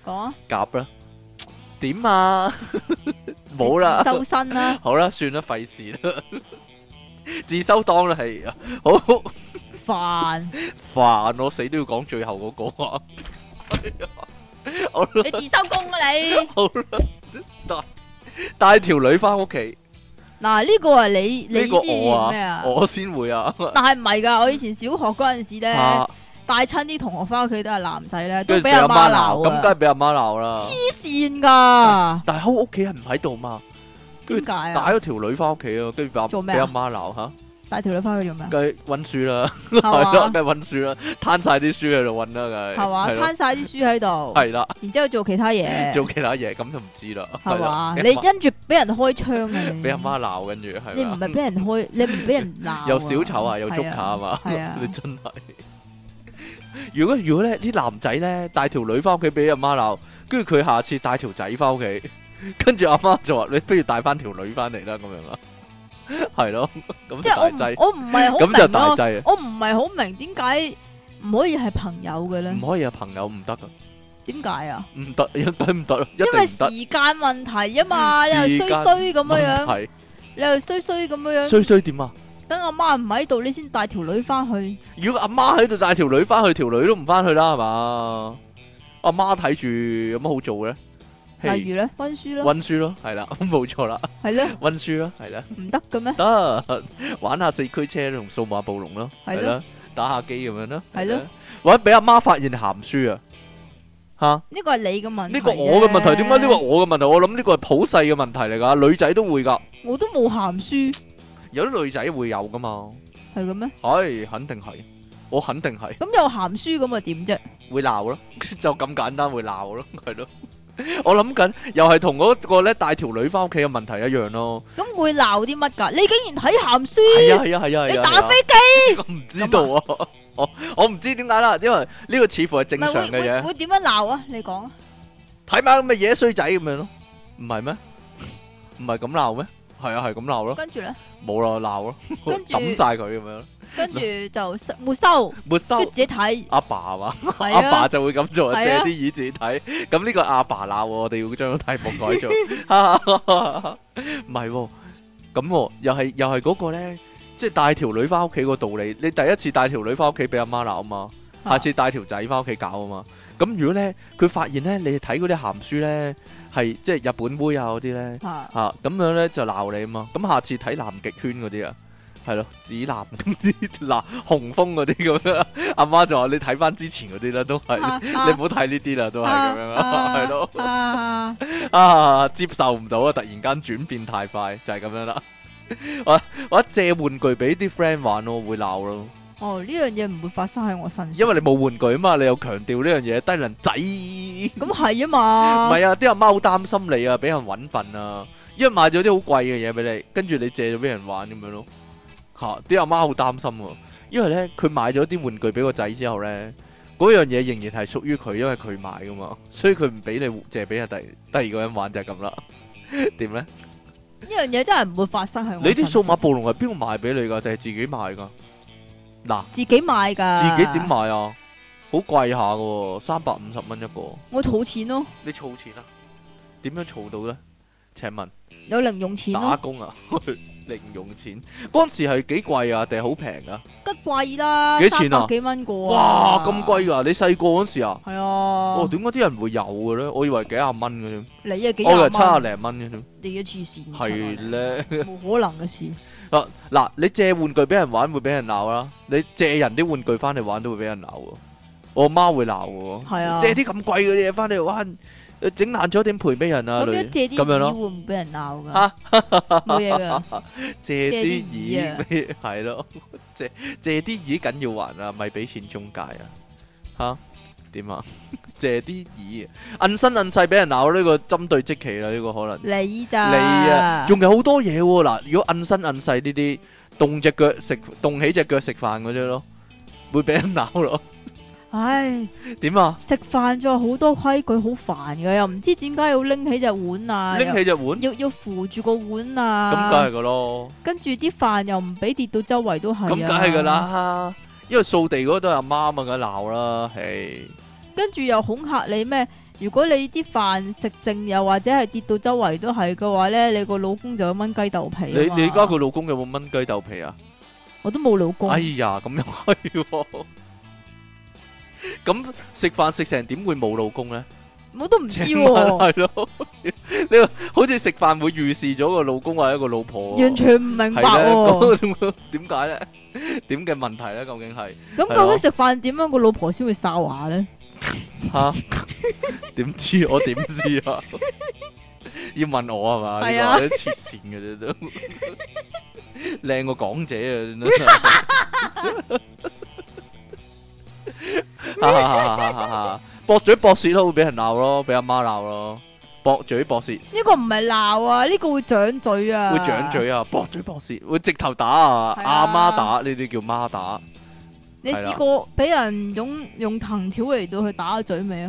[SPEAKER 2] 講啊，
[SPEAKER 1] 夾啦。點啊？冇啦
[SPEAKER 2] 你自。收身 啦，
[SPEAKER 1] 好啦，算啦，費事啦，自收當啦，係啊，好
[SPEAKER 2] 煩，
[SPEAKER 1] 煩，我死都要講最後嗰個啊，
[SPEAKER 2] 你自收工啊你。
[SPEAKER 1] 帶條女翻屋企，
[SPEAKER 2] 嗱呢個係你
[SPEAKER 1] 呢
[SPEAKER 2] 你
[SPEAKER 1] 個
[SPEAKER 2] 先
[SPEAKER 1] 我
[SPEAKER 2] 咩
[SPEAKER 1] 啊，
[SPEAKER 2] 啊？
[SPEAKER 1] 我先會啊，
[SPEAKER 2] 但係唔係㗎，我以前小學嗰陣時咧，
[SPEAKER 1] 啊
[SPEAKER 2] 帶親啲同學翻屋企都係男仔咧，
[SPEAKER 1] 跟
[SPEAKER 2] 都
[SPEAKER 1] 住俾
[SPEAKER 2] 俾阿
[SPEAKER 1] 阿媽
[SPEAKER 2] 媽
[SPEAKER 1] 鬧，
[SPEAKER 2] 鬧
[SPEAKER 1] 咁
[SPEAKER 2] 啊
[SPEAKER 1] 梗，係俾阿媽鬧啦，
[SPEAKER 2] 黐線㗎，
[SPEAKER 1] 但係喺屋企係唔喺度嘛，跟
[SPEAKER 2] 點
[SPEAKER 1] 住
[SPEAKER 2] 解
[SPEAKER 1] 帶
[SPEAKER 2] 啊？
[SPEAKER 1] 咗條女翻屋企啊，跟住俾阿
[SPEAKER 2] 做
[SPEAKER 1] 俾
[SPEAKER 2] 咩啊
[SPEAKER 1] 阿媽鬧吓，
[SPEAKER 2] 帶條女翻去做咩啊？
[SPEAKER 1] 梗係温書啦， 係啦，
[SPEAKER 2] 係嘛？
[SPEAKER 1] 梗係温書啦，攤晒啲書喺度温啦，
[SPEAKER 2] 係嘛？
[SPEAKER 1] 梗係，
[SPEAKER 2] 攤晒啲書喺度，
[SPEAKER 1] 係啦，
[SPEAKER 2] 然之後做其他嘢，
[SPEAKER 1] 做其他嘢咁就唔知啦，
[SPEAKER 2] 係嘛？
[SPEAKER 1] 係啦
[SPEAKER 2] 你跟住俾人開槍啊！你
[SPEAKER 1] 俾阿媽鬧，跟住係嘛
[SPEAKER 2] 你唔係俾 人開，你唔俾人鬧，
[SPEAKER 1] 有小丑啊，有捉
[SPEAKER 2] 係
[SPEAKER 1] 卡啊嘛，
[SPEAKER 2] 係啊
[SPEAKER 1] 你真係。如果如果咧啲男仔咧帶條女翻屋企俾阿媽鬧，跟住佢下次帶條仔翻屋企， 跟住阿媽就話你不如帶翻條女翻嚟啦咁樣啊， 係咯，咁
[SPEAKER 2] 即
[SPEAKER 1] 就
[SPEAKER 2] 係
[SPEAKER 1] 大
[SPEAKER 2] 我唔
[SPEAKER 1] 劑，
[SPEAKER 2] 我唔係好
[SPEAKER 1] 咁就
[SPEAKER 2] 明
[SPEAKER 1] 大
[SPEAKER 2] 咯，
[SPEAKER 1] 劑啊，
[SPEAKER 2] 我唔係好明點解唔可以係朋友嘅咧？
[SPEAKER 1] 唔可以啊，朋友唔得噶，
[SPEAKER 2] 點解啊？
[SPEAKER 1] 唔得，一定唔得啦，一
[SPEAKER 2] 因
[SPEAKER 1] 定
[SPEAKER 2] 為
[SPEAKER 1] 唔
[SPEAKER 2] 時
[SPEAKER 1] 得。
[SPEAKER 2] 間問題啊嘛，你
[SPEAKER 1] 時間
[SPEAKER 2] 又衰衰咁樣樣，
[SPEAKER 1] 問題
[SPEAKER 2] 你又衰衰咁樣樣，
[SPEAKER 1] 衰衰點啊？
[SPEAKER 2] 等阿媽唔喺度，你先帶條女翻去，
[SPEAKER 1] 如果阿媽喺度帶條女翻去，條女都唔翻去啦，係嘛？阿媽睇住有乜好做咧？
[SPEAKER 2] 例如咧温書咯，
[SPEAKER 1] 温書咯，係啦， 冇錯啦。
[SPEAKER 2] 係咧
[SPEAKER 1] 温書啦，係啦，
[SPEAKER 2] 唔得嘅咩？
[SPEAKER 1] 得玩下四驅車同數碼暴龍咯，
[SPEAKER 2] 係
[SPEAKER 1] 係
[SPEAKER 2] 咯
[SPEAKER 1] 啦，打下機咁樣咯，
[SPEAKER 2] 係咯
[SPEAKER 1] 啦，或者俾阿媽發現鹹書啊，吓
[SPEAKER 2] 呢個係你嘅問題，
[SPEAKER 1] 呢個我嘅問題，點解呢個？我嘅問題？我諗呢個係普世嘅問題嚟㗎，女仔都會㗎，
[SPEAKER 2] 我都冇鹹書，
[SPEAKER 1] 有啲女仔會有㗎嘛，
[SPEAKER 2] 係嘅咩？
[SPEAKER 1] 係肯定係，我肯定係
[SPEAKER 2] 咁有鹹書咁啊點啫？
[SPEAKER 1] 會鬧 咯，就咁簡單會鬧咯，係咯。我諗緊又係同嗰個咧帶條女翻屋企嘅問題一樣咯，
[SPEAKER 2] 咁會鬧啲乜㗎？你竟然睇鹹書，
[SPEAKER 1] 係啊係啊係啊，係啊
[SPEAKER 2] 你
[SPEAKER 1] 係
[SPEAKER 2] 打
[SPEAKER 1] 啊
[SPEAKER 2] 飛機，
[SPEAKER 1] 我唔知道啊，我我唔知點解啦，因為呢個似乎係正
[SPEAKER 2] 唔
[SPEAKER 1] 常
[SPEAKER 2] 係會
[SPEAKER 1] 嘅
[SPEAKER 2] 會
[SPEAKER 1] 嘢，
[SPEAKER 2] 會點樣鬧啊？你講啊，
[SPEAKER 1] 睇埋咁嘅嘢衰仔咁樣咯，唔係咩？唔係咁鬧咩？係啊，係咁鬧咯，
[SPEAKER 2] 跟住咧，
[SPEAKER 1] 冇啦鬧咯，
[SPEAKER 2] 跟住
[SPEAKER 1] 抌晒佢咁樣咯，
[SPEAKER 2] 跟住就收沒收，
[SPEAKER 1] 沒
[SPEAKER 2] 跟住
[SPEAKER 1] 收
[SPEAKER 2] 自己睇，
[SPEAKER 1] 阿爸嘛，
[SPEAKER 2] 係
[SPEAKER 1] 哦阿爸
[SPEAKER 2] 啊，
[SPEAKER 1] 就會咁做，
[SPEAKER 2] 係
[SPEAKER 1] 借
[SPEAKER 2] 啊
[SPEAKER 1] 啲椅自己睇，咁呢個阿爸鬧喎我哋要將個題目 改做，唔係喎，咁喎又係又係嗰個咧，即係帶條女翻屋企個道理，你第一次帶條女翻屋企俾阿媽鬧啊嘛。下次帶條仔翻屋企搞啊嘛。咁如果咧佢發現咧你睇嗰啲鹹書咧係即係日本妹啊嗰啲咧
[SPEAKER 2] 啊
[SPEAKER 1] 嚇咁樣咧就鬧你啊嘛。咁下次睇南極圈嗰啲啊，係咯，指南 咁啲嗱紅峰嗰啲咁樣，阿媽就話你睇翻之前嗰啲啦，都係
[SPEAKER 2] 啊啊
[SPEAKER 1] 你唔好睇呢啲啦，都係咁樣啦， 係咯
[SPEAKER 2] 啊啊
[SPEAKER 1] 啊，接受唔到啊，突然間轉變太快就係咁樣啦。 或或者借玩具俾啲 friend 玩咯，會鬧咯。
[SPEAKER 2] 哦，呢樣嘢唔會發生喺我身
[SPEAKER 1] 因
[SPEAKER 2] 上，
[SPEAKER 1] 為你冇玩具啊嘛，你又強調呢樣嘢低能仔。
[SPEAKER 2] 咁係啊嘛，
[SPEAKER 1] 唔係啊，啲阿媽好擔心你啊，俾人揾笨啊，因為買咗啲好貴嘅嘢俾你，跟住你借咗俾人玩咁樣咯。吓、啲阿媽好擔心喎、因為咧佢買咗啲玩具俾個仔之後咧，嗰樣嘢仍然係屬於佢，因為佢買噶嘛，所以佢唔俾你借俾人第第二個人玩就係咁啦。 點咧？
[SPEAKER 2] 呢樣嘢真係唔會發生喺我
[SPEAKER 1] 你
[SPEAKER 2] 身上。
[SPEAKER 1] 啲數碼暴龍係邊個買俾你噶？定係自己買噶？嗱，
[SPEAKER 2] 自己買㗎，
[SPEAKER 1] 自己點買啊？好貴下噶、喎，三百五十蚊一個。
[SPEAKER 2] 我儲錢咯，
[SPEAKER 1] 你儲錢啊？點樣儲到咧？請問？
[SPEAKER 2] 有零用錢
[SPEAKER 1] 打
[SPEAKER 2] 咯，
[SPEAKER 1] 工啊， 零用錢嗰陣時係幾貴啊？定係好平啊？
[SPEAKER 2] 吉貴啦，
[SPEAKER 1] 幾錢啊
[SPEAKER 2] 三百幾蚊個啊
[SPEAKER 1] 哇，咁！貴啊！你細個嗰陣時啊，
[SPEAKER 2] 係
[SPEAKER 1] 哦，
[SPEAKER 2] 啊，
[SPEAKER 1] 點解啲人會有嘅咧？我以為幾廿蚊嘅添，
[SPEAKER 2] 你啊幾
[SPEAKER 1] 我以為
[SPEAKER 2] 廿
[SPEAKER 1] 七廿
[SPEAKER 2] 蚊，
[SPEAKER 1] 零蚊嘅添，
[SPEAKER 2] 你嘅黐線，
[SPEAKER 1] 係咧。
[SPEAKER 2] 冇可能嘅事。
[SPEAKER 1] 嗱嗱，你借玩具俾人玩會俾人鬧啦，你借人啲玩具翻嚟玩都會俾人鬧喎。我媽會鬧嘅喎，
[SPEAKER 2] 係啊
[SPEAKER 1] 借啲咁貴嘅嘢翻嚟玩，整爛咗點賠俾人 啊？
[SPEAKER 2] 咁
[SPEAKER 1] 類
[SPEAKER 2] 樣借啲
[SPEAKER 1] 咁樣
[SPEAKER 2] 耳
[SPEAKER 1] 咯啊
[SPEAKER 2] 會。唔會俾人鬧㗎？
[SPEAKER 1] 嚇
[SPEAKER 2] 冇嘢㗎，
[SPEAKER 1] 借
[SPEAKER 2] 借
[SPEAKER 1] 啲
[SPEAKER 2] 啲耳
[SPEAKER 1] 耳
[SPEAKER 2] 啊
[SPEAKER 1] 俾 係咯，借借啲耳緊要還啊，咪俾錢中介啊，吓點啊？ 借啲耳啊，摁身摁勢俾人鬧呢個針對即期啦，呢個可能
[SPEAKER 2] 你咋？
[SPEAKER 1] 你啊，仲有好多嘢喎嗱，如果摁身摁勢呢啲，動只腳食，動起只腳食飯嗰啲咯，會俾人鬧咯，
[SPEAKER 2] 唉，
[SPEAKER 1] 點啊？
[SPEAKER 2] 食飯仲有好多規矩，好煩嘅，又唔知點解要拎起隻碗啊，
[SPEAKER 1] 拎起隻碗，
[SPEAKER 2] 又要要扶住個碗啊，
[SPEAKER 1] 咁梗係噶咯，
[SPEAKER 2] 跟住啲飯又唔俾跌到周圍都係、啊，
[SPEAKER 1] 咁梗係噶。啦，因為掃地嗰個都係阿媽嘛，梗係鬧啦，係
[SPEAKER 2] 跟住又恐嚇你咩？如果你啲飯食剩又或者係跌到周圍都係嘅話咧，你個老公就要掹雞豆皮
[SPEAKER 1] 你
[SPEAKER 2] 啊嘛。
[SPEAKER 1] 你而家個老公有冇炆雞豆皮啊？
[SPEAKER 2] 我都冇老公，
[SPEAKER 1] 哎呀，咁又係喎， 咁食飯食成點會冇老公咧？
[SPEAKER 2] 我都唔 知
[SPEAKER 1] 請
[SPEAKER 2] 喎、
[SPEAKER 1] 問係咯，你話好似食飯會預示咗個老公或者個老婆喎，
[SPEAKER 2] 完全唔明
[SPEAKER 1] 係
[SPEAKER 2] 白
[SPEAKER 1] 咧，
[SPEAKER 2] 喎、
[SPEAKER 1] 咁點解咧？點嘅問題咧？究竟係？
[SPEAKER 2] 咁
[SPEAKER 1] 係
[SPEAKER 2] 究
[SPEAKER 1] 咯
[SPEAKER 2] 竟食飯點樣個老婆先會哨下咧？
[SPEAKER 1] 吓？點知我點知啊？要問我係嘛？
[SPEAKER 2] 係
[SPEAKER 1] 呢
[SPEAKER 2] 啊
[SPEAKER 1] 個啲黐線嘅啫都，靚過港姐啊！真 係哈哈哈哈哈哈駁嘴駁舌都會俾人鬧咯，俾阿媽鬧咯，駁嘴駁舌
[SPEAKER 2] 呢個唔係鬧啊，呢、個會掌嘴啊，
[SPEAKER 1] 會掌。嘴啊，駁嘴駁舌會直頭打啊，
[SPEAKER 2] 係
[SPEAKER 1] 阿
[SPEAKER 2] 啊
[SPEAKER 1] 媽打呢啲叫媽打，
[SPEAKER 2] 你
[SPEAKER 1] 係啦
[SPEAKER 2] 試過俾人用用藤條嚟到去打嘴未啊？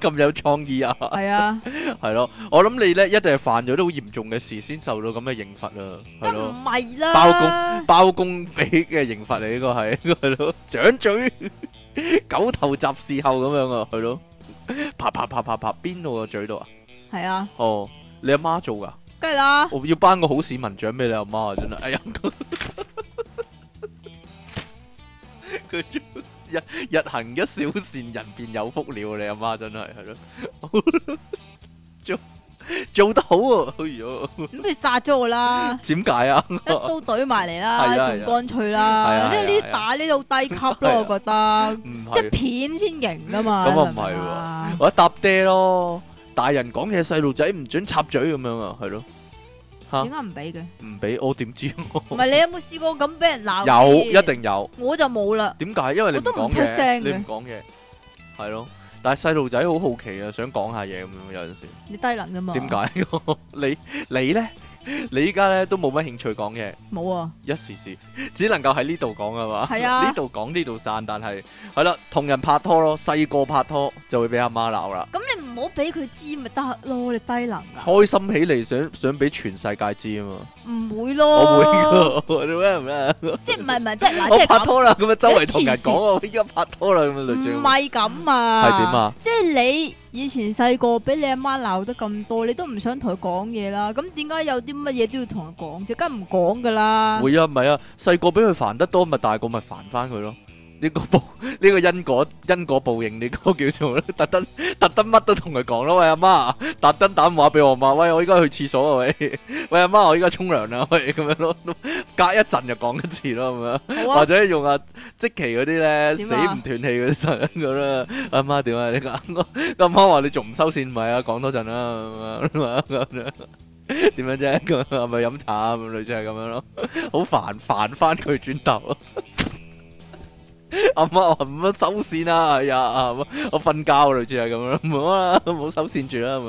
[SPEAKER 1] 咁有創意啊！
[SPEAKER 2] 係啊，
[SPEAKER 1] 係咯，我諗你咧一定係犯咗啲好嚴重嘅事先受到咁嘅刑罰啊，係
[SPEAKER 2] 梗
[SPEAKER 1] 咯
[SPEAKER 2] 唔。係啦，
[SPEAKER 1] 包公包公俾嘅刑罰嚟，呢個 係係咯，掌嘴狗頭鍘事後咁樣啊，係咯，啪啪啪啪啪，邊度個嘴度啊？
[SPEAKER 2] 係啊，
[SPEAKER 1] 哦，你阿媽做噶，
[SPEAKER 2] 梗係啦，
[SPEAKER 1] 我要頒個好市民獎俾你阿媽啊，真係，哎呀， 佢日日行一小善，人便有福了，你阿媽真係係咯，做做得好啊，哎呦，
[SPEAKER 2] 咁不如殺咗我啦。
[SPEAKER 1] 點解啊？
[SPEAKER 2] 一刀懟埋嚟啦
[SPEAKER 1] 係，啊係
[SPEAKER 2] 仲
[SPEAKER 1] 啊
[SPEAKER 2] 乾脆
[SPEAKER 1] 係啊係
[SPEAKER 2] 啦，即
[SPEAKER 1] 啊
[SPEAKER 2] 係呢啲打呢度低級
[SPEAKER 1] 係啊
[SPEAKER 2] 咯，我覺得，
[SPEAKER 1] 唔
[SPEAKER 2] 即
[SPEAKER 1] 係
[SPEAKER 2] 係。片先型噶嘛。
[SPEAKER 1] 咁啊
[SPEAKER 2] 你明明啊，
[SPEAKER 1] 或者搭爹咯，大人講嘢細路仔唔准插嘴咁樣啊，係咯，啊
[SPEAKER 2] 點解 唔俾嘅？
[SPEAKER 1] 唔俾我點 知？
[SPEAKER 2] 唔係你有冇試過咁俾人鬧？
[SPEAKER 1] 有一，定有，
[SPEAKER 2] 我就冇啦。
[SPEAKER 1] 點解？因為你唔
[SPEAKER 2] 我都唔
[SPEAKER 1] 講
[SPEAKER 2] 出聲
[SPEAKER 1] 嘢，
[SPEAKER 2] 嘅
[SPEAKER 1] 你唔講嘢，係咯。但係細路仔好好奇啊，想講下嘢咁樣有陣時，
[SPEAKER 2] 你低能啫嘛？
[SPEAKER 1] 點？解？ 你你咧，你依家咧都冇乜興趣講嘢，
[SPEAKER 2] 冇啊！
[SPEAKER 1] 一時時只能夠喺呢度講啊嘛。
[SPEAKER 2] 係啊
[SPEAKER 1] 呢度講呢度散，但係係啦，同人拍拖咯，細個拍拖就會俾阿媽鬧啦。
[SPEAKER 2] 咁你唔好俾佢知咪得咯？你低能噶？
[SPEAKER 1] 開心起嚟想想俾全世界知啊嘛。
[SPEAKER 2] 唔會
[SPEAKER 1] 我
[SPEAKER 2] 咯，
[SPEAKER 1] 會噶，你咩唔咩？
[SPEAKER 2] 即係唔係唔係即係嗱，
[SPEAKER 1] 我
[SPEAKER 2] 即係
[SPEAKER 1] 拍
[SPEAKER 2] 咁，
[SPEAKER 1] 拖啦，咁啊周圍同人
[SPEAKER 2] 你黐線
[SPEAKER 1] 講我依家拍拖啦，咁啊類似
[SPEAKER 2] 唔
[SPEAKER 1] 咁。
[SPEAKER 2] 係咁啊？
[SPEAKER 1] 係點？啊？
[SPEAKER 2] 即係你以前細個俾你阿媽鬧得咁多，你都唔想同佢講嘢啦。咁點解有啲乜嘢都要同佢講啫？梗唔講噶啦。
[SPEAKER 1] 會啊，唔係啊，細個俾佢煩得多，咪大個咪煩翻佢咯。呢個報 呢個因果因果報應，呢個叫做咧， 特登特登乜都同佢講咯。喂阿媽，特登打電話俾我媽，喂我依家去廁所啊，喂 喂阿媽，我依家沖涼啦，喂咁樣咯，隔一陣就講一次咯，咁樣。
[SPEAKER 2] 好
[SPEAKER 1] 或
[SPEAKER 2] 啊，
[SPEAKER 1] 者用阿即奇嗰啲咧死
[SPEAKER 2] 點
[SPEAKER 1] 唔
[SPEAKER 2] 啊
[SPEAKER 1] 斷氣嗰啲神咁啦，阿媽點啊？你講 阿媽話你仲唔收線咪啊？講多陣啦咁樣咁樣點樣啫？咁係咪飲茶啊咁類似係咁樣咯，好煩煩翻佢轉頭。 阿媽話唔好收線啦，哎呀，啊我瞓覺啊類似係咁樣，唔好啦，唔好收線住啦咁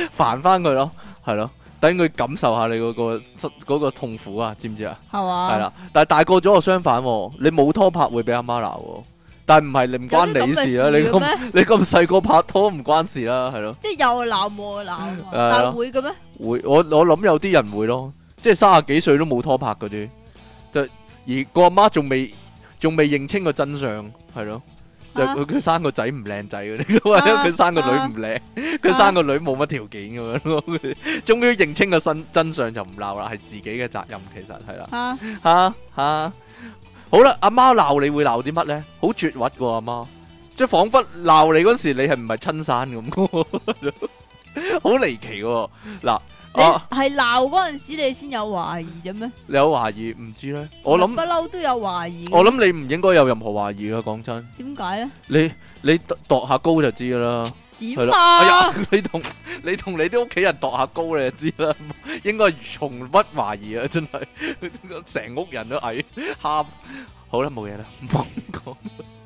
[SPEAKER 1] 樣，煩翻佢咯，係咯，等佢感受下你嗰、個嗰個痛苦啊，知唔知啊？
[SPEAKER 2] 係嘛？
[SPEAKER 1] 系啦，但系大個咗就相反喎，你冇拖拍會俾阿媽鬧喎，但系唔係你唔
[SPEAKER 2] 有
[SPEAKER 1] 關
[SPEAKER 2] 啲
[SPEAKER 1] 你
[SPEAKER 2] 咁嘅
[SPEAKER 1] 事啦，啊你
[SPEAKER 2] 嘅
[SPEAKER 1] 咁
[SPEAKER 2] 咩？
[SPEAKER 1] 你咁細個拍拖唔關事啦，係咯，
[SPEAKER 2] 即係又鬧冇又鬧啊嘛，
[SPEAKER 1] 係啊
[SPEAKER 2] 但係會嘅咩？
[SPEAKER 1] 會我我谂有啲人會咯，即係三十幾歲都冇拖拍嗰啲，就而個阿媽仲未仲未認清個真相，係咯。就
[SPEAKER 2] 啊
[SPEAKER 1] 佢佢生個仔唔靚仔嗰啲， 或者佢生個女唔靚，佢生個女冇乜條件咁樣咯。終於認清個真真相就唔鬧啦，係自己嘅責任其實係啦。
[SPEAKER 2] 吓，
[SPEAKER 1] 吓吓，好啦，阿媽鬧你會鬧啲乜咧？好絕核噶阿媽，即系仿佛鬧你嗰時你係唔係親生咁 喎，好離奇喎。嗱，
[SPEAKER 2] 你
[SPEAKER 1] 啊，
[SPEAKER 2] 係鬧嗰陣時你先有懷疑嘅咩？
[SPEAKER 1] 你有懷疑唔知咧？我
[SPEAKER 2] 唔係
[SPEAKER 1] 諗
[SPEAKER 2] 不嬲都有懷疑嘅。
[SPEAKER 1] 我諗你唔應該有任何懷疑噶，講真，
[SPEAKER 2] 點解咧？
[SPEAKER 1] 你你度度下高就知噶啦。係
[SPEAKER 2] 點
[SPEAKER 1] 咯哎
[SPEAKER 2] 啊？
[SPEAKER 1] 呀，你同你同你啲屋企人度下高你就知啦，應該從不懷疑啊，真係 成屋人都矮喊。好啦，冇嘢啦，唔好講。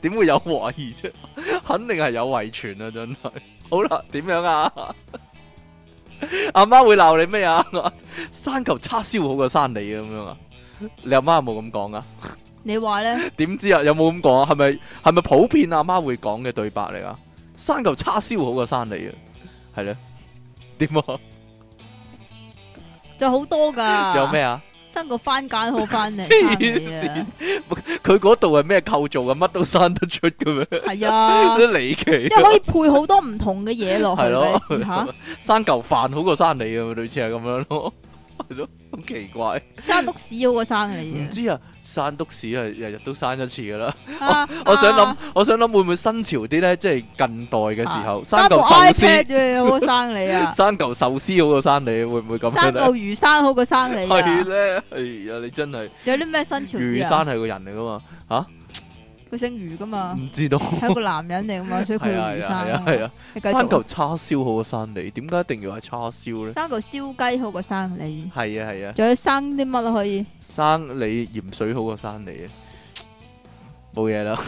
[SPEAKER 1] 點會有懷疑啫？肯定係有遺傳啊，真係。好啦，點樣啊？ 阿媽會鬧你咩 啊？生嚿叉燒好過生你啊咁樣啊？你阿媽有冇咁講啊？
[SPEAKER 2] 你話咧，
[SPEAKER 1] 點知啊？有冇咁講啊？係咪係咪普遍阿媽會講嘅對白嚟啊？生嚿叉燒好過生你啊，係咧？點啊？
[SPEAKER 2] 就好多噶。
[SPEAKER 1] 仲有咩？啊？
[SPEAKER 2] 生個番梘好翻嚟，
[SPEAKER 1] 黐
[SPEAKER 2] 生你啊！
[SPEAKER 1] 佢嗰度係咩構造啊？乜都生得出嘅咩？
[SPEAKER 2] 係啊，
[SPEAKER 1] 都離奇
[SPEAKER 2] 即係可以配好多唔同嘅嘢落去
[SPEAKER 1] 係咯
[SPEAKER 2] 嘅，試下
[SPEAKER 1] 生嚿飯好過生你啊，類似係咁樣咯， 係咯，好奇怪，
[SPEAKER 2] 生篤屎好過生你
[SPEAKER 1] 唔
[SPEAKER 2] 啊！
[SPEAKER 1] 知啊，生督屎啊，日日都生一次噶啦。
[SPEAKER 2] 啊
[SPEAKER 1] 嗯我想諗
[SPEAKER 2] 啊，
[SPEAKER 1] 我想諗會唔會新潮啲咧？即係近代嘅時候，生
[SPEAKER 2] 生部
[SPEAKER 1] 嚿壽
[SPEAKER 2] 啊 iPad
[SPEAKER 1] 司，
[SPEAKER 2] 嘅好過生 你啊！
[SPEAKER 1] 生嚿壽司好過生你，會唔會咁樣
[SPEAKER 2] 生
[SPEAKER 1] 咧？
[SPEAKER 2] 嚿魚生好過生你
[SPEAKER 1] 係
[SPEAKER 2] 啊！
[SPEAKER 1] 咧，係啊，你真係
[SPEAKER 2] 仲有啲咩新潮
[SPEAKER 1] 魚
[SPEAKER 2] 啲
[SPEAKER 1] 生
[SPEAKER 2] 啊？
[SPEAKER 1] 係個人嚟噶嘛？
[SPEAKER 2] 佢姓魚噶嘛，
[SPEAKER 1] 唔知道，
[SPEAKER 2] 係一個男人嚟噶 嘛，所以佢
[SPEAKER 1] 嗯係啊
[SPEAKER 2] 魚
[SPEAKER 1] 係
[SPEAKER 2] 生
[SPEAKER 1] 啊係
[SPEAKER 2] 啊
[SPEAKER 1] 啊
[SPEAKER 2] 嘛。
[SPEAKER 1] 係啊，
[SPEAKER 2] 你繼
[SPEAKER 1] 生
[SPEAKER 2] 續
[SPEAKER 1] 嚿
[SPEAKER 2] 啊。
[SPEAKER 1] 叉燒好過生你，點解一定要係叉燒咧？
[SPEAKER 2] 生嚿燒雞好過生你，
[SPEAKER 1] 係啊係啊。
[SPEAKER 2] 仲有生啲乜可以？
[SPEAKER 1] 生你鹽水好過生你啊！冇嘢啦，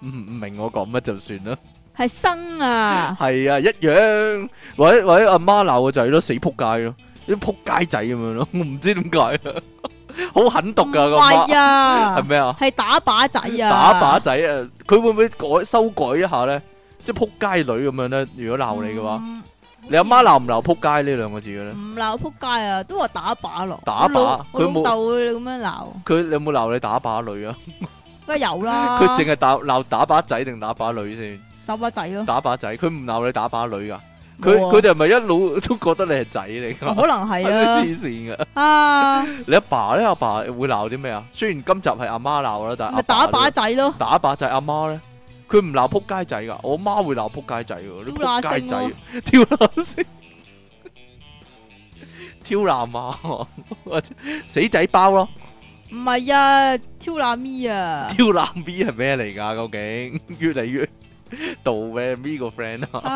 [SPEAKER 1] 唔唔明我講乜就算啦。
[SPEAKER 2] 係生啊！
[SPEAKER 1] 係啊，一樣，或者或者阿媽鬧個仔咯，死仆街咯，啲仆街仔咁樣咯， 我唔知點解啊，好狠毒噶
[SPEAKER 2] 唔
[SPEAKER 1] 個媽，
[SPEAKER 2] 係啊
[SPEAKER 1] 係，咩啊？
[SPEAKER 2] 係打靶仔啊！
[SPEAKER 1] 打靶仔啊！佢會唔會改修改一下咧？即係仆街女咁樣咧？如果鬧你嘅話，
[SPEAKER 2] 嗯，
[SPEAKER 1] 你阿媽鬧唔鬧仆街呢兩個字嘅咧？
[SPEAKER 2] 唔鬧扑街啊，都話打靶咯。
[SPEAKER 1] 打靶
[SPEAKER 2] 我老我
[SPEAKER 1] 佢冇
[SPEAKER 2] 老豆會咁樣鬧，
[SPEAKER 1] 佢你有冇鬧你打靶女啊？
[SPEAKER 2] 梗係有啦。
[SPEAKER 1] 佢淨係打鬧打靶仔定打靶女先？
[SPEAKER 2] 打靶仔咯，
[SPEAKER 1] 打靶仔，佢唔鬧你打靶女噶，佢
[SPEAKER 2] 冇啊
[SPEAKER 1] 佢哋係咪一路 都覺得你係仔嚟
[SPEAKER 2] 啊
[SPEAKER 1] 噶？
[SPEAKER 2] 可能係
[SPEAKER 1] 黐線噶！
[SPEAKER 2] 啊啊，
[SPEAKER 1] 你阿爸咧，阿爸會鬧啲咩啊？雖然今集係阿媽鬧啦，但係
[SPEAKER 2] 咪打靶仔咯，
[SPEAKER 1] 打靶仔阿媽咧，佢唔鬧撲街仔噶，我媽會鬧撲街仔噶，啲
[SPEAKER 2] 挑
[SPEAKER 1] 撲
[SPEAKER 2] 乸
[SPEAKER 1] 街
[SPEAKER 2] 聲
[SPEAKER 1] 仔
[SPEAKER 2] 咯
[SPEAKER 1] 挑乸聲， 挑乸媽或者 死仔包咯，
[SPEAKER 2] 唔係啊，挑那咪啊，
[SPEAKER 1] 挑乸咪係咩嚟噶？究竟 越嚟越到咩咪個 friend 啊？
[SPEAKER 2] 啊，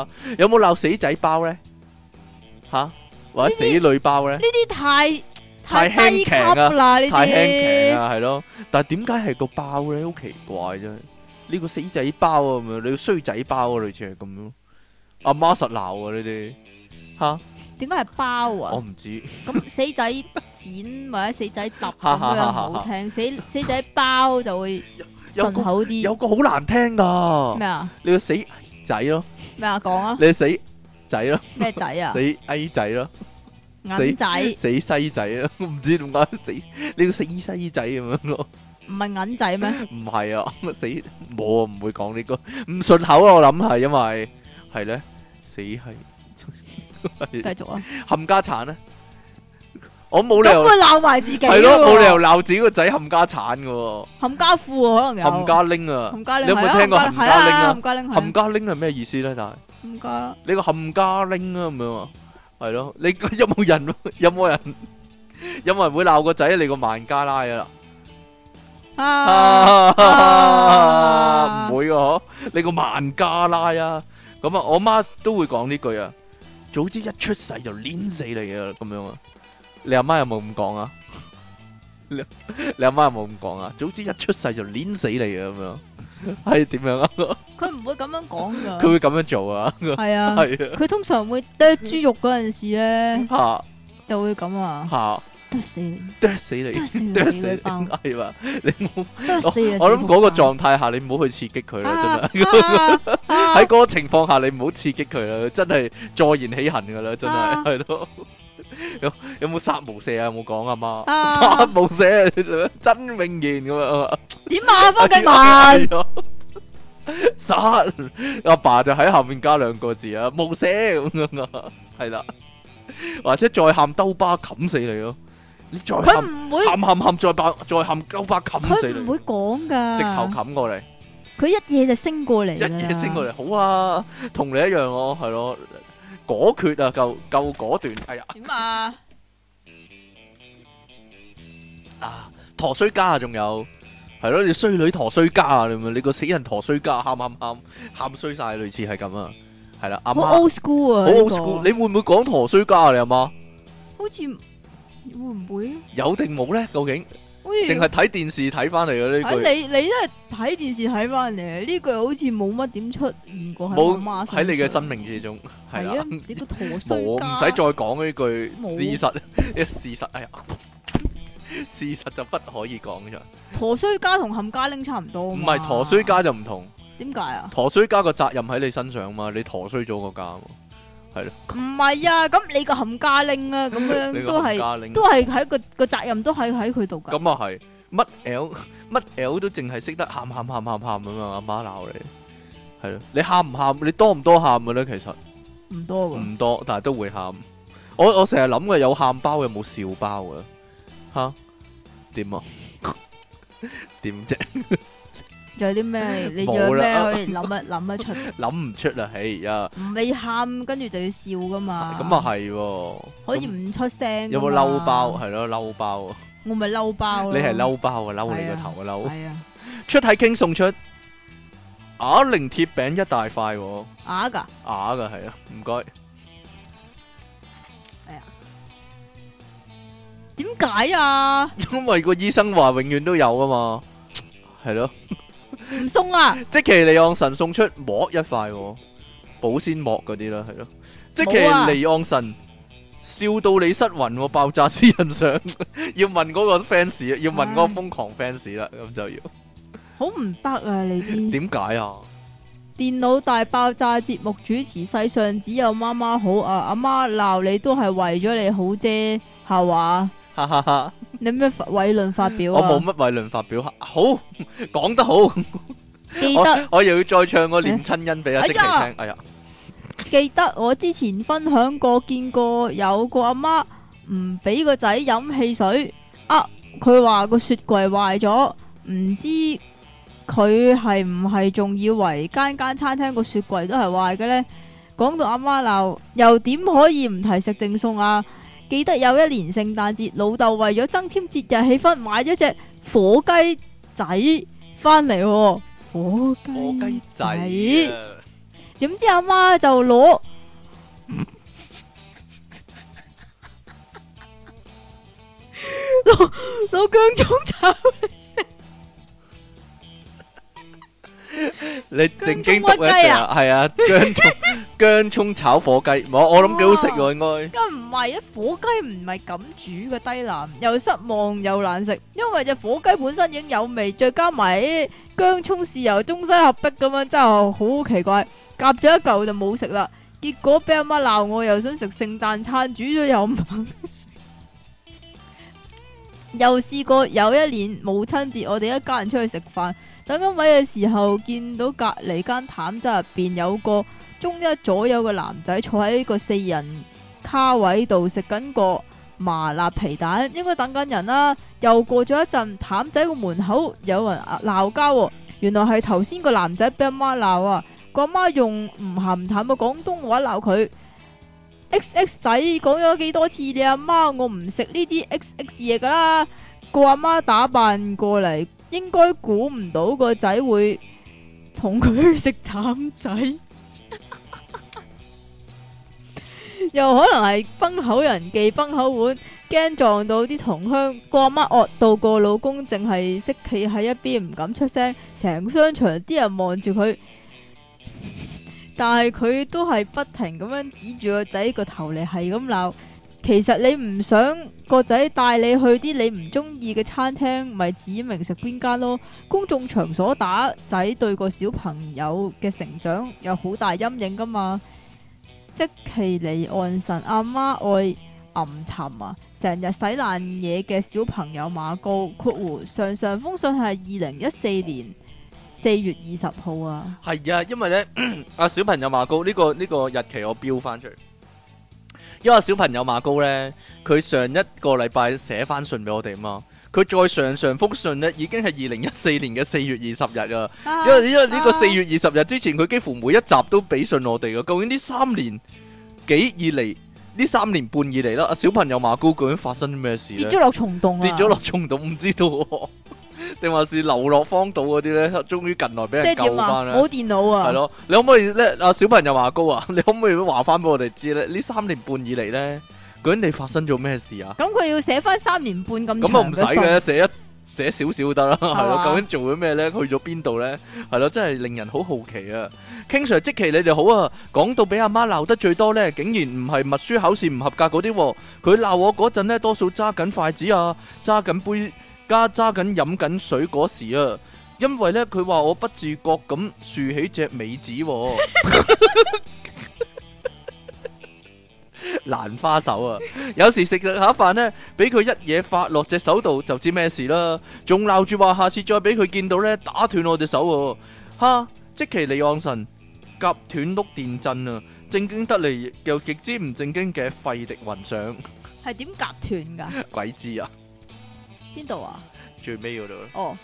[SPEAKER 1] 啊，有冇鬧死仔包咧？吓，或者死女包咧
[SPEAKER 2] 呢？啲太
[SPEAKER 1] 太
[SPEAKER 2] 太
[SPEAKER 1] 輕
[SPEAKER 2] 低級
[SPEAKER 1] 強啊
[SPEAKER 2] 啦，呢
[SPEAKER 1] 太輕騎
[SPEAKER 2] 啲
[SPEAKER 1] 啦，係咯。但係點解係個包咧？好奇怪啫！呢個死仔包啊，咁樣你個衰仔包啊，類似係咁咯。阿媽實鬧啊，呢啲吓，
[SPEAKER 2] 點解係包
[SPEAKER 1] 我
[SPEAKER 2] 啊？
[SPEAKER 1] 唔知。
[SPEAKER 2] 咁死仔剪或者死 仔揼咁樣唔好聽，死死仔包就會
[SPEAKER 1] 有
[SPEAKER 2] 順
[SPEAKER 1] 個
[SPEAKER 2] 口
[SPEAKER 1] 有
[SPEAKER 2] 啲。
[SPEAKER 1] 個好難聽噶
[SPEAKER 2] 咩，啊
[SPEAKER 1] 你個死仔咯，
[SPEAKER 2] 咩啊講啊
[SPEAKER 1] 你個死仔咯，
[SPEAKER 2] 咩仔啊
[SPEAKER 1] 死 A 仔咯，
[SPEAKER 2] 銀仔
[SPEAKER 1] 死西仔 咯，我唔知點解死你個死西仔咁樣咯。
[SPEAKER 2] 唔係銀仔咩？
[SPEAKER 1] 唔係啊，死冇啊，唔會講呢個唔順口啊，我諗係因為係咧死係
[SPEAKER 2] 繼續啊！
[SPEAKER 1] 冚家產咧，我冇理
[SPEAKER 2] 咁
[SPEAKER 1] 由
[SPEAKER 2] 會鬧埋自己
[SPEAKER 1] 係咯，
[SPEAKER 2] 喎
[SPEAKER 1] 冇理由鬧自己個仔冚家產嘅
[SPEAKER 2] 冚家富喎，可能
[SPEAKER 1] 喎，
[SPEAKER 2] 有
[SPEAKER 1] 冚家拎啊，
[SPEAKER 2] 冚家
[SPEAKER 1] 你
[SPEAKER 2] 拎
[SPEAKER 1] 有冇聽過冚
[SPEAKER 2] 係
[SPEAKER 1] 家拎
[SPEAKER 2] 啊？
[SPEAKER 1] 啊？
[SPEAKER 2] 冚家拎
[SPEAKER 1] 冚
[SPEAKER 2] 係
[SPEAKER 1] 家拎係咩意思咧？但係
[SPEAKER 2] 冚家
[SPEAKER 1] 你個冚家拎啊咁樣啊，係咯，你 有冇人有冇人有冇人會鬧個仔你個孟加拉啊？
[SPEAKER 2] 啊！
[SPEAKER 1] 啊
[SPEAKER 2] 啊
[SPEAKER 1] 唔會噶嗬，你個孟加拉啊！咁啊，我媽都會講呢句啊，早知一出世就碾死你啊！咁樣啊，你阿媽有冇咁講啊？ 你你阿媽有冇咁講啊？早知一出世就碾死你啊！咁樣係點 樣啊？
[SPEAKER 2] 佢唔會咁樣講
[SPEAKER 1] 佢
[SPEAKER 2] 㗎，
[SPEAKER 1] 會咁樣做啊？
[SPEAKER 2] 係啊，
[SPEAKER 1] 係
[SPEAKER 2] 佢通常會剁豬肉嗰陣時咧，
[SPEAKER 1] 啊，
[SPEAKER 2] 就會咁啊
[SPEAKER 1] 吓，吓，
[SPEAKER 2] 剁死你，
[SPEAKER 1] 剁死你，
[SPEAKER 2] 剁死 你
[SPEAKER 1] 剁
[SPEAKER 2] 死
[SPEAKER 1] 死
[SPEAKER 2] 女
[SPEAKER 1] 你，
[SPEAKER 2] 包，
[SPEAKER 1] 係嘛？你冇，
[SPEAKER 2] 剁死你死女包。
[SPEAKER 1] 我諗嗰個狀態下，你唔好去刺激佢
[SPEAKER 2] 啊
[SPEAKER 1] 啦，真係。 喺
[SPEAKER 2] 喺
[SPEAKER 1] 嗰個情況下，你唔好刺激佢啦，真係坐言起行噶啦，真係
[SPEAKER 2] 啊
[SPEAKER 1] 係咯。 有有冇殺無赦啊？有冇講啊媽？
[SPEAKER 2] 啊
[SPEAKER 1] 殺無赦，真永賢咁樣啊！
[SPEAKER 2] 點啊，方敬
[SPEAKER 1] 哎
[SPEAKER 2] 文，
[SPEAKER 1] 呀殺阿爸就喺後面加兩個字啊，無赦咁樣啊，係啦。或者再喊兜巴冚死你咯！你再
[SPEAKER 2] 佢
[SPEAKER 1] 喊
[SPEAKER 2] 唔會，
[SPEAKER 1] 喊喊喊再爆再喊兜巴冚死
[SPEAKER 2] 佢唔
[SPEAKER 1] 你，
[SPEAKER 2] 會講
[SPEAKER 1] 直頭
[SPEAKER 2] 㗎，
[SPEAKER 1] 冚過嚟。
[SPEAKER 2] 佢一嘢就升過嚟
[SPEAKER 1] 一
[SPEAKER 2] 㗎啦
[SPEAKER 1] 嘢升過嚟，好啊，同你一樣咯，係咯，果決啊，夠夠果斷，哎呀
[SPEAKER 2] 點啊？
[SPEAKER 1] 啊，陀衰家啊，仲有係咯，你衰女陀衰家啊，你咪你個死人陀衰家，喊喊喊喊衰晒，類似係咁啊，係啦，阿媽
[SPEAKER 2] 好
[SPEAKER 1] 好
[SPEAKER 2] old school 啊！呢
[SPEAKER 1] old
[SPEAKER 2] 個
[SPEAKER 1] school，你會唔會講陀衰家啊？你阿媽
[SPEAKER 2] 好似唔會唔會啊？
[SPEAKER 1] 有定冇咧？究竟
[SPEAKER 2] 好似
[SPEAKER 1] 定係睇電視睇翻嚟嘅
[SPEAKER 2] 啊
[SPEAKER 1] 呢句？
[SPEAKER 2] 你你真係睇電視睇翻嚟，呢句好似冇乜點出現過喺我
[SPEAKER 1] 冇
[SPEAKER 2] 媽
[SPEAKER 1] 喺你嘅生
[SPEAKER 2] 身
[SPEAKER 1] 命之中，係
[SPEAKER 2] 上
[SPEAKER 1] 啦
[SPEAKER 2] 係啊，，你個陀
[SPEAKER 1] 冇
[SPEAKER 2] 衰
[SPEAKER 1] 唔
[SPEAKER 2] 家
[SPEAKER 1] 使再講呢句
[SPEAKER 2] 冇
[SPEAKER 1] 事實，事實，哎呀，事實就不可以講嘅啫。
[SPEAKER 2] 陀衰家同冚家拎差唔多啊
[SPEAKER 1] 唔
[SPEAKER 2] 嘛。
[SPEAKER 1] 係陀衰家就唔同，
[SPEAKER 2] 點解啊？
[SPEAKER 1] 陀衰家個責任喺你身上嘛，你陀衰咗個家嘛，係咯，
[SPEAKER 2] 唔係啊，咁你個冚家 拎啊，咁
[SPEAKER 1] 你
[SPEAKER 2] 樣
[SPEAKER 1] 個
[SPEAKER 2] 都
[SPEAKER 1] 冚
[SPEAKER 2] 係
[SPEAKER 1] 家拎
[SPEAKER 2] 都係喺個個責任都係喺佢度㗎。
[SPEAKER 1] 咁啊係，乜 L 乜 L 都淨係識得喊喊喊喊喊咁啊，阿媽鬧你，係咯，你喊唔喊？你多唔多喊嘅咧？其實
[SPEAKER 2] 唔多㗎。
[SPEAKER 1] 唔多，但係都會喊。我我成日諗嘅有喊包有冇笑包啊？吓點啊？點啫？
[SPEAKER 2] 仲有啲 咩？
[SPEAKER 1] 冇
[SPEAKER 2] 你仲有咩
[SPEAKER 1] 啦
[SPEAKER 2] 可以諗一 諗得出？
[SPEAKER 1] 諗唔出啦，唉呀！
[SPEAKER 2] 唔你喊，跟住就要笑噶嘛。
[SPEAKER 1] 咁啊係喎，
[SPEAKER 2] 可以
[SPEAKER 1] 咁
[SPEAKER 2] 唔出聲。
[SPEAKER 1] 有冇嬲包？？係咯，嬲包啊！
[SPEAKER 2] 我咪嬲包咯。
[SPEAKER 1] 你係嬲包啊，嬲你個
[SPEAKER 2] Ờ. 係啊
[SPEAKER 1] 頭啊，嬲！
[SPEAKER 2] 係啊，
[SPEAKER 1] 出體傾送出啞鈴鐵餅一大塊喎。
[SPEAKER 2] 啞㗎。
[SPEAKER 1] 啞噶係啊，唔該，
[SPEAKER 2] 點解啊？
[SPEAKER 1] 因為個醫生話永遠都有啊嘛，係咯，
[SPEAKER 2] 唔鬆啊！
[SPEAKER 1] 即其利昂神送出膜一塊喎，保鮮膜嗰啲啦，係咯，即其
[SPEAKER 2] 冇啊
[SPEAKER 1] 利昂神笑到你失魂喎，爆炸私人相， 要問嗰個 fans，要問嗰個
[SPEAKER 2] 唉
[SPEAKER 1] 瘋狂 fans 啦，咁就要
[SPEAKER 2] 好唔得啊！你啲
[SPEAKER 1] 點解啊？
[SPEAKER 2] 電腦大爆炸節目主持，世上只有媽媽好啊！阿媽鬧你都係為咗你好啫，係話
[SPEAKER 1] 哈哈哈，
[SPEAKER 2] 你咩發偉論發表
[SPEAKER 1] 我冇乜
[SPEAKER 2] 啊？
[SPEAKER 1] 偉論發表，好講得好，
[SPEAKER 2] 記得
[SPEAKER 1] 我我又要再唱個念親恩俾阿
[SPEAKER 2] 哎
[SPEAKER 1] 即其聽，
[SPEAKER 2] 呀
[SPEAKER 1] 哎呀，
[SPEAKER 2] 記得，我之前分享過，見過有個阿媽唔俾個仔飲汽水，啊，佢話個雪櫃壞咗，唔知佢係唔係仲以為間間餐廳個雪櫃都係壞嘅呢？講到阿媽鬧，又點可以唔提食正餸啊？記得有一年聖誕節，老豆為咗增添節日氣氛，買咗隻火雞仔翻嚟、喎。火
[SPEAKER 1] 我雞
[SPEAKER 2] 雞
[SPEAKER 1] 仔
[SPEAKER 2] 仔。
[SPEAKER 1] 啊！
[SPEAKER 2] 點知阿媽就攞， 攞攞姜葱炒，
[SPEAKER 1] 你正經讀一隻啊，係啊，姜 葱姜葱炒火雞，我我諗幾好食喎，應該
[SPEAKER 2] 梗唔係啊！火雞唔係咁煮嘅低能，又失望又難食，因為只火雞本身已經有味，再加埋啲姜葱豉油中西合璧咁樣，真係好奇怪。夾咗一嚿就冇食啦，結果俾阿媽鬧我，又想食聖誕餐，煮咗又唔肯食。又試過有一年母親節，我哋一家人出去食飯，等緊位嘅時候，見到隔離間淡仔入邊有個中一左右嘅男仔坐喺個四人卡位度食緊個麻辣皮蛋，應該等緊人啦。又過咗一陣，淡仔個門口有人啊鬧交喎，原來係頭先個男仔俾阿媽鬧啊！個阿媽用唔鹹淡嘅廣東話鬧佢。X X 仔講咗幾多次你阿媽，我唔食呢啲 X X 嘢噶啦。個阿媽打扮過嚟，應該估唔到個仔會同佢去食淡仔， 又可能係崩口人忌崩口碗，驚撞到啲同鄉。個阿媽惡到個老公淨係識企喺一邊唔敢出聲，成商場啲人望住佢。 但係佢都係不停咁樣指住個仔個頭嚟係咁鬧。其實你唔想個仔帶你去啲你唔中意嘅餐廳，咪指明食邊間咯。公眾場所打仔對個小朋友嘅成長有好大陰影噶嘛。即其離岸神阿媽愛吟沉啊，成日洗爛嘢嘅小朋友馬高括弧上上封信係二零一四年四月二十號啊。
[SPEAKER 1] 係啊，因為咧 阿小朋友馬高呢個呢個日期我標翻出嚟，因為阿小朋友馬高咧，佢上一個禮拜寫翻信俾我哋嘛，佢再上上封信咧已經係二零一四年嘅四月二十日啊。
[SPEAKER 2] 啊
[SPEAKER 1] 因為因為呢個四月二十日之前，佢幾乎每一集都俾信我哋嘅。究竟呢三年幾以嚟，呢三年半以嚟啦，小朋友馬高究竟發生啲咩事
[SPEAKER 2] 跌
[SPEAKER 1] 咧？
[SPEAKER 2] 咗落蟲洞啊！
[SPEAKER 1] 跌咗落蟲洞，唔知道喎， 定還是流落荒島嗰啲咧？終於近來俾
[SPEAKER 2] 即係
[SPEAKER 1] 人救
[SPEAKER 2] 點啊
[SPEAKER 1] 翻？啦
[SPEAKER 2] 冇，電腦啊！
[SPEAKER 1] 係咯。你可唔可以咧？阿小朋友馬高啊，你可唔可以話翻俾我哋知咧？呢三年半以嚟咧，究竟你發生咗咩事啊？
[SPEAKER 2] 咁佢要寫翻三年半咁
[SPEAKER 1] 咁啊
[SPEAKER 2] 長
[SPEAKER 1] 唔使
[SPEAKER 2] 嘅信，啊
[SPEAKER 1] 嘅，寫一寫少少 得啦，係咯
[SPEAKER 2] 嘛。
[SPEAKER 1] 究竟做咗咩咧？去咗邊度咧？係咯，真係令人好好奇啊！King Sir 即期你哋好啊！講到俾阿媽鬧得最多咧，竟然唔係默書考試唔合格嗰啲喎，佢鬧我嗰陣咧，多數揸緊筷子啊，揸緊杯加揸緊飲緊水嗰時啊。因為咧，佢話我不自覺咁豎起隻尾指、 喎， 蘭花手啊！有時食食下飯呢，俾佢一嘢發落隻手度，就知咩事啦。仲鬧住話下次再俾佢見到呢，打斷我隻手喎、哈！即其利昂神夾斷碌電震啊！正經得嚟又極之唔正經嘅費迪雲上，
[SPEAKER 2] 系点夹断噶？
[SPEAKER 1] 鬼知啊！
[SPEAKER 2] 边度啊？
[SPEAKER 1] 最尾嗰度啦
[SPEAKER 2] 哦，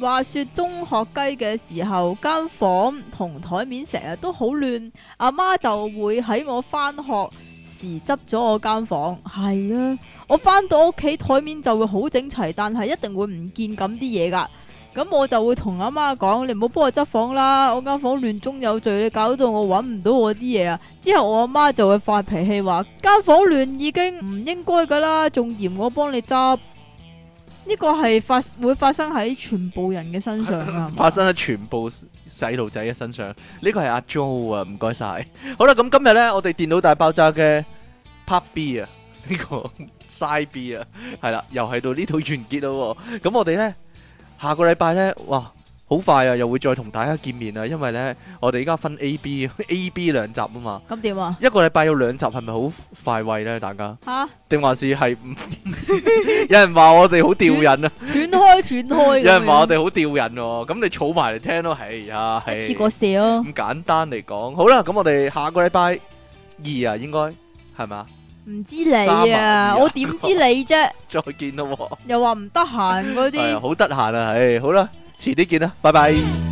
[SPEAKER 2] 話說中學雞嘅時候，間房同台面成日都好亂，阿媽就會喺我翻學時執咗我間房。係啊，我翻到屋企台面就會好整齊，但係一定會唔見咁啲嘢噶。咁我就會同阿媽講：你唔好幫我執房啦，我間房亂中有序，你搞到我揾唔到我啲嘢啊！之後我阿媽就會發脾氣話：間房亂已經唔應該噶啦，仲嫌我幫你執。呢個係發會發生喺全部人嘅身上啊！
[SPEAKER 1] 發生喺全部細路仔嘅身上。呢個係阿 Jo 啊，唔該晒。好啦，咁今日呢，我哋電腦大爆炸嘅 Part B 啊，呢、個 Side B 啊，係啦，又係到呢度完結咯喎。咁我哋呢，下個禮拜呢，哇，好快啊，又會再同大家見面啦，啊因為呢，我哋而家分 A、B、A、B 兩集啊嘛。
[SPEAKER 2] 咁點啊？
[SPEAKER 1] 一個禮拜有兩集，係咪好快慰呢？大家
[SPEAKER 2] 吓
[SPEAKER 1] 定還是係唔 有人話我哋好吊人啊？
[SPEAKER 2] 斷開斷開咁樣，
[SPEAKER 1] 有人話我哋好吊人喎、咁你儲埋嚟聽咯，係呀，係
[SPEAKER 2] 一次過射咯，
[SPEAKER 1] 咁簡單嚟講，好啦，咁我哋下個禮拜二啊，應該係嘛？
[SPEAKER 2] 唔知你
[SPEAKER 1] 三啊
[SPEAKER 2] 啊，
[SPEAKER 1] 二啊
[SPEAKER 2] 我點知你啫？
[SPEAKER 1] 再見咯喎，
[SPEAKER 2] 又話唔得閒嗰
[SPEAKER 1] 係啊
[SPEAKER 2] 啲。
[SPEAKER 1] 哎好得閒啊，唉，好啦，遲啲見啦，拜拜。